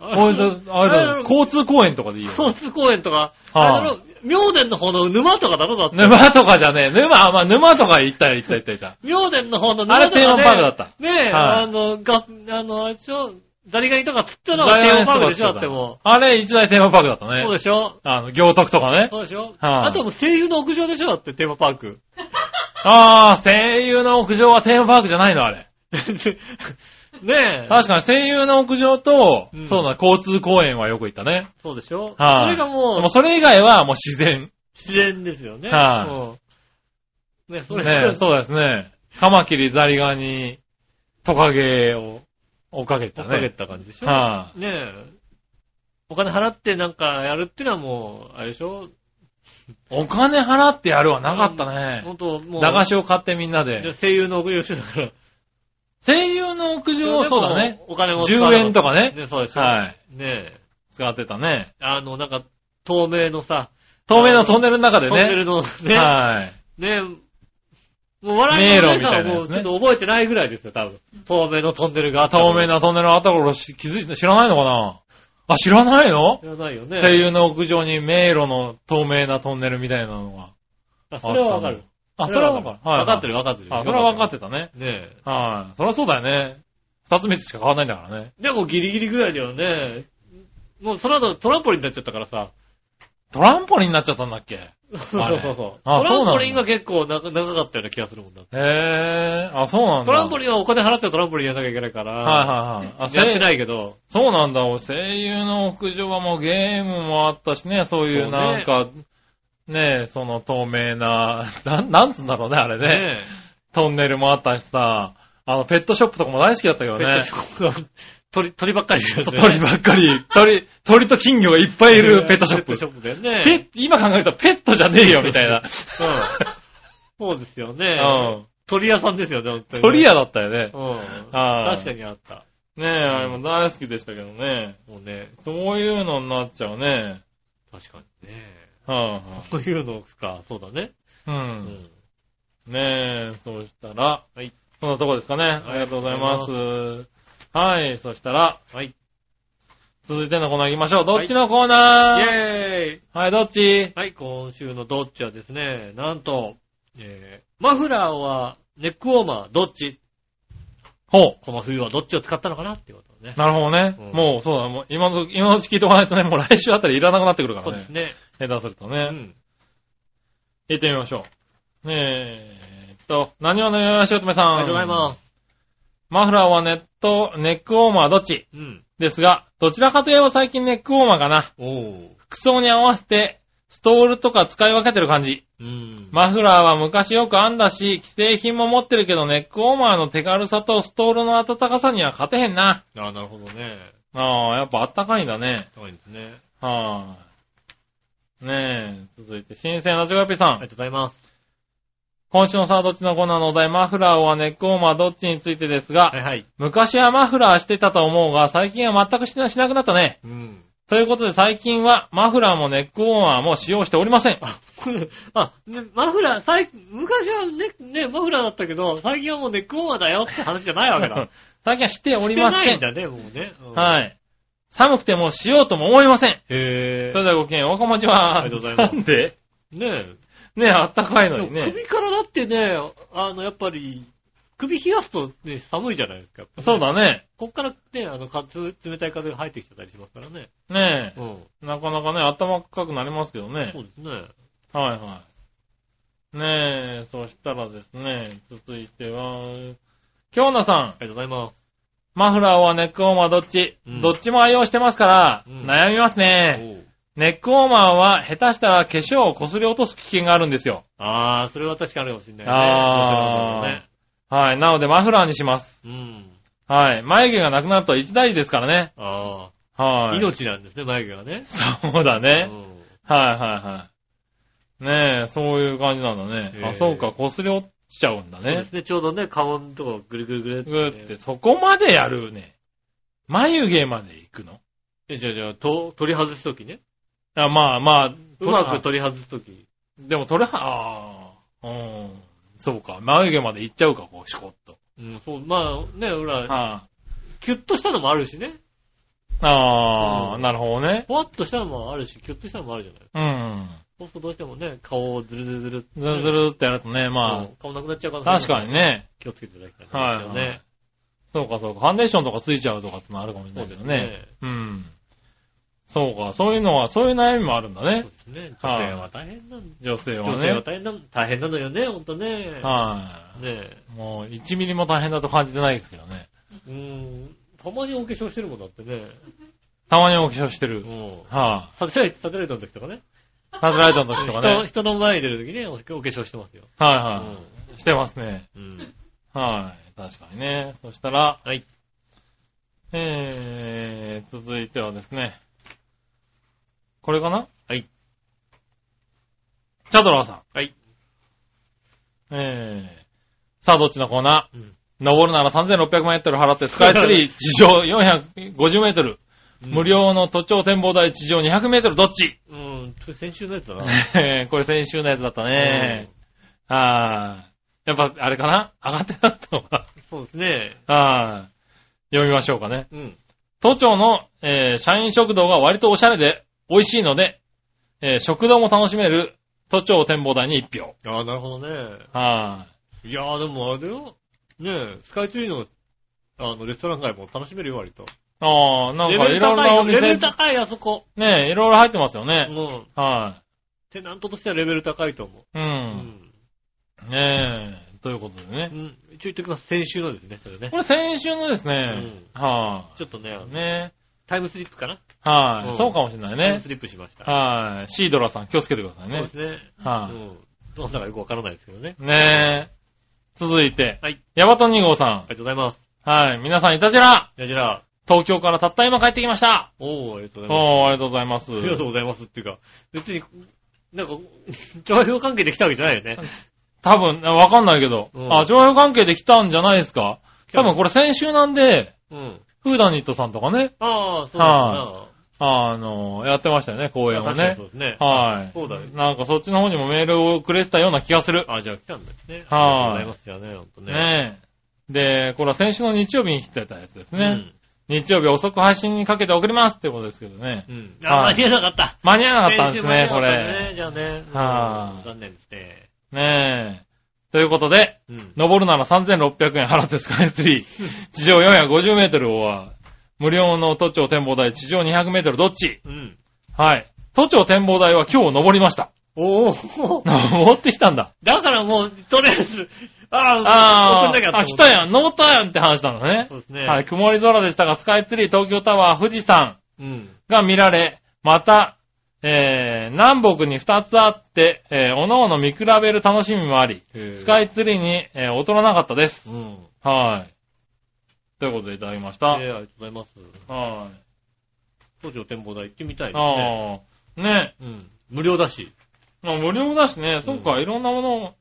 [SPEAKER 2] あ
[SPEAKER 3] あれだ、あれだ、
[SPEAKER 2] ろ
[SPEAKER 3] 交通公園とかでいいよ。
[SPEAKER 2] 交通公園とか、あれだ
[SPEAKER 3] は
[SPEAKER 2] ろ、妙殿の方の沼とかだろだって。
[SPEAKER 3] 沼とかじゃねえ。沼、あまあ、沼とか行ったよ、行った行った行っ
[SPEAKER 2] 妙殿の方の
[SPEAKER 3] た。
[SPEAKER 2] 沼
[SPEAKER 3] あれ
[SPEAKER 2] と
[SPEAKER 3] テー
[SPEAKER 2] か
[SPEAKER 3] マ
[SPEAKER 2] ね。
[SPEAKER 3] パークだった。
[SPEAKER 2] ねえ、
[SPEAKER 3] はい
[SPEAKER 2] あの、が、あの、あれでしょ、ザリガニとか釣ったのがテーマパークでしょだっても
[SPEAKER 3] あれ一大テーマパークだった
[SPEAKER 2] う。そう
[SPEAKER 3] ね。
[SPEAKER 2] でしょ
[SPEAKER 3] あの、行徳とかね。
[SPEAKER 2] そうでしょ
[SPEAKER 3] はい
[SPEAKER 2] あともう声優の屋上でしょだってテーマパーク。 [LAUGHS]
[SPEAKER 3] ああ、声優の屋上はテーマパークじゃないの、あれ。
[SPEAKER 2] ねえ。
[SPEAKER 3] 確かに声優の屋上と、
[SPEAKER 2] うん
[SPEAKER 3] そうだ、交通公園はよく行ったね。
[SPEAKER 2] そうでしょ
[SPEAKER 3] はい
[SPEAKER 2] それがも
[SPEAKER 3] で
[SPEAKER 2] う
[SPEAKER 3] も、それ以外はもう自然。
[SPEAKER 2] 自然ですよね。
[SPEAKER 3] は
[SPEAKER 2] う
[SPEAKER 3] い
[SPEAKER 2] んね、それ、
[SPEAKER 3] ね、
[SPEAKER 2] う。
[SPEAKER 3] そうですね。カマキリ、ザリガニ、トカゲを追っかけた
[SPEAKER 2] 追っ
[SPEAKER 3] ね。
[SPEAKER 2] かけた感じでしょ
[SPEAKER 3] は
[SPEAKER 2] ねえ。お金払ってなんかやるってのはもう、あれでしょ
[SPEAKER 3] お金払ってやるはなかったね。
[SPEAKER 2] ほんと、もう。
[SPEAKER 3] 駄菓子を買ってみんな
[SPEAKER 2] で
[SPEAKER 3] で。
[SPEAKER 2] 声優の屋上だから。
[SPEAKER 3] 声優の屋上、そうだね。。
[SPEAKER 2] お金も使う
[SPEAKER 3] 10円とかね。
[SPEAKER 2] ね、そうでしょ
[SPEAKER 3] はい。
[SPEAKER 2] ねえ。
[SPEAKER 3] 使ってたね。
[SPEAKER 2] あの、なんか、透明のさ、
[SPEAKER 3] 透明のトンネルの中で
[SPEAKER 2] トンネ
[SPEAKER 3] ね。
[SPEAKER 2] ルのね、
[SPEAKER 3] はい。
[SPEAKER 2] ね、もう笑いのお姉さんは
[SPEAKER 3] 迷路みたいなや
[SPEAKER 2] も
[SPEAKER 3] つ
[SPEAKER 2] う
[SPEAKER 3] ね
[SPEAKER 2] ちょっと覚えてないぐらいですよ、多分。透明のトンネルがあった。
[SPEAKER 3] 透明。なトンネルのあった頃し気づいて、知らないのかなあ、知らないの
[SPEAKER 2] 知らないよね。
[SPEAKER 3] 声優の屋上に迷路の透明なトンネルみたいなのが。
[SPEAKER 2] あ、それはわかる。
[SPEAKER 3] あ、それはわかる。はい
[SPEAKER 2] わかってるわかってる。
[SPEAKER 3] あ、それはわかっててたね。
[SPEAKER 2] る。ね
[SPEAKER 3] はい。そりゃそうだよね。二つ三つしか変わんないんだからね。
[SPEAKER 2] え。でもギリギリぐらいだよね。もうその後トランポリンになっちゃったからさ。
[SPEAKER 3] トランポリンになっちゃったんだっけ
[SPEAKER 2] そうそうそうそう。
[SPEAKER 3] あ
[SPEAKER 2] ト
[SPEAKER 3] そ
[SPEAKER 2] ラン
[SPEAKER 3] うなんだ
[SPEAKER 2] ポリンが結構な長かったような気がするもんだって。
[SPEAKER 3] へー。あ、そうなんだ。
[SPEAKER 2] トランポ
[SPEAKER 3] リ
[SPEAKER 2] リンはお金払ってトランポリンやんなきゃいけないから。
[SPEAKER 3] ンはいはいはい。あ、
[SPEAKER 2] やって
[SPEAKER 3] 声
[SPEAKER 2] ないけど。
[SPEAKER 3] そうなんだ。俺声優の屋上はもうゲームもあったしね、そうい
[SPEAKER 2] そう
[SPEAKER 3] う
[SPEAKER 2] ね
[SPEAKER 3] なんか、ねえ、その透明な、 [LAUGHS] なん、なんつうんだろうね、あれね。
[SPEAKER 2] ねえ。
[SPEAKER 3] トンネルもあったしさ、あの、ペットショップとかも大好きだったけど
[SPEAKER 2] ペット
[SPEAKER 3] ね
[SPEAKER 2] シ。ョップが鳥、鳥ばっかりですね。
[SPEAKER 3] 鳥ばっかり、鳥、鳥と金魚がいっぱいいるペットショッ
[SPEAKER 2] ペ
[SPEAKER 3] プ。
[SPEAKER 2] ットショップだよね。
[SPEAKER 3] ペッ今考えるとペットじゃねえよ、みたいな。
[SPEAKER 2] うん。そうですよね。
[SPEAKER 3] うん。
[SPEAKER 2] 鳥屋さんですよね、本当に。
[SPEAKER 3] 鳥屋だったよね。
[SPEAKER 2] うん。
[SPEAKER 3] はい
[SPEAKER 2] 確かにあった。
[SPEAKER 3] ねえ、あれも大好きでしたけどね。
[SPEAKER 2] もうね、
[SPEAKER 3] そういうのになっちゃうね。
[SPEAKER 2] 確かにね。
[SPEAKER 3] は
[SPEAKER 2] そういうのか、そうだね。
[SPEAKER 3] い、は
[SPEAKER 2] うん。
[SPEAKER 3] い。うん。ねえ、そうしたら、
[SPEAKER 2] はい。
[SPEAKER 3] そんなとこですかね。ありがとうございます。はい、そしたら、
[SPEAKER 2] はい。イ
[SPEAKER 3] 続いてのコーナー行きましょう。どっちのコーナー、はい、
[SPEAKER 2] ェーイ
[SPEAKER 3] どっち
[SPEAKER 2] はい、今週のどっちはですね、なんと、えー、マフラーはネックウォーマー、どっち
[SPEAKER 3] ほう。
[SPEAKER 2] この冬はどっちを使ったのかなっていうことをね。
[SPEAKER 3] なるほどね。
[SPEAKER 2] うん
[SPEAKER 3] もう、そうだ、もう今の、今のうち聞いておかないとね、もう来週あたりいらなくなってくるか
[SPEAKER 2] そう
[SPEAKER 3] ら
[SPEAKER 2] で
[SPEAKER 3] ね
[SPEAKER 2] す。ね。
[SPEAKER 3] 下手すると
[SPEAKER 2] う
[SPEAKER 3] ね。
[SPEAKER 2] ん。
[SPEAKER 3] 行ってみましょう。えーっと、何をのよしおとめさん。
[SPEAKER 2] ありがとうございます。
[SPEAKER 3] マフラーはネット、ネックウォーマーどっち
[SPEAKER 2] うん。
[SPEAKER 3] ですが、どちらかといえば最近ネックウォーマーかな。
[SPEAKER 2] おう。
[SPEAKER 3] 服装に合わせて、ストールとか使い分けてる感じ。
[SPEAKER 2] うん。
[SPEAKER 3] マフラーは昔よく編んだし、既製品も持ってるけど、ネックウォーマーの手軽さとストールの暖かさには勝てへんな。
[SPEAKER 2] あなるほどね。
[SPEAKER 3] ああ、やっぱ暖かいんだね。
[SPEAKER 2] 高いですね。
[SPEAKER 3] はあ。ねえ、続いて、新鮮なジョガピーさ
[SPEAKER 2] あり
[SPEAKER 3] ん。
[SPEAKER 2] がとうございます。
[SPEAKER 3] 今週のさあどっちのコーナーのお題、マフラーはネックウォーマーどっちについてですが、
[SPEAKER 2] はいはい。
[SPEAKER 3] 昔はマフラーしてたと思うが、最近は全くしなしなくなったね。
[SPEAKER 2] うん。
[SPEAKER 3] ということで最近はマフラーもネックウォーマーも使用しておりません。
[SPEAKER 2] あ、 [LAUGHS] これ、あ、ね、マフラー、最、昔はね、ね、マフラーだったけど、最近はもうネックウォーマーだよって話じゃないわけ [LAUGHS] だ。
[SPEAKER 3] [LAUGHS] 最近はしておりま
[SPEAKER 2] し
[SPEAKER 3] せ
[SPEAKER 2] てない
[SPEAKER 3] ん
[SPEAKER 2] ん。だね、もうね。うん
[SPEAKER 3] はい。寒くてもしようとも思いません。
[SPEAKER 2] へ
[SPEAKER 3] それではごきげんよう、おこまちは。
[SPEAKER 2] ありがとうございます
[SPEAKER 3] なんで
[SPEAKER 2] ー。ね
[SPEAKER 3] [LAUGHS] ねあったかい
[SPEAKER 2] え。
[SPEAKER 3] のに
[SPEAKER 2] でも
[SPEAKER 3] ね。
[SPEAKER 2] 首からだってね、あの、やっぱり、首冷やすとね、寒いじゃないですか。やっぱね
[SPEAKER 3] そう。だね。
[SPEAKER 2] こっからね、あの、かつ冷たい風が入ってきてたりしますからね。
[SPEAKER 3] ね
[SPEAKER 2] うん。
[SPEAKER 3] え、なかなかね、頭かくなりますけどね
[SPEAKER 2] そ。うですね。
[SPEAKER 3] はいはい。ねえ、そしたらですね、続いては、京奈さん。
[SPEAKER 2] ありがとうございます。
[SPEAKER 3] マフラーはネックウォーマーどっち、
[SPEAKER 2] うん
[SPEAKER 3] どっちも愛用してますから、
[SPEAKER 2] うん
[SPEAKER 3] 悩みますね。
[SPEAKER 2] おう
[SPEAKER 3] ネックウォーマーは下手したら化粧を擦り落とす危険があるんですよ。
[SPEAKER 2] あー、それは確かにあるかもしれないね。
[SPEAKER 3] あーはい。なのでマフラーにします。
[SPEAKER 2] そういうことだねうん。
[SPEAKER 3] はい。眉毛がなくなると一大事ですからね。
[SPEAKER 2] ああ、
[SPEAKER 3] はい。
[SPEAKER 2] 命なんですね、眉毛がね。
[SPEAKER 3] そうだね
[SPEAKER 2] う。ん
[SPEAKER 3] はいはいはい。ねえ、そういう感じなんだ
[SPEAKER 2] へ
[SPEAKER 3] ね。
[SPEAKER 2] え
[SPEAKER 3] あ、そうか、擦り落ちちゃうんだ
[SPEAKER 2] そうで
[SPEAKER 3] ね
[SPEAKER 2] す。ね、ちょうどね、顔のとこぐるぐるぐるって
[SPEAKER 3] ぐ
[SPEAKER 2] ね。
[SPEAKER 3] ーって、そこまでやるね。眉毛まで行くの
[SPEAKER 2] えじゃあじゃあ、と取り外すときね。
[SPEAKER 3] あ、まあまあ、
[SPEAKER 2] うまく取り外すとき。
[SPEAKER 3] でも取れは、ああ、うん。そうか、眉毛まで行っちゃうか、こう、シコッと。
[SPEAKER 2] うん、そう、まあね、ほら、
[SPEAKER 3] は
[SPEAKER 2] キュッとしたのもあるしね。
[SPEAKER 3] あ、ああ、
[SPEAKER 2] うん
[SPEAKER 3] なるほどね。
[SPEAKER 2] ぽわっとしたのもあるし、キュッとしたのもあるじゃない。
[SPEAKER 3] うん。
[SPEAKER 2] そうするとどうしてもね、顔をズルズルズルって
[SPEAKER 3] ずるずるってやるとね、ま
[SPEAKER 2] うん顔なくなっちゃうから
[SPEAKER 3] あ、確かに。ね。
[SPEAKER 2] 気をつけていただきたいで
[SPEAKER 3] はい、
[SPEAKER 2] すよ
[SPEAKER 3] は
[SPEAKER 2] ね
[SPEAKER 3] い。。そうか、そうか。ファンデーションとかついちゃうとかってのあるかもし
[SPEAKER 2] そ
[SPEAKER 3] れな
[SPEAKER 2] う
[SPEAKER 3] いけ
[SPEAKER 2] で
[SPEAKER 3] ど
[SPEAKER 2] す
[SPEAKER 3] ね。
[SPEAKER 2] ね。
[SPEAKER 3] うん。そうか、そういうのは、そういう悩みもあるんだ
[SPEAKER 2] そう
[SPEAKER 3] ね
[SPEAKER 2] で。すね。女
[SPEAKER 3] はい
[SPEAKER 2] 性は大変なん
[SPEAKER 3] 女性はね。
[SPEAKER 2] 女性は大変な、大変なのよね、ほんとね。
[SPEAKER 3] はい、
[SPEAKER 2] ねえ。
[SPEAKER 3] もう、1ミリも大変だと感じてないですけどね。
[SPEAKER 2] うーん。たまにお化粧してるもんだってね。
[SPEAKER 3] たまにお化粧してる。
[SPEAKER 2] うん。
[SPEAKER 3] は
[SPEAKER 2] サテライト、サテライトの時とかね。
[SPEAKER 3] い、サテライトの時とか
[SPEAKER 2] 人、
[SPEAKER 3] ね。
[SPEAKER 2] 人の前に出る時ね、おお化粧してますよ。う
[SPEAKER 3] はいはい、
[SPEAKER 2] ん。
[SPEAKER 3] してますね。
[SPEAKER 2] うん。
[SPEAKER 3] はい。確かにね。そしたら、
[SPEAKER 2] はい。
[SPEAKER 3] えー、続いてはですね。これかな
[SPEAKER 2] はい。
[SPEAKER 3] チャドラーさん。
[SPEAKER 2] はい。
[SPEAKER 3] えー、さあどっちのコーナー
[SPEAKER 2] うん
[SPEAKER 3] 登るなら3600メートル払ってスカイツリ
[SPEAKER 2] [LAUGHS]
[SPEAKER 3] ー地上450メートル。無。料の都庁展望台地上200メートルどっち
[SPEAKER 2] うん。それ先週のやつだな。
[SPEAKER 3] え [LAUGHS] ーこれ先週のやつだったね。はーい。やっぱ、あれかな上がってなったのは。
[SPEAKER 2] うんそうですね。
[SPEAKER 3] はい。読みましょうかね。
[SPEAKER 2] うん。
[SPEAKER 3] 都庁の、えー社員食堂が割とおしゃれで美味しいので、えー食堂も楽しめる都庁展望台に一票。
[SPEAKER 2] ああ、なるほどね。
[SPEAKER 3] はい
[SPEAKER 2] やーでもあれだよ。ねえ、スカイツリーの、あの、レストラン街も楽しめるよ、割と。
[SPEAKER 3] い。ああ、なん
[SPEAKER 2] レ
[SPEAKER 3] か
[SPEAKER 2] ベ
[SPEAKER 3] い
[SPEAKER 2] ル
[SPEAKER 3] ろいろ
[SPEAKER 2] 高い
[SPEAKER 3] なお
[SPEAKER 2] よ、レベ
[SPEAKER 3] 店、
[SPEAKER 2] ル高い、あそこ。
[SPEAKER 3] ねえ、いろいろ入ってますよ
[SPEAKER 2] う
[SPEAKER 3] ね。
[SPEAKER 2] ん。
[SPEAKER 3] は
[SPEAKER 2] テナントとしてはレベル高いと思
[SPEAKER 3] い。う。
[SPEAKER 2] う。うんん。
[SPEAKER 3] ねえ、ということでね
[SPEAKER 2] う。ん。一応言っときます。先週のですね、それね
[SPEAKER 3] こ。れ先週のですね、は
[SPEAKER 2] ちょっとね、あ
[SPEAKER 3] い。
[SPEAKER 2] の
[SPEAKER 3] ね
[SPEAKER 2] タイムスリップかな
[SPEAKER 3] え、は
[SPEAKER 2] うん
[SPEAKER 3] い。そうかもしれない
[SPEAKER 2] タイム
[SPEAKER 3] ね
[SPEAKER 2] ス。リップしました。
[SPEAKER 3] はい。シードラさん気をつけてください
[SPEAKER 2] そう
[SPEAKER 3] ね
[SPEAKER 2] で。すね。う
[SPEAKER 3] は
[SPEAKER 2] ん。どうなのかよくわからないですけどね。
[SPEAKER 3] い。ねえ、続いて、
[SPEAKER 2] はい。
[SPEAKER 3] ヤバト2号
[SPEAKER 2] あ
[SPEAKER 3] さ
[SPEAKER 2] りがとうございます。
[SPEAKER 3] ん。はい。皆さんいたちら
[SPEAKER 2] じゃあじゃあ、
[SPEAKER 3] 東京からたった今帰ってきました
[SPEAKER 2] おー、ありがとうございます。
[SPEAKER 3] おー、ありがとうございます。
[SPEAKER 2] ありがとうございますっていうか、別に、なんか、調和関係で来たわけじゃないよね。
[SPEAKER 3] 多分、あわかんないけど。
[SPEAKER 2] うん
[SPEAKER 3] あ、情報関係で来たんじゃないですか多分これ先週なんで、
[SPEAKER 2] うん。
[SPEAKER 3] フーダニットさんとかね、
[SPEAKER 2] ああ、そうだ
[SPEAKER 3] あの、やってましたよね、公
[SPEAKER 2] な。
[SPEAKER 3] 演を
[SPEAKER 2] 確かに
[SPEAKER 3] ね
[SPEAKER 2] そう。ですね。
[SPEAKER 3] はい。
[SPEAKER 2] そうだよね
[SPEAKER 3] なんかそっちの方にもメールをくれてたような気がする。
[SPEAKER 2] あ、じゃあ来たんですね。あ
[SPEAKER 3] はい
[SPEAKER 2] りがとうございます。じゃあね、ほんとね。
[SPEAKER 3] ねえ。で、これは先週の日曜日に来てたやつです
[SPEAKER 2] う
[SPEAKER 3] ね。
[SPEAKER 2] ん
[SPEAKER 3] 日曜日遅く配信にかけて送りますってことですけどね。
[SPEAKER 2] うん。あ、
[SPEAKER 3] はい
[SPEAKER 2] 間に合わなかった。
[SPEAKER 3] 間に合わなかったんで
[SPEAKER 2] 先週
[SPEAKER 3] すね、こ
[SPEAKER 2] 間に合わなかった
[SPEAKER 3] れ。
[SPEAKER 2] ね。じゃあね。
[SPEAKER 3] は
[SPEAKER 2] うん
[SPEAKER 3] い
[SPEAKER 2] 残念ですね。
[SPEAKER 3] ねえ。ということで、
[SPEAKER 2] うん。
[SPEAKER 3] 登るなら3600円払ってスカイ
[SPEAKER 2] [LAUGHS]
[SPEAKER 3] ツリー。地上450メートルは、無料の都庁展望台、地上200メートルどっち
[SPEAKER 2] うん。
[SPEAKER 3] はい。都庁展望台は今日登りました。 [LAUGHS]
[SPEAKER 2] おお。
[SPEAKER 3] 登ってきたんだ。
[SPEAKER 2] [LAUGHS] だからもう、とりあえず、ああ、
[SPEAKER 3] あ
[SPEAKER 2] 送んなきゃ
[SPEAKER 3] あ、あ、来たや
[SPEAKER 2] ん。
[SPEAKER 3] ん、登ったやんって話なんだね
[SPEAKER 2] そ。うですね。
[SPEAKER 3] はい、。曇り空でしたが、スカイツリー、東京タワー、富士山
[SPEAKER 2] うん。
[SPEAKER 3] が見られ、また、えー、南北に2つあって、えー、おのおの見比べる楽しみもあり、ス
[SPEAKER 2] ス
[SPEAKER 3] カ
[SPEAKER 2] イ。
[SPEAKER 3] イツリーに、えー、劣らなかったです。
[SPEAKER 2] うん。
[SPEAKER 3] はい。ということでいただきまし
[SPEAKER 2] ええ
[SPEAKER 3] た。
[SPEAKER 2] ありがとうございます。
[SPEAKER 3] はい。
[SPEAKER 2] 東京展望台行ってみたいですね。
[SPEAKER 3] ああ、ね
[SPEAKER 2] うん。無料だし。
[SPEAKER 3] まあ無料だしね、そうか、いろんなもの、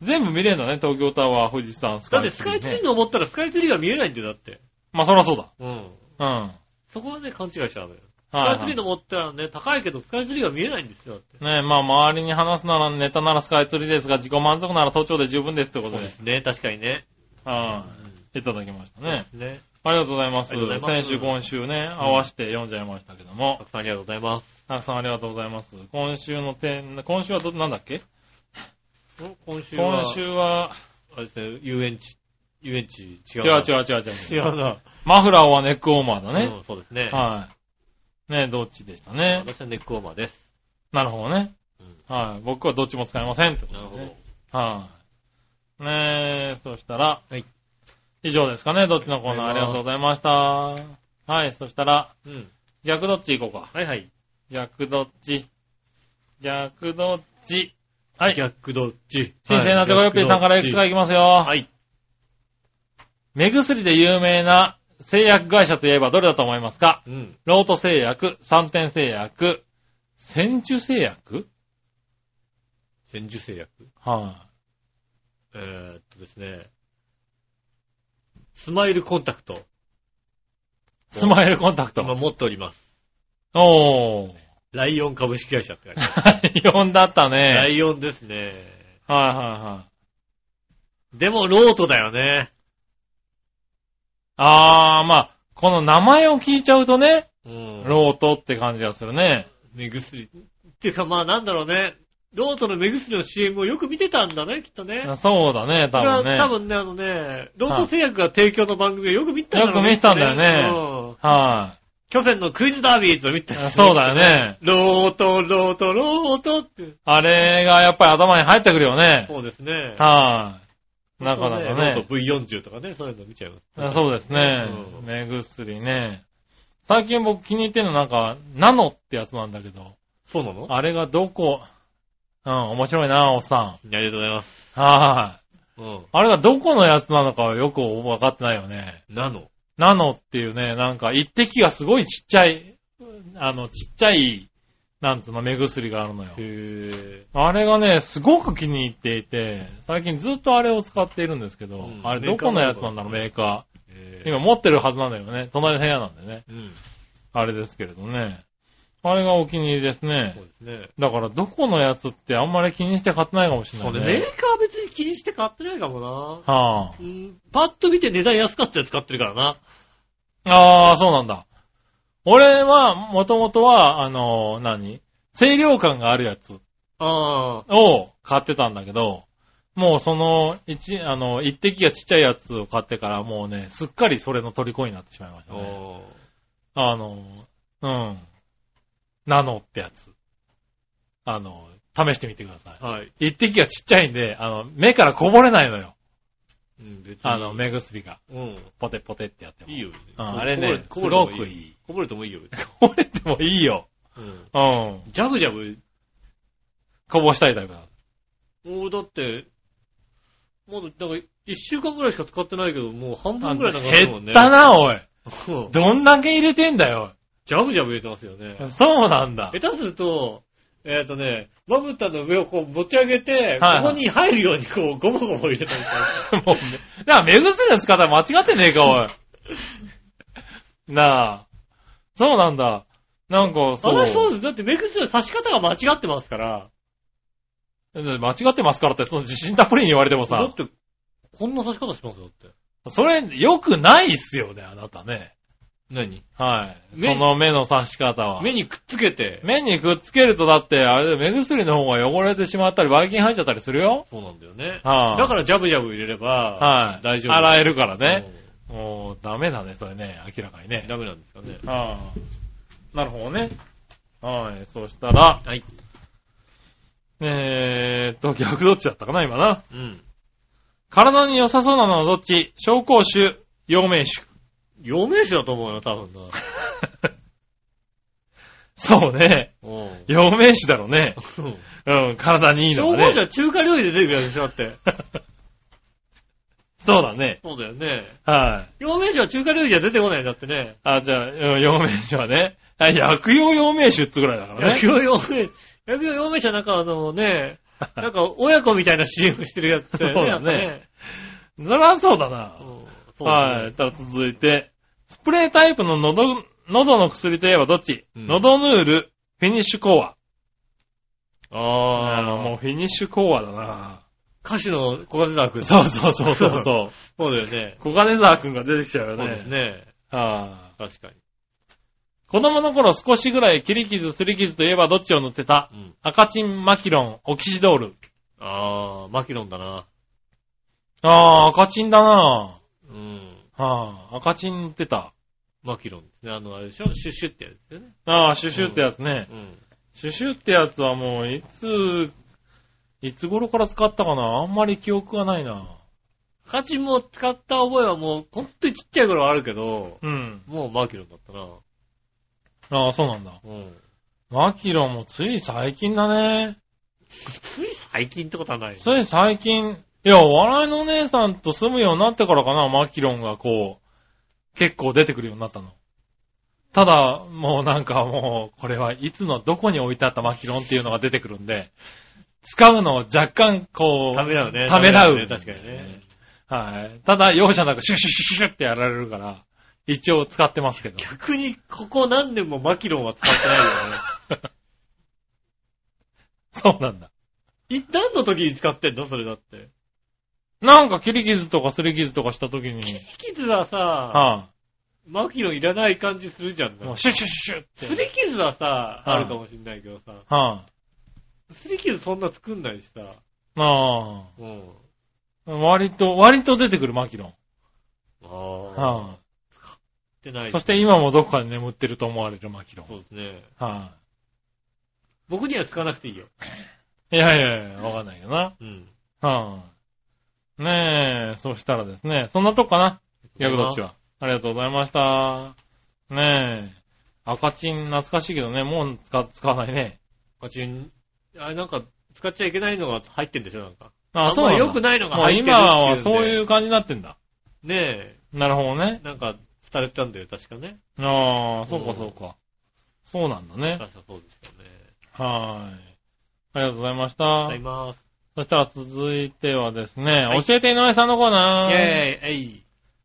[SPEAKER 3] 全部見れるんだね、東京タワー、富士山、ス
[SPEAKER 2] だっ
[SPEAKER 3] カ
[SPEAKER 2] て
[SPEAKER 3] イ
[SPEAKER 2] ス
[SPEAKER 3] ツ
[SPEAKER 2] カ
[SPEAKER 3] リー、ね。
[SPEAKER 2] イツリー登ったらスカイツリーが見えないんだよ、だって。
[SPEAKER 3] まあそらそうだ。
[SPEAKER 2] うん。
[SPEAKER 3] うん。はい
[SPEAKER 2] そこはね、勘違いしちゃうのよ。スカ
[SPEAKER 3] は
[SPEAKER 2] イツリー
[SPEAKER 3] い。
[SPEAKER 2] 登ったらね、高いけどスカイツリーが見えないんですよ、だって。
[SPEAKER 3] ねまあ周りに話すならネタならスカイツリーですが、自己満足なら都庁で十分ですってことで。
[SPEAKER 2] ね、確かにね。
[SPEAKER 3] はい。いただきましたね。
[SPEAKER 2] ね。
[SPEAKER 3] ありがとうございます。
[SPEAKER 2] ありがとうございま
[SPEAKER 3] 先
[SPEAKER 2] す
[SPEAKER 3] 週、今週ね、合わせて読んじゃいましたけども
[SPEAKER 2] た、くさんありがとうございます。
[SPEAKER 3] たくさんありがとうございます。今週の点、今週はど、なんだっけ
[SPEAKER 2] 今週は、
[SPEAKER 3] 今週は、
[SPEAKER 2] あれですね、遊園地、遊園地違
[SPEAKER 3] 違
[SPEAKER 2] う
[SPEAKER 3] う
[SPEAKER 2] な。
[SPEAKER 3] 違う違う違
[SPEAKER 2] 違
[SPEAKER 3] う。
[SPEAKER 2] うな。
[SPEAKER 3] マフラーはネックウォーマーだね。
[SPEAKER 2] うん、そうですね。
[SPEAKER 3] はい。ねどっちでしたね。
[SPEAKER 2] 私はネックウォーマーです。
[SPEAKER 3] なるほどね
[SPEAKER 2] う。
[SPEAKER 3] はい。僕はどっちも使えませんってこと
[SPEAKER 2] なるほ
[SPEAKER 3] ですね。
[SPEAKER 2] ど。
[SPEAKER 3] はい。ねえ、そしたら、
[SPEAKER 2] はい
[SPEAKER 3] 以上ですかね。どっちのコーナーあ
[SPEAKER 2] あり
[SPEAKER 3] りが
[SPEAKER 2] が
[SPEAKER 3] と
[SPEAKER 2] と
[SPEAKER 3] う
[SPEAKER 2] う
[SPEAKER 3] ございました。はい、そしたら、
[SPEAKER 2] うん。
[SPEAKER 3] 逆どっち行こうか。
[SPEAKER 2] はいはい。
[SPEAKER 3] 逆どっち。逆どっち。
[SPEAKER 2] はい。逆どっち。
[SPEAKER 3] 新鮮なチョコヨッピーさんからいくつか行きますよ。
[SPEAKER 2] はい。
[SPEAKER 3] 目薬で有名な製薬会社といえばどれだと思いますか
[SPEAKER 2] うん。
[SPEAKER 3] ロート製薬、三点製薬、千住製薬
[SPEAKER 2] 千住製薬。
[SPEAKER 3] は
[SPEAKER 2] えーっとですね。スマイルコンタクト。
[SPEAKER 3] い。スマイルコンタク
[SPEAKER 2] 今
[SPEAKER 3] ト。
[SPEAKER 2] 持っております。
[SPEAKER 3] おー。 [LAUGHS]
[SPEAKER 2] ライオン株式会社って書いてある。
[SPEAKER 3] ライオンだった
[SPEAKER 2] ラ
[SPEAKER 3] ね。
[SPEAKER 2] イオンですね。
[SPEAKER 3] はいはいはい。
[SPEAKER 2] でも、ロートだよね。
[SPEAKER 3] あー、まあ、この名前を聞いちゃうとね、
[SPEAKER 2] うん。
[SPEAKER 3] ロートって感じがするね。
[SPEAKER 2] 目薬。っていうか、まあなんだろうね。ロートの目薬の CM をよく見てたんだね、きっとね。
[SPEAKER 3] そうだね、多分
[SPEAKER 2] それ
[SPEAKER 3] ね。
[SPEAKER 2] は多分ね、あのね、ロート製薬が提供の番組をよく見てたんだろう
[SPEAKER 3] よく見てたんだよ
[SPEAKER 2] ね。うん
[SPEAKER 3] は
[SPEAKER 2] 去年のクイズダービーと見て
[SPEAKER 3] い、
[SPEAKER 2] た。
[SPEAKER 3] そうだよ。ね。
[SPEAKER 2] ロート、ロート、ロートって。
[SPEAKER 3] あれがやっぱり頭に入ってくるよね。
[SPEAKER 2] そうですね。
[SPEAKER 3] はい、なかなか
[SPEAKER 2] ロー
[SPEAKER 3] ね。
[SPEAKER 2] ト V40 とかね、そういうの見ちゃいます。
[SPEAKER 3] そうですね。
[SPEAKER 2] うん
[SPEAKER 3] 目薬ね。最近僕気に入ってんのなんか、ナノってやつなんだけど、
[SPEAKER 2] そうなのあ
[SPEAKER 3] あれがどこ、うん、面白いな、おっさ
[SPEAKER 2] りがとうございます。
[SPEAKER 3] ん。はい、
[SPEAKER 2] うん。
[SPEAKER 3] あれがどこのやつなのかはよく分かってないよね。
[SPEAKER 2] ナノ。
[SPEAKER 3] ナノっていうね、なんか一滴がすごいちっちゃい、あの、ちっちゃい、なんつうの、目薬があるのよ
[SPEAKER 2] へ。ぇ
[SPEAKER 3] あれがね、すごく気に入っていて、最近ずっとあれを使っているんですけど、
[SPEAKER 2] うん
[SPEAKER 3] あれどこのやつなんだろう、メ
[SPEAKER 2] メ
[SPEAKER 3] ーカー。
[SPEAKER 2] ー。
[SPEAKER 3] 今持ってるはずなんだよね。隣の部屋なんでね。
[SPEAKER 2] うん。
[SPEAKER 3] あれですけれどね。あれがお気に入りですね
[SPEAKER 2] そう。ですね。
[SPEAKER 3] だからどこのやつってあんまり気にして買ってないかもしれな
[SPEAKER 2] そ
[SPEAKER 3] い、
[SPEAKER 2] うね、
[SPEAKER 3] ね。
[SPEAKER 2] メーカー別に気にして買ってないかも
[SPEAKER 3] は
[SPEAKER 2] な。うん、パッと見て値段安かったやつ買ってるからな。
[SPEAKER 3] あ。ああ、そうなんだ。俺は、もともとは、あのー何清涼感があるやつ
[SPEAKER 2] ああ。
[SPEAKER 3] を買ってたんだけど、もうその、一、あの、一滴がちっちゃいやつを買ってから、もうね、すっかりそれの虜になってしまいましたね。
[SPEAKER 2] おー
[SPEAKER 3] あの、うん。ナノってやつ。あの、試してみてくださ
[SPEAKER 2] はい。
[SPEAKER 3] い。一滴がちっちゃいんで、あの、目からこぼれないのよ。
[SPEAKER 2] うん、別に。
[SPEAKER 3] あの、目薬が。
[SPEAKER 2] うん。
[SPEAKER 3] ポテポテってやっても。
[SPEAKER 2] いいよ。
[SPEAKER 3] うん。あれね、す
[SPEAKER 2] こぼれ
[SPEAKER 3] ご
[SPEAKER 2] こぼれても
[SPEAKER 3] くい
[SPEAKER 2] い。
[SPEAKER 3] い。
[SPEAKER 2] こぼれてもいいよ。別に
[SPEAKER 3] こぼれてもいいよ。
[SPEAKER 2] うん。
[SPEAKER 3] うん。
[SPEAKER 2] ジャブジャブ。
[SPEAKER 3] こぼしたいだけだ。
[SPEAKER 2] もうだって、もう、だから、一週間ぐらいしか使ってないけど、もう半分ぐらいなくなってるもん
[SPEAKER 3] 減
[SPEAKER 2] ね。
[SPEAKER 3] ったな、おい。
[SPEAKER 2] うん
[SPEAKER 3] どんだけ入れてんだよ。
[SPEAKER 2] ジャブジャブ入れてますよね。
[SPEAKER 3] そうなんだ。
[SPEAKER 2] 下手すると、えっ、とね、まぶたの上をこう持ち上げて、
[SPEAKER 3] はいはい
[SPEAKER 2] ここに入るようにこう、ゴボゴボ入れたりとか。
[SPEAKER 3] もうね、だから目薬の使い方間違ってねえか、おい。
[SPEAKER 2] [LAUGHS]
[SPEAKER 3] なあ。そうなんだ。なんか、 [LAUGHS] そう。
[SPEAKER 2] 私そうです。だって目薬の刺し方が間違ってますから。
[SPEAKER 3] 間違ってますからって、その自信たっぷりに言われても
[SPEAKER 2] だ
[SPEAKER 3] さ
[SPEAKER 2] っ、て、こんな刺し方しますよだって。
[SPEAKER 3] それ、良くないっすよね、あなたね。
[SPEAKER 2] 何
[SPEAKER 3] はい。そ
[SPEAKER 2] 目
[SPEAKER 3] の目の刺し方は。
[SPEAKER 2] 目にくっつけて。
[SPEAKER 3] 目にくっつけるとだって、あれで目薬の方が汚れてしまったり、ばい菌入っちゃったりするよ。
[SPEAKER 2] そうなんだよね。
[SPEAKER 3] はい、
[SPEAKER 2] だからジャブジャブ入れれば、
[SPEAKER 3] はい。
[SPEAKER 2] 大丈夫。
[SPEAKER 3] 洗えるからね。
[SPEAKER 2] う
[SPEAKER 3] もう、ダメだね、それね、明らかにね
[SPEAKER 2] ん。。ダメなんですかね。
[SPEAKER 3] ああ。なるほどね。はい。そしたら、
[SPEAKER 2] はい。
[SPEAKER 3] えーっと、逆どっちだったかな、今な。
[SPEAKER 2] うん。
[SPEAKER 3] 体に良さそうなのはどっち紹興酒、陽明酒。
[SPEAKER 2] 陽明酒だと思うよ、多分な。
[SPEAKER 3] そうね。 [LAUGHS]
[SPEAKER 2] うん。
[SPEAKER 3] 陽明酒だろうね。うん、体にいい
[SPEAKER 2] 消
[SPEAKER 3] の
[SPEAKER 2] 防
[SPEAKER 3] は
[SPEAKER 2] 士
[SPEAKER 3] ね。
[SPEAKER 2] は中華料理で出てくるやつでしょ、だ
[SPEAKER 3] [LAUGHS]
[SPEAKER 2] って。
[SPEAKER 3] そうだね。
[SPEAKER 2] そうだよね。
[SPEAKER 3] はい。
[SPEAKER 2] 陽明酒は中華料理じゃ出てこないんだってね。
[SPEAKER 3] あ、じゃあ、うん陽明酒はね。あ薬用陽明酒っつぐらいだからね
[SPEAKER 2] 薬。用陽明、薬用陽明酒はなんかあのね、
[SPEAKER 3] [LAUGHS]
[SPEAKER 2] なんか親子みたいな CM してるやつだよね。
[SPEAKER 3] そうだねそりゃそうだな。
[SPEAKER 2] は
[SPEAKER 3] はい。
[SPEAKER 2] い。
[SPEAKER 3] ただ続いて、スプレータイプの喉、喉の薬といえばどっち、
[SPEAKER 2] うん
[SPEAKER 3] 喉ヌール、フィニッシュコア。あ
[SPEAKER 2] あ
[SPEAKER 3] の、
[SPEAKER 2] あ、
[SPEAKER 3] も
[SPEAKER 2] も
[SPEAKER 3] うフィニッシュコアだ
[SPEAKER 2] う
[SPEAKER 3] な。
[SPEAKER 2] 歌手の小金沢くん。
[SPEAKER 3] そうそうそうそう [LAUGHS] そう。
[SPEAKER 2] [LAUGHS] そうだよね。
[SPEAKER 3] 小金沢くんが出てきちゃうよ
[SPEAKER 2] そう
[SPEAKER 3] ね。
[SPEAKER 2] ですね。
[SPEAKER 3] はあ
[SPEAKER 2] 確かに。
[SPEAKER 3] 子供の頃少しぐらい切り傷、すり傷といえばどっちを塗ってた
[SPEAKER 2] うん。
[SPEAKER 3] 赤チン、マキロン、オキシドール。
[SPEAKER 2] ああ、マキロンだな。
[SPEAKER 3] ああ、赤チンだな。
[SPEAKER 2] うん。
[SPEAKER 3] はあ、赤チン塗ってた。
[SPEAKER 2] マキロンですね。あの、あれでしょシュッシュってやつだよね。
[SPEAKER 3] ああ、シュシュってやつね。
[SPEAKER 2] うん。
[SPEAKER 3] シュシュってやつはもう、いつ、いつ頃から使ったかなあんまり記憶がないな。
[SPEAKER 2] カチンも使った覚えはもう、ほんとにちっちゃい頃はあるけど、
[SPEAKER 3] うん。
[SPEAKER 2] もうマキロンだったな。
[SPEAKER 3] ああ、そうなんだ。
[SPEAKER 2] うん。
[SPEAKER 3] マキロンもつい最近だね。
[SPEAKER 2] つい最近ってことはない。
[SPEAKER 3] つい最近、いや、お笑いのお姉さんと住むようになってからかな、マキロンがこう、結構出てくるようになったの。ただ、もうなんかもう、これはいつのどこに置いてあったマキロンっていうのが出てくるんで、使うのを若干こう、
[SPEAKER 2] ためらうね。
[SPEAKER 3] ためらう
[SPEAKER 2] ね確かにね。
[SPEAKER 3] はい。ただ、容赦なくシュシュシュシュシュってやられるから、一応使ってますけど。
[SPEAKER 2] 逆に、ここ何年もマキロンは使ってないよ
[SPEAKER 3] [LAUGHS]
[SPEAKER 2] ね。
[SPEAKER 3] そうなんだ。
[SPEAKER 2] い、何の時に使ってんのそれだって。
[SPEAKER 3] なんか切り傷とか擦り傷とかした時に、
[SPEAKER 2] 切り傷はさ、
[SPEAKER 3] は
[SPEAKER 2] マキロンいらない感じするじゃん
[SPEAKER 3] い。。もうシュシュシュシュって。
[SPEAKER 2] すり傷はさ、
[SPEAKER 3] うん
[SPEAKER 2] あるかもしんないけどさ、
[SPEAKER 3] は
[SPEAKER 2] すり傷そんな作んないしさ、
[SPEAKER 3] い。ああ。
[SPEAKER 2] うん。
[SPEAKER 3] 割と、割と出てくるマキロン。
[SPEAKER 2] ああ、っ
[SPEAKER 3] は。
[SPEAKER 2] てないい。
[SPEAKER 3] そして今もどこかに眠ってると思われるマキロン。
[SPEAKER 2] そうですね。
[SPEAKER 3] は
[SPEAKER 2] 僕には使わなくていいよ。
[SPEAKER 3] い。いやいやいや、わかんないけどな。
[SPEAKER 2] うん。
[SPEAKER 3] はい。ねえ、そしたらですね、そんなとこかな。逆どっちは。ありがとうございました。ねえ、赤チン懐かしいけどね、もう使使わないね。
[SPEAKER 2] カチン、あれなんか、使っちゃいけないのが入ってんでしょなんか。
[SPEAKER 3] あ
[SPEAKER 2] んま良くないのが
[SPEAKER 3] もう
[SPEAKER 2] 入ってるっていうんで
[SPEAKER 3] 今はそういう感じになってんだ。
[SPEAKER 2] ね
[SPEAKER 3] なるほどね
[SPEAKER 2] え、。なんか、されてたんだよ、確かね。
[SPEAKER 3] ああ、そうかそうか。そうなんだね。
[SPEAKER 2] 確かそうですよね。
[SPEAKER 3] はーい。ありがとうございました。
[SPEAKER 2] あります。
[SPEAKER 3] そしたら続いてはですね、
[SPEAKER 2] はい
[SPEAKER 3] 教えて井上さんのコ
[SPEAKER 2] イ
[SPEAKER 3] ー
[SPEAKER 2] ェ
[SPEAKER 3] ナ
[SPEAKER 2] ー
[SPEAKER 3] ー。
[SPEAKER 2] イ、えい。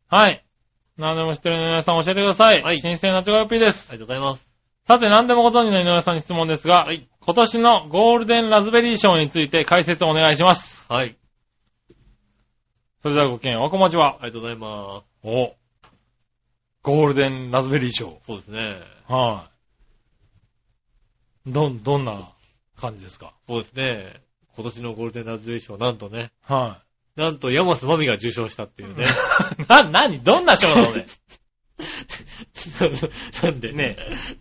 [SPEAKER 3] はい。何でも知ってる井上さん教えてください。
[SPEAKER 2] はい
[SPEAKER 3] 新生なちごよぴーです。
[SPEAKER 2] ありがとうございます。
[SPEAKER 3] さて何でもご存知の井上さんに質問ですが、
[SPEAKER 2] はい
[SPEAKER 3] 今年のゴールデンラズベリー賞について解説をお願いします。
[SPEAKER 2] はい。
[SPEAKER 3] それではごきげんよう、おこもちは
[SPEAKER 2] あ。りがとうございま
[SPEAKER 3] お。ゴールデンラズベリー賞。
[SPEAKER 2] す。そうですね。
[SPEAKER 3] はい。どん、どんな感じですか
[SPEAKER 2] そうですね。今年のゴールデンラズベリー賞、なんとね、
[SPEAKER 3] は
[SPEAKER 2] なんと山須まみが受賞したっていうね。
[SPEAKER 3] い。 [LAUGHS] な、なにどんな賞なの [LAUGHS] ね
[SPEAKER 2] なんで
[SPEAKER 3] ね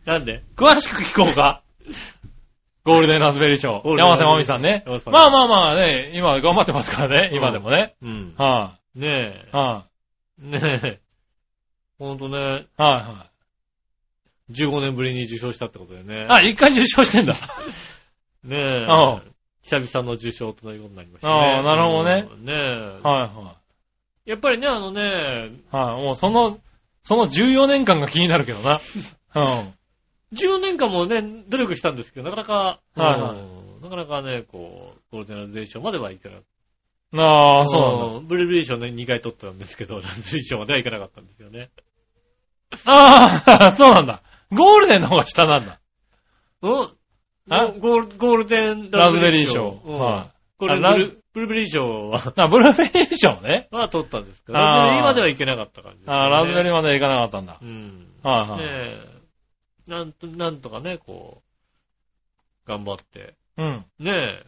[SPEAKER 2] なんで
[SPEAKER 3] 詳しく聞こうか。ゴールデンラズベリー賞。
[SPEAKER 2] ゴールデン
[SPEAKER 3] 山
[SPEAKER 2] ラズ
[SPEAKER 3] 瀬
[SPEAKER 2] ベリー賞
[SPEAKER 3] まみさんね。
[SPEAKER 2] 山瀬まみ
[SPEAKER 3] まあまあまあね、今頑張ってますからね、今でもね。
[SPEAKER 2] うん。
[SPEAKER 3] は
[SPEAKER 2] ね
[SPEAKER 3] い、は
[SPEAKER 2] え。ねえ。ほんとね、
[SPEAKER 3] い、は
[SPEAKER 2] 15年ぶりに受賞したってことだよね
[SPEAKER 3] い、。はい。あ、一回受賞してんだ。
[SPEAKER 2] ねえ。
[SPEAKER 3] うん
[SPEAKER 2] 久々の受賞ということになりましたね。
[SPEAKER 3] ああなるほどね
[SPEAKER 2] うん。ねえ。
[SPEAKER 3] はい、は
[SPEAKER 2] やっぱりね、あのね、
[SPEAKER 3] い。はい、もうその、その14年間が気になるけど [LAUGHS] な。うん。
[SPEAKER 2] 10年間もね、努力したんですけど、なかなか、
[SPEAKER 3] はいはい
[SPEAKER 2] うんなかなかね、こう、ゴールデンラズベリー賞まではいかな
[SPEAKER 3] ああ、そうなんだ。
[SPEAKER 2] うんブルーベリー賞ね、2回取ったんですけど、ラズベリー賞まではいかなかったんですよね。
[SPEAKER 3] あ [LAUGHS] あ、そうなんだ。ゴールデンの方が下なんだ。
[SPEAKER 2] うん
[SPEAKER 3] あ
[SPEAKER 2] ゴール、ゴールデン
[SPEAKER 3] ラズベリー賞。
[SPEAKER 2] うん
[SPEAKER 3] は
[SPEAKER 2] これ
[SPEAKER 3] あラ
[SPEAKER 2] ブル、ブルーベリー賞は、
[SPEAKER 3] い。な、ブルーベリー賞ね。
[SPEAKER 2] は取ったんですけど、
[SPEAKER 3] あー
[SPEAKER 2] ラズベリーまではいけなかった感じですね、
[SPEAKER 3] ああ、ラズベリーまではいかなかったんだ。
[SPEAKER 2] うん。
[SPEAKER 3] はい、
[SPEAKER 2] ね
[SPEAKER 3] はい、
[SPEAKER 2] え、なんと、なんとかね、こう、頑張って、
[SPEAKER 3] うん。
[SPEAKER 2] ねえ、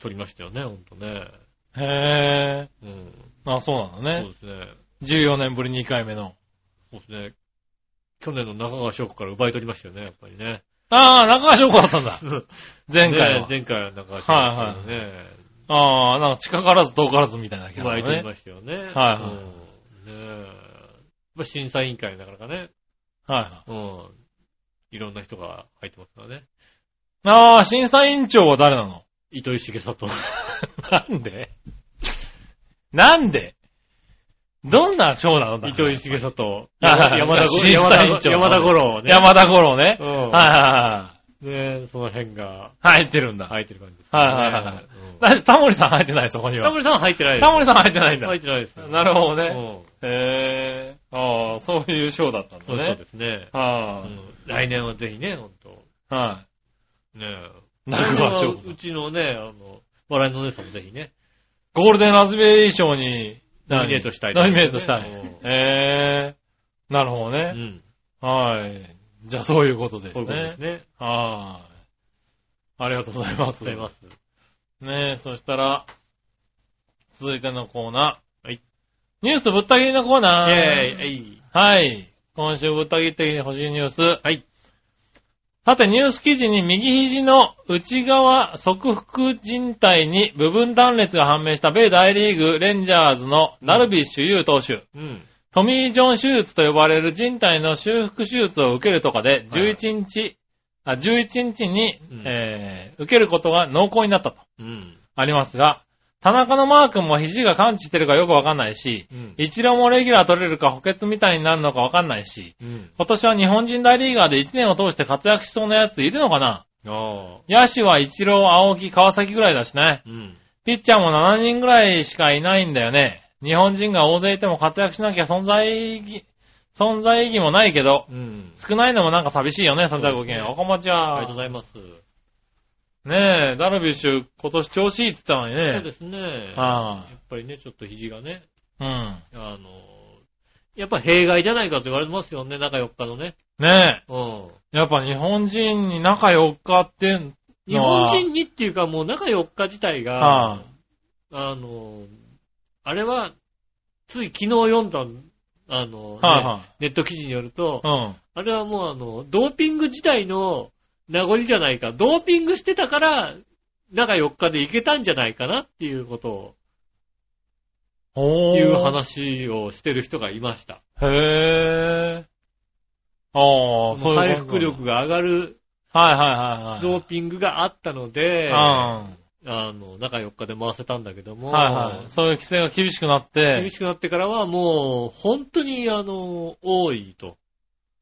[SPEAKER 2] 取りましたよね、ほんとね。
[SPEAKER 3] へえ。
[SPEAKER 2] うん。
[SPEAKER 3] ああ、そうなんだ
[SPEAKER 2] そう
[SPEAKER 3] ね。
[SPEAKER 2] ですね。
[SPEAKER 3] 14年ぶり2回目の。
[SPEAKER 2] そうですね。去年の中川翔子から奪い取りましたよね、やっぱりね。
[SPEAKER 3] ああ、中川翔子だったんだ。前回
[SPEAKER 2] ね
[SPEAKER 3] は
[SPEAKER 2] え前回は中川翔子からね、
[SPEAKER 3] ああ、なんか近からず遠からずみたいなキャ
[SPEAKER 2] 奪
[SPEAKER 3] ラ
[SPEAKER 2] い取
[SPEAKER 3] だ
[SPEAKER 2] り
[SPEAKER 3] ね。
[SPEAKER 2] ましたよね。はい
[SPEAKER 3] はい
[SPEAKER 2] うん。ねえ。まあ、審査委員会なかなかね、
[SPEAKER 3] はいはい。
[SPEAKER 2] うん。いろんな人が入ってますからね。
[SPEAKER 3] ああ、審査委員長は誰なの
[SPEAKER 2] 糸井重
[SPEAKER 3] [LAUGHS]
[SPEAKER 2] 里。
[SPEAKER 3] なんでなんでどんな賞なのだ
[SPEAKER 2] 糸井重里。
[SPEAKER 3] [LAUGHS] はいはい
[SPEAKER 2] 山田五
[SPEAKER 3] 審
[SPEAKER 2] 山
[SPEAKER 3] 査委員
[SPEAKER 2] 田
[SPEAKER 3] 長
[SPEAKER 2] 山田五郎ね。
[SPEAKER 3] 山田五郎ね。
[SPEAKER 2] うん。
[SPEAKER 3] はいは
[SPEAKER 2] ねえ、その辺が
[SPEAKER 3] いはい。入ってるんだ。
[SPEAKER 2] 入ってる感じです、
[SPEAKER 3] はいはいはいはい
[SPEAKER 2] うん
[SPEAKER 3] だってタモリさん入ってない、そこに
[SPEAKER 2] タ
[SPEAKER 3] は
[SPEAKER 2] モ。リさんは入ってないです。
[SPEAKER 3] タモリさん入ってないんだ
[SPEAKER 2] 入。ってないです。
[SPEAKER 3] なるほど
[SPEAKER 2] う
[SPEAKER 3] ね。
[SPEAKER 2] ん。
[SPEAKER 3] へえ。ああ、そういう賞だったんだ
[SPEAKER 2] そうそう
[SPEAKER 3] ね
[SPEAKER 2] で。すね。う
[SPEAKER 3] あ
[SPEAKER 2] ん来年はぜひね、ほんと。
[SPEAKER 3] あ、は
[SPEAKER 2] ねえ。
[SPEAKER 3] い。中川翔子さ。
[SPEAKER 2] うんちのね、あの、笑いのお姉さんもぜひね、
[SPEAKER 3] ゴールデンラズベリー賞に、
[SPEAKER 2] ノミネートしたいと
[SPEAKER 3] ノ
[SPEAKER 2] 思い
[SPEAKER 3] ミ
[SPEAKER 2] ます
[SPEAKER 3] ネ
[SPEAKER 2] ね
[SPEAKER 3] ートしたい。へえ。なる
[SPEAKER 2] う
[SPEAKER 3] ほどね。
[SPEAKER 2] ん。
[SPEAKER 3] はい。じゃあ、そういうことです
[SPEAKER 2] そういうことで
[SPEAKER 3] ね
[SPEAKER 2] す。ね。
[SPEAKER 3] はい。ありがとうございます。
[SPEAKER 2] ございます。
[SPEAKER 3] ねえ、そしたら、続いてのコーナー。はい。ニュースぶった切りのコーナ
[SPEAKER 2] イェ
[SPEAKER 3] ー。
[SPEAKER 2] ーイえい。
[SPEAKER 3] はい。今週ぶった切って欲しいニュース。はい。さて、ニュース記事に右肘の内側側腹靭帯に部分断裂が判明した米大リーグレンジャーズのダルビッシュ有投手。
[SPEAKER 2] うん。
[SPEAKER 3] トミー・ジョン手術と呼ばれる人体の修復手術を受けるとかで、11日、あ11日に、
[SPEAKER 2] うん
[SPEAKER 3] えー受けることが濃厚になったと、
[SPEAKER 2] うん。
[SPEAKER 3] ありますが、田中のマー君も肘が感知してるかよくわかんないし、
[SPEAKER 2] うん。
[SPEAKER 3] 一郎もレギュラー取れるか補欠みたいになるのかわかんないし、
[SPEAKER 2] うん。
[SPEAKER 3] 今年は日本人大リーガーで1年を通して活躍しそうなやついるのかな
[SPEAKER 2] ああ。
[SPEAKER 3] 野手は一郎、青木、川崎ぐらいだしね。
[SPEAKER 2] うん。
[SPEAKER 3] ピッチャーも7人ぐらいしかいないんだよね。日本人が大勢いても活躍しなきゃ存在意義、存在意義もないけど、
[SPEAKER 2] うん。
[SPEAKER 3] 少ないのもなんか寂しいよね、三大ご機嫌。
[SPEAKER 2] そうですね
[SPEAKER 3] おこまち
[SPEAKER 2] あ
[SPEAKER 3] は。
[SPEAKER 2] りがとうございます。
[SPEAKER 3] ねえ、ダルビッシュ今年調子いいって言ったのに
[SPEAKER 2] そう
[SPEAKER 3] ね
[SPEAKER 2] で。すね。
[SPEAKER 3] あ
[SPEAKER 2] やっぱりね、ちょっと肘がね、
[SPEAKER 3] あ。
[SPEAKER 2] あの、やっぱ弊害じゃないかと言われてますよね、中4日のね。
[SPEAKER 3] うん。ね
[SPEAKER 2] うん。
[SPEAKER 3] え、やっぱ日本人に中4日って
[SPEAKER 2] 日
[SPEAKER 3] のは
[SPEAKER 2] 本人にっていうかもう中4日自体
[SPEAKER 3] は
[SPEAKER 2] があ
[SPEAKER 3] い、
[SPEAKER 2] の、あれは、つい昨日読んだ、あの、ね
[SPEAKER 3] は
[SPEAKER 2] ネット記事によると
[SPEAKER 3] い、は
[SPEAKER 2] あれはもうあの、ドーピング自体の名残じゃないか。ドーピングしてたから、中4日で行けたんじゃないかなっていうことを、
[SPEAKER 3] い。うん。おー。
[SPEAKER 2] いう話をしてる人がいました。
[SPEAKER 3] へえ。ああ、そういうこと
[SPEAKER 2] 回復力。が上がる
[SPEAKER 3] はいはいはいはい。
[SPEAKER 2] ドーピングがあったので、
[SPEAKER 3] うん。
[SPEAKER 2] あの、中4日で回せたんだけども、
[SPEAKER 3] はいはい。そういう規制が厳しくなって。
[SPEAKER 2] 厳しくなってからはもう、本当にあの、多いと。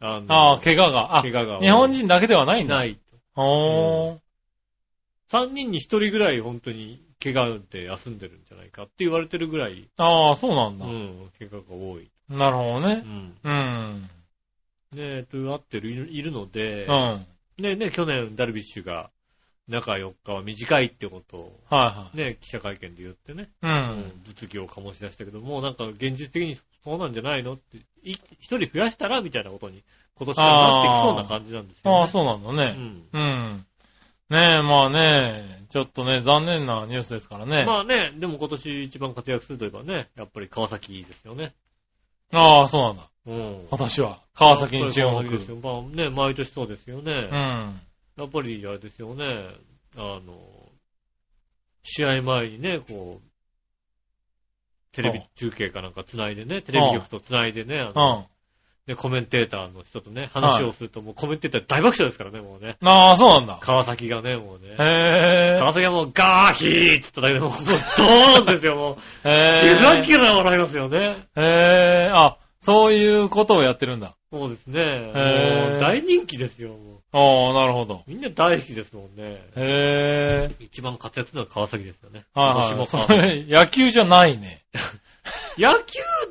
[SPEAKER 2] あの、
[SPEAKER 3] ああ、怪我が。あ、
[SPEAKER 2] 怪我が多い。
[SPEAKER 3] 日本人だけではないんだ。
[SPEAKER 2] ない。
[SPEAKER 3] おー。
[SPEAKER 2] 3人に1人ぐらい本当に怪我で休んでるんじゃないかって言われてるぐらい、
[SPEAKER 3] ああ、そうなん
[SPEAKER 2] う
[SPEAKER 3] だ。
[SPEAKER 2] ん、怪我が多い。
[SPEAKER 3] なるほど
[SPEAKER 2] う
[SPEAKER 3] ね。
[SPEAKER 2] ん。
[SPEAKER 3] うん。
[SPEAKER 2] ねえ、となってる、いるいるの
[SPEAKER 3] う
[SPEAKER 2] で
[SPEAKER 3] ん。、はい
[SPEAKER 2] ねえねえ、去年ダルビッシュが中4日は短いってことを、
[SPEAKER 3] は
[SPEAKER 2] ね、記者会見で言ってね、
[SPEAKER 3] い。う。
[SPEAKER 2] うんん、物議を醸し出したけど、もうなんか現実的にそうなんじゃないのって、い一人増やしたらみたいなことに、今年からなってきそうな感じなんですよ、ね。
[SPEAKER 3] ああ、そうなんだ
[SPEAKER 2] う
[SPEAKER 3] ね。
[SPEAKER 2] ん。
[SPEAKER 3] うん。ねえ、まあねちょっとね、残念なニュースですからね。
[SPEAKER 2] まあね、でも今年一番活躍するといえばね、やっぱり川崎ですよね。
[SPEAKER 3] ああ、そうなんだ。
[SPEAKER 2] うん。
[SPEAKER 3] 今年は。川崎に注
[SPEAKER 2] やっぱ
[SPEAKER 3] 目。
[SPEAKER 2] り川崎ですよまあね、毎年そうですよね。
[SPEAKER 3] うん。
[SPEAKER 2] やっぱりあれですよね、あの、試合前にね、こう、テレビ
[SPEAKER 3] うん
[SPEAKER 2] 中継かなんか繋いでね、テレビ局と繋いでね、あ
[SPEAKER 3] う
[SPEAKER 2] の
[SPEAKER 3] ん。
[SPEAKER 2] ねコメンテーターの人とね、話をすると、もうコメンテーター大爆笑ですからね、もうね。
[SPEAKER 3] ああ、そうなんだ。
[SPEAKER 2] 川崎がね、もうね。
[SPEAKER 3] へえ。
[SPEAKER 2] 川崎はもうガーヒーって言っただけで
[SPEAKER 3] [LAUGHS]
[SPEAKER 2] もう、もうドーンですよ、もう。キ
[SPEAKER 3] へえ。
[SPEAKER 2] ラキラ笑いますよね。
[SPEAKER 3] へえ。あ、そういうことをやってるんだ。
[SPEAKER 2] そうですね。
[SPEAKER 3] ー
[SPEAKER 2] もう大人気ですよ、もう。
[SPEAKER 3] ああ、なるほど。
[SPEAKER 2] みんな大好きですもんね。
[SPEAKER 3] へえ。
[SPEAKER 2] 一番活躍するのは川崎ですよね。
[SPEAKER 3] はい
[SPEAKER 2] 今
[SPEAKER 3] は
[SPEAKER 2] 年
[SPEAKER 3] い。そ
[SPEAKER 2] も
[SPEAKER 3] [LAUGHS]
[SPEAKER 2] 川崎
[SPEAKER 3] れ、野球じゃないね。
[SPEAKER 2] 野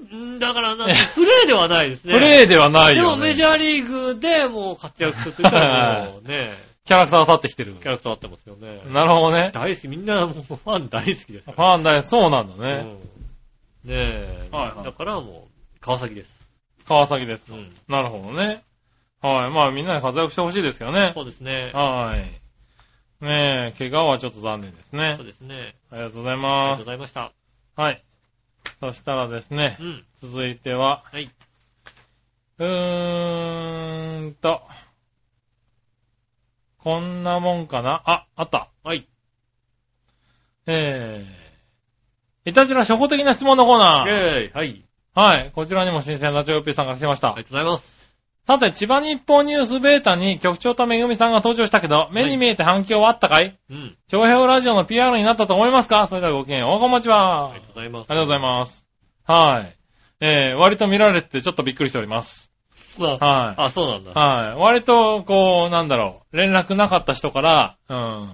[SPEAKER 2] 球、んだからなんか、プレーではないですね。
[SPEAKER 3] プレーではない
[SPEAKER 2] でも
[SPEAKER 3] よ、ね。
[SPEAKER 2] メジャーリーグでもう活躍するというか、もうね、
[SPEAKER 3] キャラクターが立ってきてる
[SPEAKER 2] キ。ャラクターあってますよね。
[SPEAKER 3] なるほどね。
[SPEAKER 2] 大好き、みんなもうファン大好きです
[SPEAKER 3] フ
[SPEAKER 2] よ
[SPEAKER 3] ァンだよ。そうなんだ
[SPEAKER 2] ね。
[SPEAKER 3] ね。
[SPEAKER 2] うんねえ、
[SPEAKER 3] はいはい
[SPEAKER 2] だからもう、川崎です。
[SPEAKER 3] 川崎です
[SPEAKER 2] う
[SPEAKER 3] か。
[SPEAKER 2] ん。
[SPEAKER 3] なるほどね。はい。まあみんなで活躍してほしいですけどね。
[SPEAKER 2] そうですね。
[SPEAKER 3] はい。ねえ、怪我はちょっと残念ですね
[SPEAKER 2] そう。ですね。
[SPEAKER 3] ありがとうござい
[SPEAKER 2] ありがと
[SPEAKER 3] ま
[SPEAKER 2] うご
[SPEAKER 3] す。
[SPEAKER 2] ざいました。
[SPEAKER 3] はい。そしたらですね
[SPEAKER 2] う、ん。
[SPEAKER 3] 続いては、
[SPEAKER 2] はい。
[SPEAKER 3] うーんと、こんなもんかな。あ、あった。
[SPEAKER 2] はい。
[SPEAKER 3] えー、いたじら初歩的な質問のコー
[SPEAKER 2] イェー
[SPEAKER 3] ナー。
[SPEAKER 2] イ。はい。
[SPEAKER 3] はい。こちらにも新鮮なジョーピーさんから来まし
[SPEAKER 2] あ
[SPEAKER 3] た。
[SPEAKER 2] りがとうございます。
[SPEAKER 3] さて、千葉日報ニュースベータに局長とめぐみさんが登場したけど、目に見えて反響はあったかい
[SPEAKER 2] うん。
[SPEAKER 3] 長平ラジオの PR になったと思いますかそれではごきげんよう、おこんばんちは。
[SPEAKER 2] ありがとうございます。
[SPEAKER 3] ありがとうございます。はい。えー、割と見られててちょっとびっくりしております。
[SPEAKER 2] す。まあ、
[SPEAKER 3] はい。
[SPEAKER 2] あ、そうなんだ。
[SPEAKER 3] はい。割と、こう、なんだろう、連絡なかった人から、うん。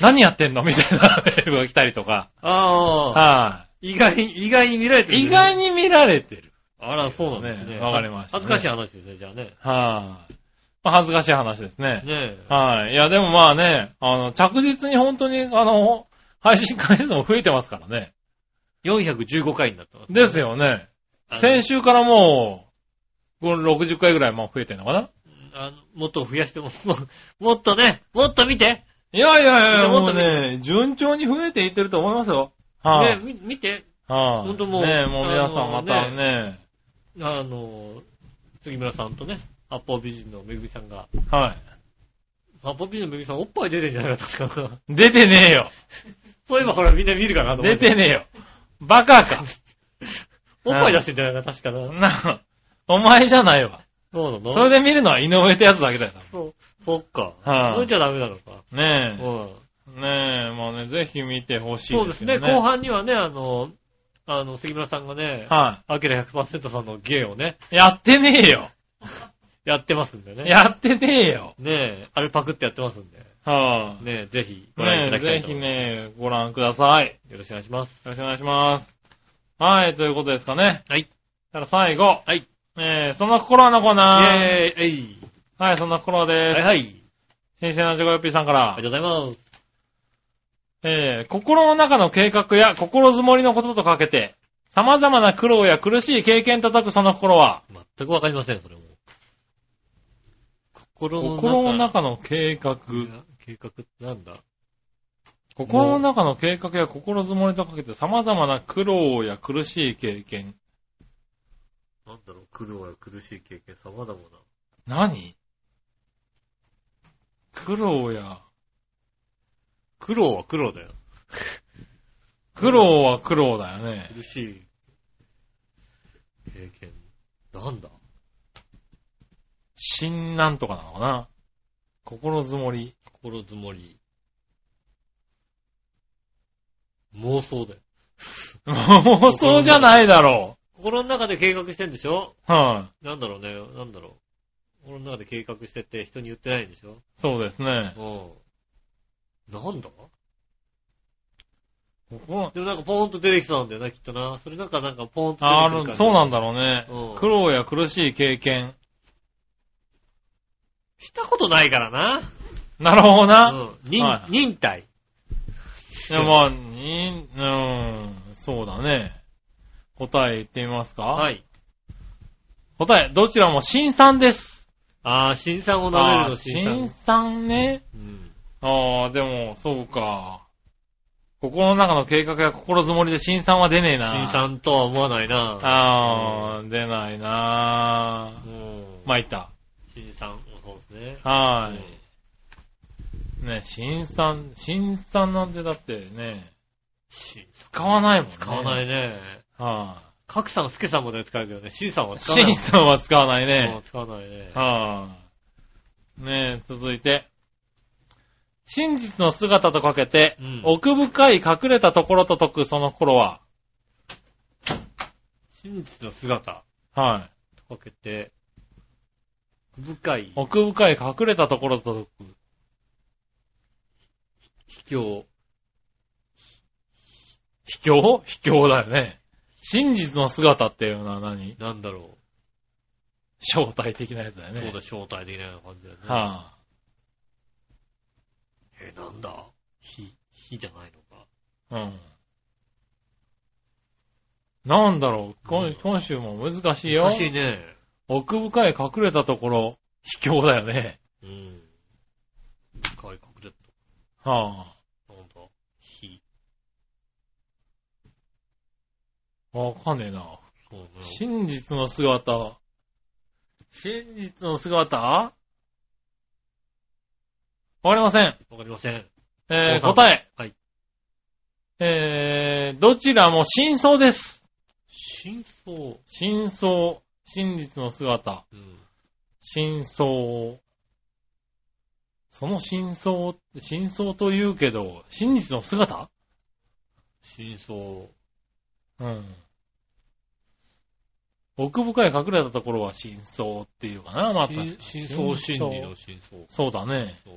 [SPEAKER 3] 何やってんのみたいなメールが来たりとか。
[SPEAKER 2] ああ、
[SPEAKER 3] は
[SPEAKER 2] 意外に、意外に見られてる。
[SPEAKER 3] い。意外に見られてる。
[SPEAKER 2] あら、そうなんですね。
[SPEAKER 3] ねわかりましたね
[SPEAKER 2] 恥ずかしい話ですね、じゃあね。
[SPEAKER 3] はい。まあ、恥ずかしい話ですね。
[SPEAKER 2] ねえ。
[SPEAKER 3] はい。いや、でもまあね、あの、着実に本当に、あの、配信回数も増えてますからね。
[SPEAKER 2] 415回になってます。
[SPEAKER 3] ですよね。
[SPEAKER 2] あの
[SPEAKER 3] 先週からもう、この60回ぐらいもう増えてるのかな
[SPEAKER 2] あのもっと増やしても、ももっとね、もっと見て、
[SPEAKER 3] いやいやい
[SPEAKER 2] いや
[SPEAKER 3] や、
[SPEAKER 2] も
[SPEAKER 3] も
[SPEAKER 2] っと
[SPEAKER 3] うね、順調に増えていってると思いますよ。はい、
[SPEAKER 2] ね、み見て、
[SPEAKER 3] はい、
[SPEAKER 2] ほんともう
[SPEAKER 3] ねもう皆さ
[SPEAKER 2] あ
[SPEAKER 3] ん
[SPEAKER 2] の
[SPEAKER 3] ま
[SPEAKER 2] ー
[SPEAKER 3] たね、
[SPEAKER 2] あの、杉村さんとね、八方美人のめぐみさんが、
[SPEAKER 3] はい。
[SPEAKER 2] ハッパピーのめぐみさん、おっぱい出てんじゃない [LAUGHS] か、確か。
[SPEAKER 3] 出てねえよ。
[SPEAKER 2] そういえばほら、みんな見るかなと思
[SPEAKER 3] 出
[SPEAKER 2] って。
[SPEAKER 3] てねえよ。バカか。
[SPEAKER 2] おっぱい出してんじゃないか、確かな。
[SPEAKER 3] な、お前じゃないわ。
[SPEAKER 2] そうなの
[SPEAKER 3] それで見るのは井上ってやつだけだよ。
[SPEAKER 2] そうそっか。
[SPEAKER 3] はい
[SPEAKER 2] それじゃダメなのか。
[SPEAKER 3] ね
[SPEAKER 2] うん。
[SPEAKER 3] え。ねえ、まあね、ぜひ見てほしい
[SPEAKER 2] そうで
[SPEAKER 3] ですす
[SPEAKER 2] ね、
[SPEAKER 3] よね。
[SPEAKER 2] 後半にはね、あの、あの、杉村さんがね、
[SPEAKER 3] は
[SPEAKER 2] アキラ100%さんの芸をね、
[SPEAKER 3] い。やってねえよ。
[SPEAKER 2] やってますんでね。
[SPEAKER 3] やってねえよ。
[SPEAKER 2] ねえ、あれパクってやってますんで。
[SPEAKER 3] はあ。
[SPEAKER 2] ねえ、ぜひご覧いた
[SPEAKER 3] ねえ、
[SPEAKER 2] だきたい
[SPEAKER 3] ぜ
[SPEAKER 2] と
[SPEAKER 3] ひ
[SPEAKER 2] 思いま
[SPEAKER 3] ね、ご覧ください。よ
[SPEAKER 2] す。よろしくお願いします。
[SPEAKER 3] ろしくお願いします。はい、ということですかね。
[SPEAKER 2] はい。
[SPEAKER 3] たら最後。
[SPEAKER 2] はい。
[SPEAKER 3] えー、そんな心はのコー
[SPEAKER 2] イェ
[SPEAKER 3] ナ
[SPEAKER 2] ー
[SPEAKER 3] ー。
[SPEAKER 2] イえい
[SPEAKER 3] はい、そんな心で
[SPEAKER 2] は
[SPEAKER 3] す。
[SPEAKER 2] いはい。あり
[SPEAKER 3] 新鮮なジョコヨッピーさんか
[SPEAKER 2] が。
[SPEAKER 3] ら
[SPEAKER 2] とうございます。
[SPEAKER 3] えー心の中の計画や心づもりのこととかけて、様々な苦労や苦しい経験叩くその心は、
[SPEAKER 2] 全くわかりません、それも。心の中。
[SPEAKER 3] 心の中の計画。
[SPEAKER 2] 計画ってなんだ
[SPEAKER 3] 心の中の計画や心づもりとかけて、様々な苦労や苦しい経験。
[SPEAKER 2] なんだろう、苦労や苦しい経験、様々な。
[SPEAKER 3] 何苦労や、
[SPEAKER 2] 苦労は苦労だよ。
[SPEAKER 3] 苦労は苦労だよね。
[SPEAKER 2] 苦しい経験。なんだ
[SPEAKER 3] 新なんとかなのかな心づもり。 [LAUGHS]
[SPEAKER 2] 心づもり。妄想だよ。
[SPEAKER 3] 妄想じゃないだろ
[SPEAKER 2] 心の中で計画してんでしょ
[SPEAKER 3] う。はい、
[SPEAKER 2] なんだろうね、なんだろう。心の中で計画してて人に言ってないんでしょ
[SPEAKER 3] そうですね。
[SPEAKER 2] うん。なんだ
[SPEAKER 3] 心
[SPEAKER 2] でもなんかポーンと出てきそうなんだよな、きっとな。それなんかなんかポーンと出てき
[SPEAKER 3] あある、そうなんだろうね。
[SPEAKER 2] うん
[SPEAKER 3] 苦労や苦しい経験。
[SPEAKER 2] したことないからな。
[SPEAKER 3] なるほどな。
[SPEAKER 2] うん。忍、
[SPEAKER 3] はい
[SPEAKER 2] 忍耐。
[SPEAKER 3] いや、まあ、に、うん、そうだね。答え言ってみますか、
[SPEAKER 2] はい。
[SPEAKER 3] 答え、どちらも新さんです。
[SPEAKER 2] ああ、新さんを舐める
[SPEAKER 3] あ
[SPEAKER 2] の
[SPEAKER 3] ー
[SPEAKER 2] 新さん
[SPEAKER 3] 新。さんね。
[SPEAKER 2] うん。
[SPEAKER 3] ああ、でも、そうか。心の中の計画や心づもりで新さんは出ねえな。
[SPEAKER 2] 新さんとは思わないな。
[SPEAKER 3] ああ、出ないな
[SPEAKER 2] う。ん。
[SPEAKER 3] まあ、いった。
[SPEAKER 2] 新さん、そうですね。
[SPEAKER 3] は
[SPEAKER 2] うん
[SPEAKER 3] い。ね、新さん、新さんなんてだってね、
[SPEAKER 2] 新さん
[SPEAKER 3] 使わないもんね。。
[SPEAKER 2] 使わないいね。
[SPEAKER 3] は。
[SPEAKER 2] 角さん、スケさんもね、使うけどね。シンさんはい使わない。
[SPEAKER 3] 新さんは使わないね。
[SPEAKER 2] うん使わないね。
[SPEAKER 3] はあ、ねえ、続いて。真実の姿とかけて、
[SPEAKER 2] うん
[SPEAKER 3] 奥深い隠れたところと解くその頃は、
[SPEAKER 2] 真実の姿
[SPEAKER 3] は
[SPEAKER 2] とかけて、深い
[SPEAKER 3] い。奥深い隠れたところと解く。
[SPEAKER 2] 秘境。
[SPEAKER 3] 秘境秘境だよね。真実の姿っていうのは何
[SPEAKER 2] なんだろ
[SPEAKER 3] 正体的なやつだよ
[SPEAKER 2] う。
[SPEAKER 3] ね。
[SPEAKER 2] そうだ、正体的な感じだよね。
[SPEAKER 3] は
[SPEAKER 2] えー、なんだ火、火じゃないのか。
[SPEAKER 3] あ、うん。なんだろう、
[SPEAKER 2] うん
[SPEAKER 3] 今今週も難しいよ
[SPEAKER 2] 難。しいね。
[SPEAKER 3] 奥深い隠れたところ、秘境だよね。
[SPEAKER 2] うん。深い隠れ
[SPEAKER 3] はあ。
[SPEAKER 2] た、なんだ火。
[SPEAKER 3] わかんねえな。
[SPEAKER 2] そうね。
[SPEAKER 3] 真実の姿。真実の姿わかりません。
[SPEAKER 2] わかりません。お
[SPEAKER 3] えー、
[SPEAKER 2] さん
[SPEAKER 3] 答え。
[SPEAKER 2] はい。
[SPEAKER 3] えー、どちらも真相です。
[SPEAKER 2] 真相。
[SPEAKER 3] 真相。真実の姿。
[SPEAKER 2] うん。
[SPEAKER 3] 真相。その真相、真相と言うけど、真実の姿
[SPEAKER 2] 真相。
[SPEAKER 3] うん。奥深い隠れたところは真相っていうかな、まあ、確かに
[SPEAKER 2] 真真相心理の真相。
[SPEAKER 3] そうだね。
[SPEAKER 2] そう。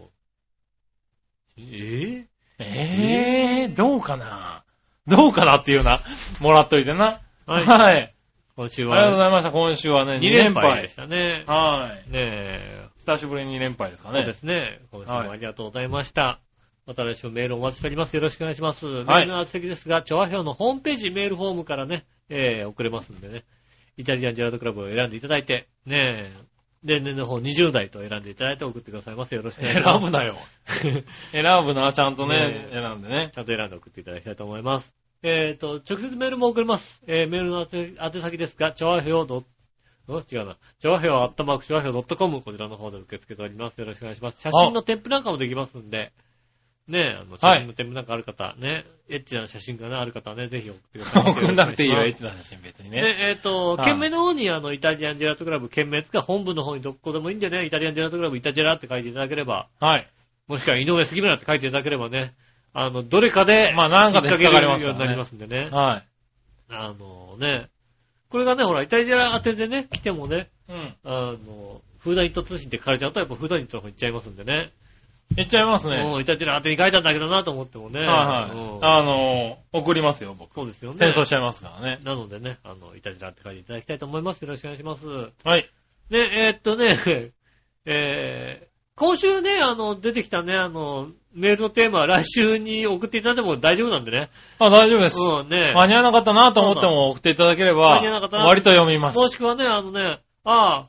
[SPEAKER 2] え
[SPEAKER 3] ええどうかなどうかなっていうな。もらっといてな。
[SPEAKER 2] ぇ、
[SPEAKER 3] はい。
[SPEAKER 2] はい。
[SPEAKER 3] あり
[SPEAKER 2] 今週
[SPEAKER 3] がとうご
[SPEAKER 2] は
[SPEAKER 3] ざいました。今週はね、
[SPEAKER 2] 2
[SPEAKER 3] 2
[SPEAKER 2] 連
[SPEAKER 3] 連
[SPEAKER 2] 敗で
[SPEAKER 3] 敗
[SPEAKER 2] し。たね。
[SPEAKER 3] は
[SPEAKER 2] ね
[SPEAKER 3] い。
[SPEAKER 2] え。
[SPEAKER 3] 久しぶりに2連敗ですか
[SPEAKER 2] そうで
[SPEAKER 3] ね。
[SPEAKER 2] すね。今週も
[SPEAKER 3] はい
[SPEAKER 2] ありがとうございました。また来週メールお待ちしております。よろしくお願いします。メー
[SPEAKER 3] はい
[SPEAKER 2] ルの宛先ですが、調和表のホームページメールフォームからね、えー、送れますんでね。イタリアンジェラートクラブを選んでいただいて、ねえ、年齢の方20代と選んでいただいて送ってくださいます。よろしくお願いし
[SPEAKER 3] 選
[SPEAKER 2] ます。
[SPEAKER 3] ぶなよ。
[SPEAKER 2] 選ぶ
[SPEAKER 3] [LAUGHS] 選ぶな、ちゃんとね
[SPEAKER 2] ね、え
[SPEAKER 3] 選んでね。
[SPEAKER 2] ちゃんと選んで送っていただきたいと思います。えっ、と、直接メールも送れます。えーメールの宛宛先ですが、調和表どう違うな。調和表あったまく調和表 .com こちらの方で受け付けております。よろしくお願いします。写真の添付なんかもできますんで、ねえ、あの、写真の添付なんかある方、ね、エッチな写真がね、ある方はね、ぜひ送ってください。
[SPEAKER 3] [LAUGHS] 送んなくていいよ、
[SPEAKER 2] よ
[SPEAKER 3] エ
[SPEAKER 2] ろし
[SPEAKER 3] ッ
[SPEAKER 2] く
[SPEAKER 3] チな写真別に
[SPEAKER 2] お願いします
[SPEAKER 3] ね。
[SPEAKER 2] ね、えっ、と、
[SPEAKER 3] はい
[SPEAKER 2] 件名の方に、あの、イタリアンジェラートクラブ、件名つか本部の方にどこでもいいんでね、イタリアンジェラートクラブ、イタジェラって書いていただければ、
[SPEAKER 3] はい。
[SPEAKER 2] もしくは井上杉村って書いていただければね、あの、どれかで、
[SPEAKER 3] まあなんかで引っかかります
[SPEAKER 2] 引っ掛けるよう
[SPEAKER 3] か
[SPEAKER 2] にな
[SPEAKER 3] ら
[SPEAKER 2] り
[SPEAKER 3] ね
[SPEAKER 2] ますんでね。
[SPEAKER 3] は
[SPEAKER 2] あのね、これがね、ほら、イタジェラ当てでね、来てもね、
[SPEAKER 3] い。うん。
[SPEAKER 2] あの、フーダニット通信って書かれちゃうと、やっぱフーダニットの方行っちゃいますんでね。
[SPEAKER 3] いっちゃいますね。
[SPEAKER 2] もうイタジェラ当てに書いたんだけどなと思ってもね。
[SPEAKER 3] はいはい。
[SPEAKER 2] うん
[SPEAKER 3] あのー、送りますよ、僕。
[SPEAKER 2] そうですよね。
[SPEAKER 3] 転送しちゃいますからね。
[SPEAKER 2] なのでね、あの、イタジェラって書いていただきたいと思います。よろしくお願いします。
[SPEAKER 3] はい。
[SPEAKER 2] ね、えーっとね、 [LAUGHS] えー、今週ね、あの、出てきたね、あの、メールのテーマは来週に送っていただいても大丈夫なんでね。
[SPEAKER 3] あ、大丈夫です。
[SPEAKER 2] うん、ね。
[SPEAKER 3] 間に合わなかったなと思っても送っていただければ
[SPEAKER 2] 間に合わなかった、な
[SPEAKER 3] 割と読みます。
[SPEAKER 2] も
[SPEAKER 3] はい
[SPEAKER 2] しくはね、あのね、あ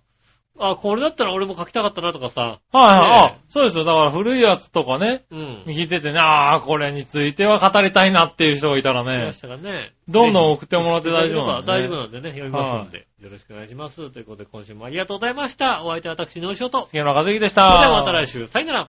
[SPEAKER 2] あ、あこれだったら俺も書きたかったなとかさ、
[SPEAKER 3] はい。あ
[SPEAKER 2] ね、
[SPEAKER 3] そうですよ。だから古いやつとかね、
[SPEAKER 2] うん。
[SPEAKER 3] 聞いててね、あーこれについては語りたいなっていう人がいたら
[SPEAKER 2] ありま
[SPEAKER 3] ね
[SPEAKER 2] し、たらね。
[SPEAKER 3] どんどん
[SPEAKER 2] ぜ
[SPEAKER 3] 送ってもらっ
[SPEAKER 2] ひ
[SPEAKER 3] て大丈夫なんで、ね。
[SPEAKER 2] 大丈夫なんでね、読みますんで、よろしくお願いします。ということで、今週もありがとうございました。お相手は私、ノーショート。
[SPEAKER 3] 杉村和之でし
[SPEAKER 2] それ
[SPEAKER 3] た。
[SPEAKER 2] ではまた来週、さよなら。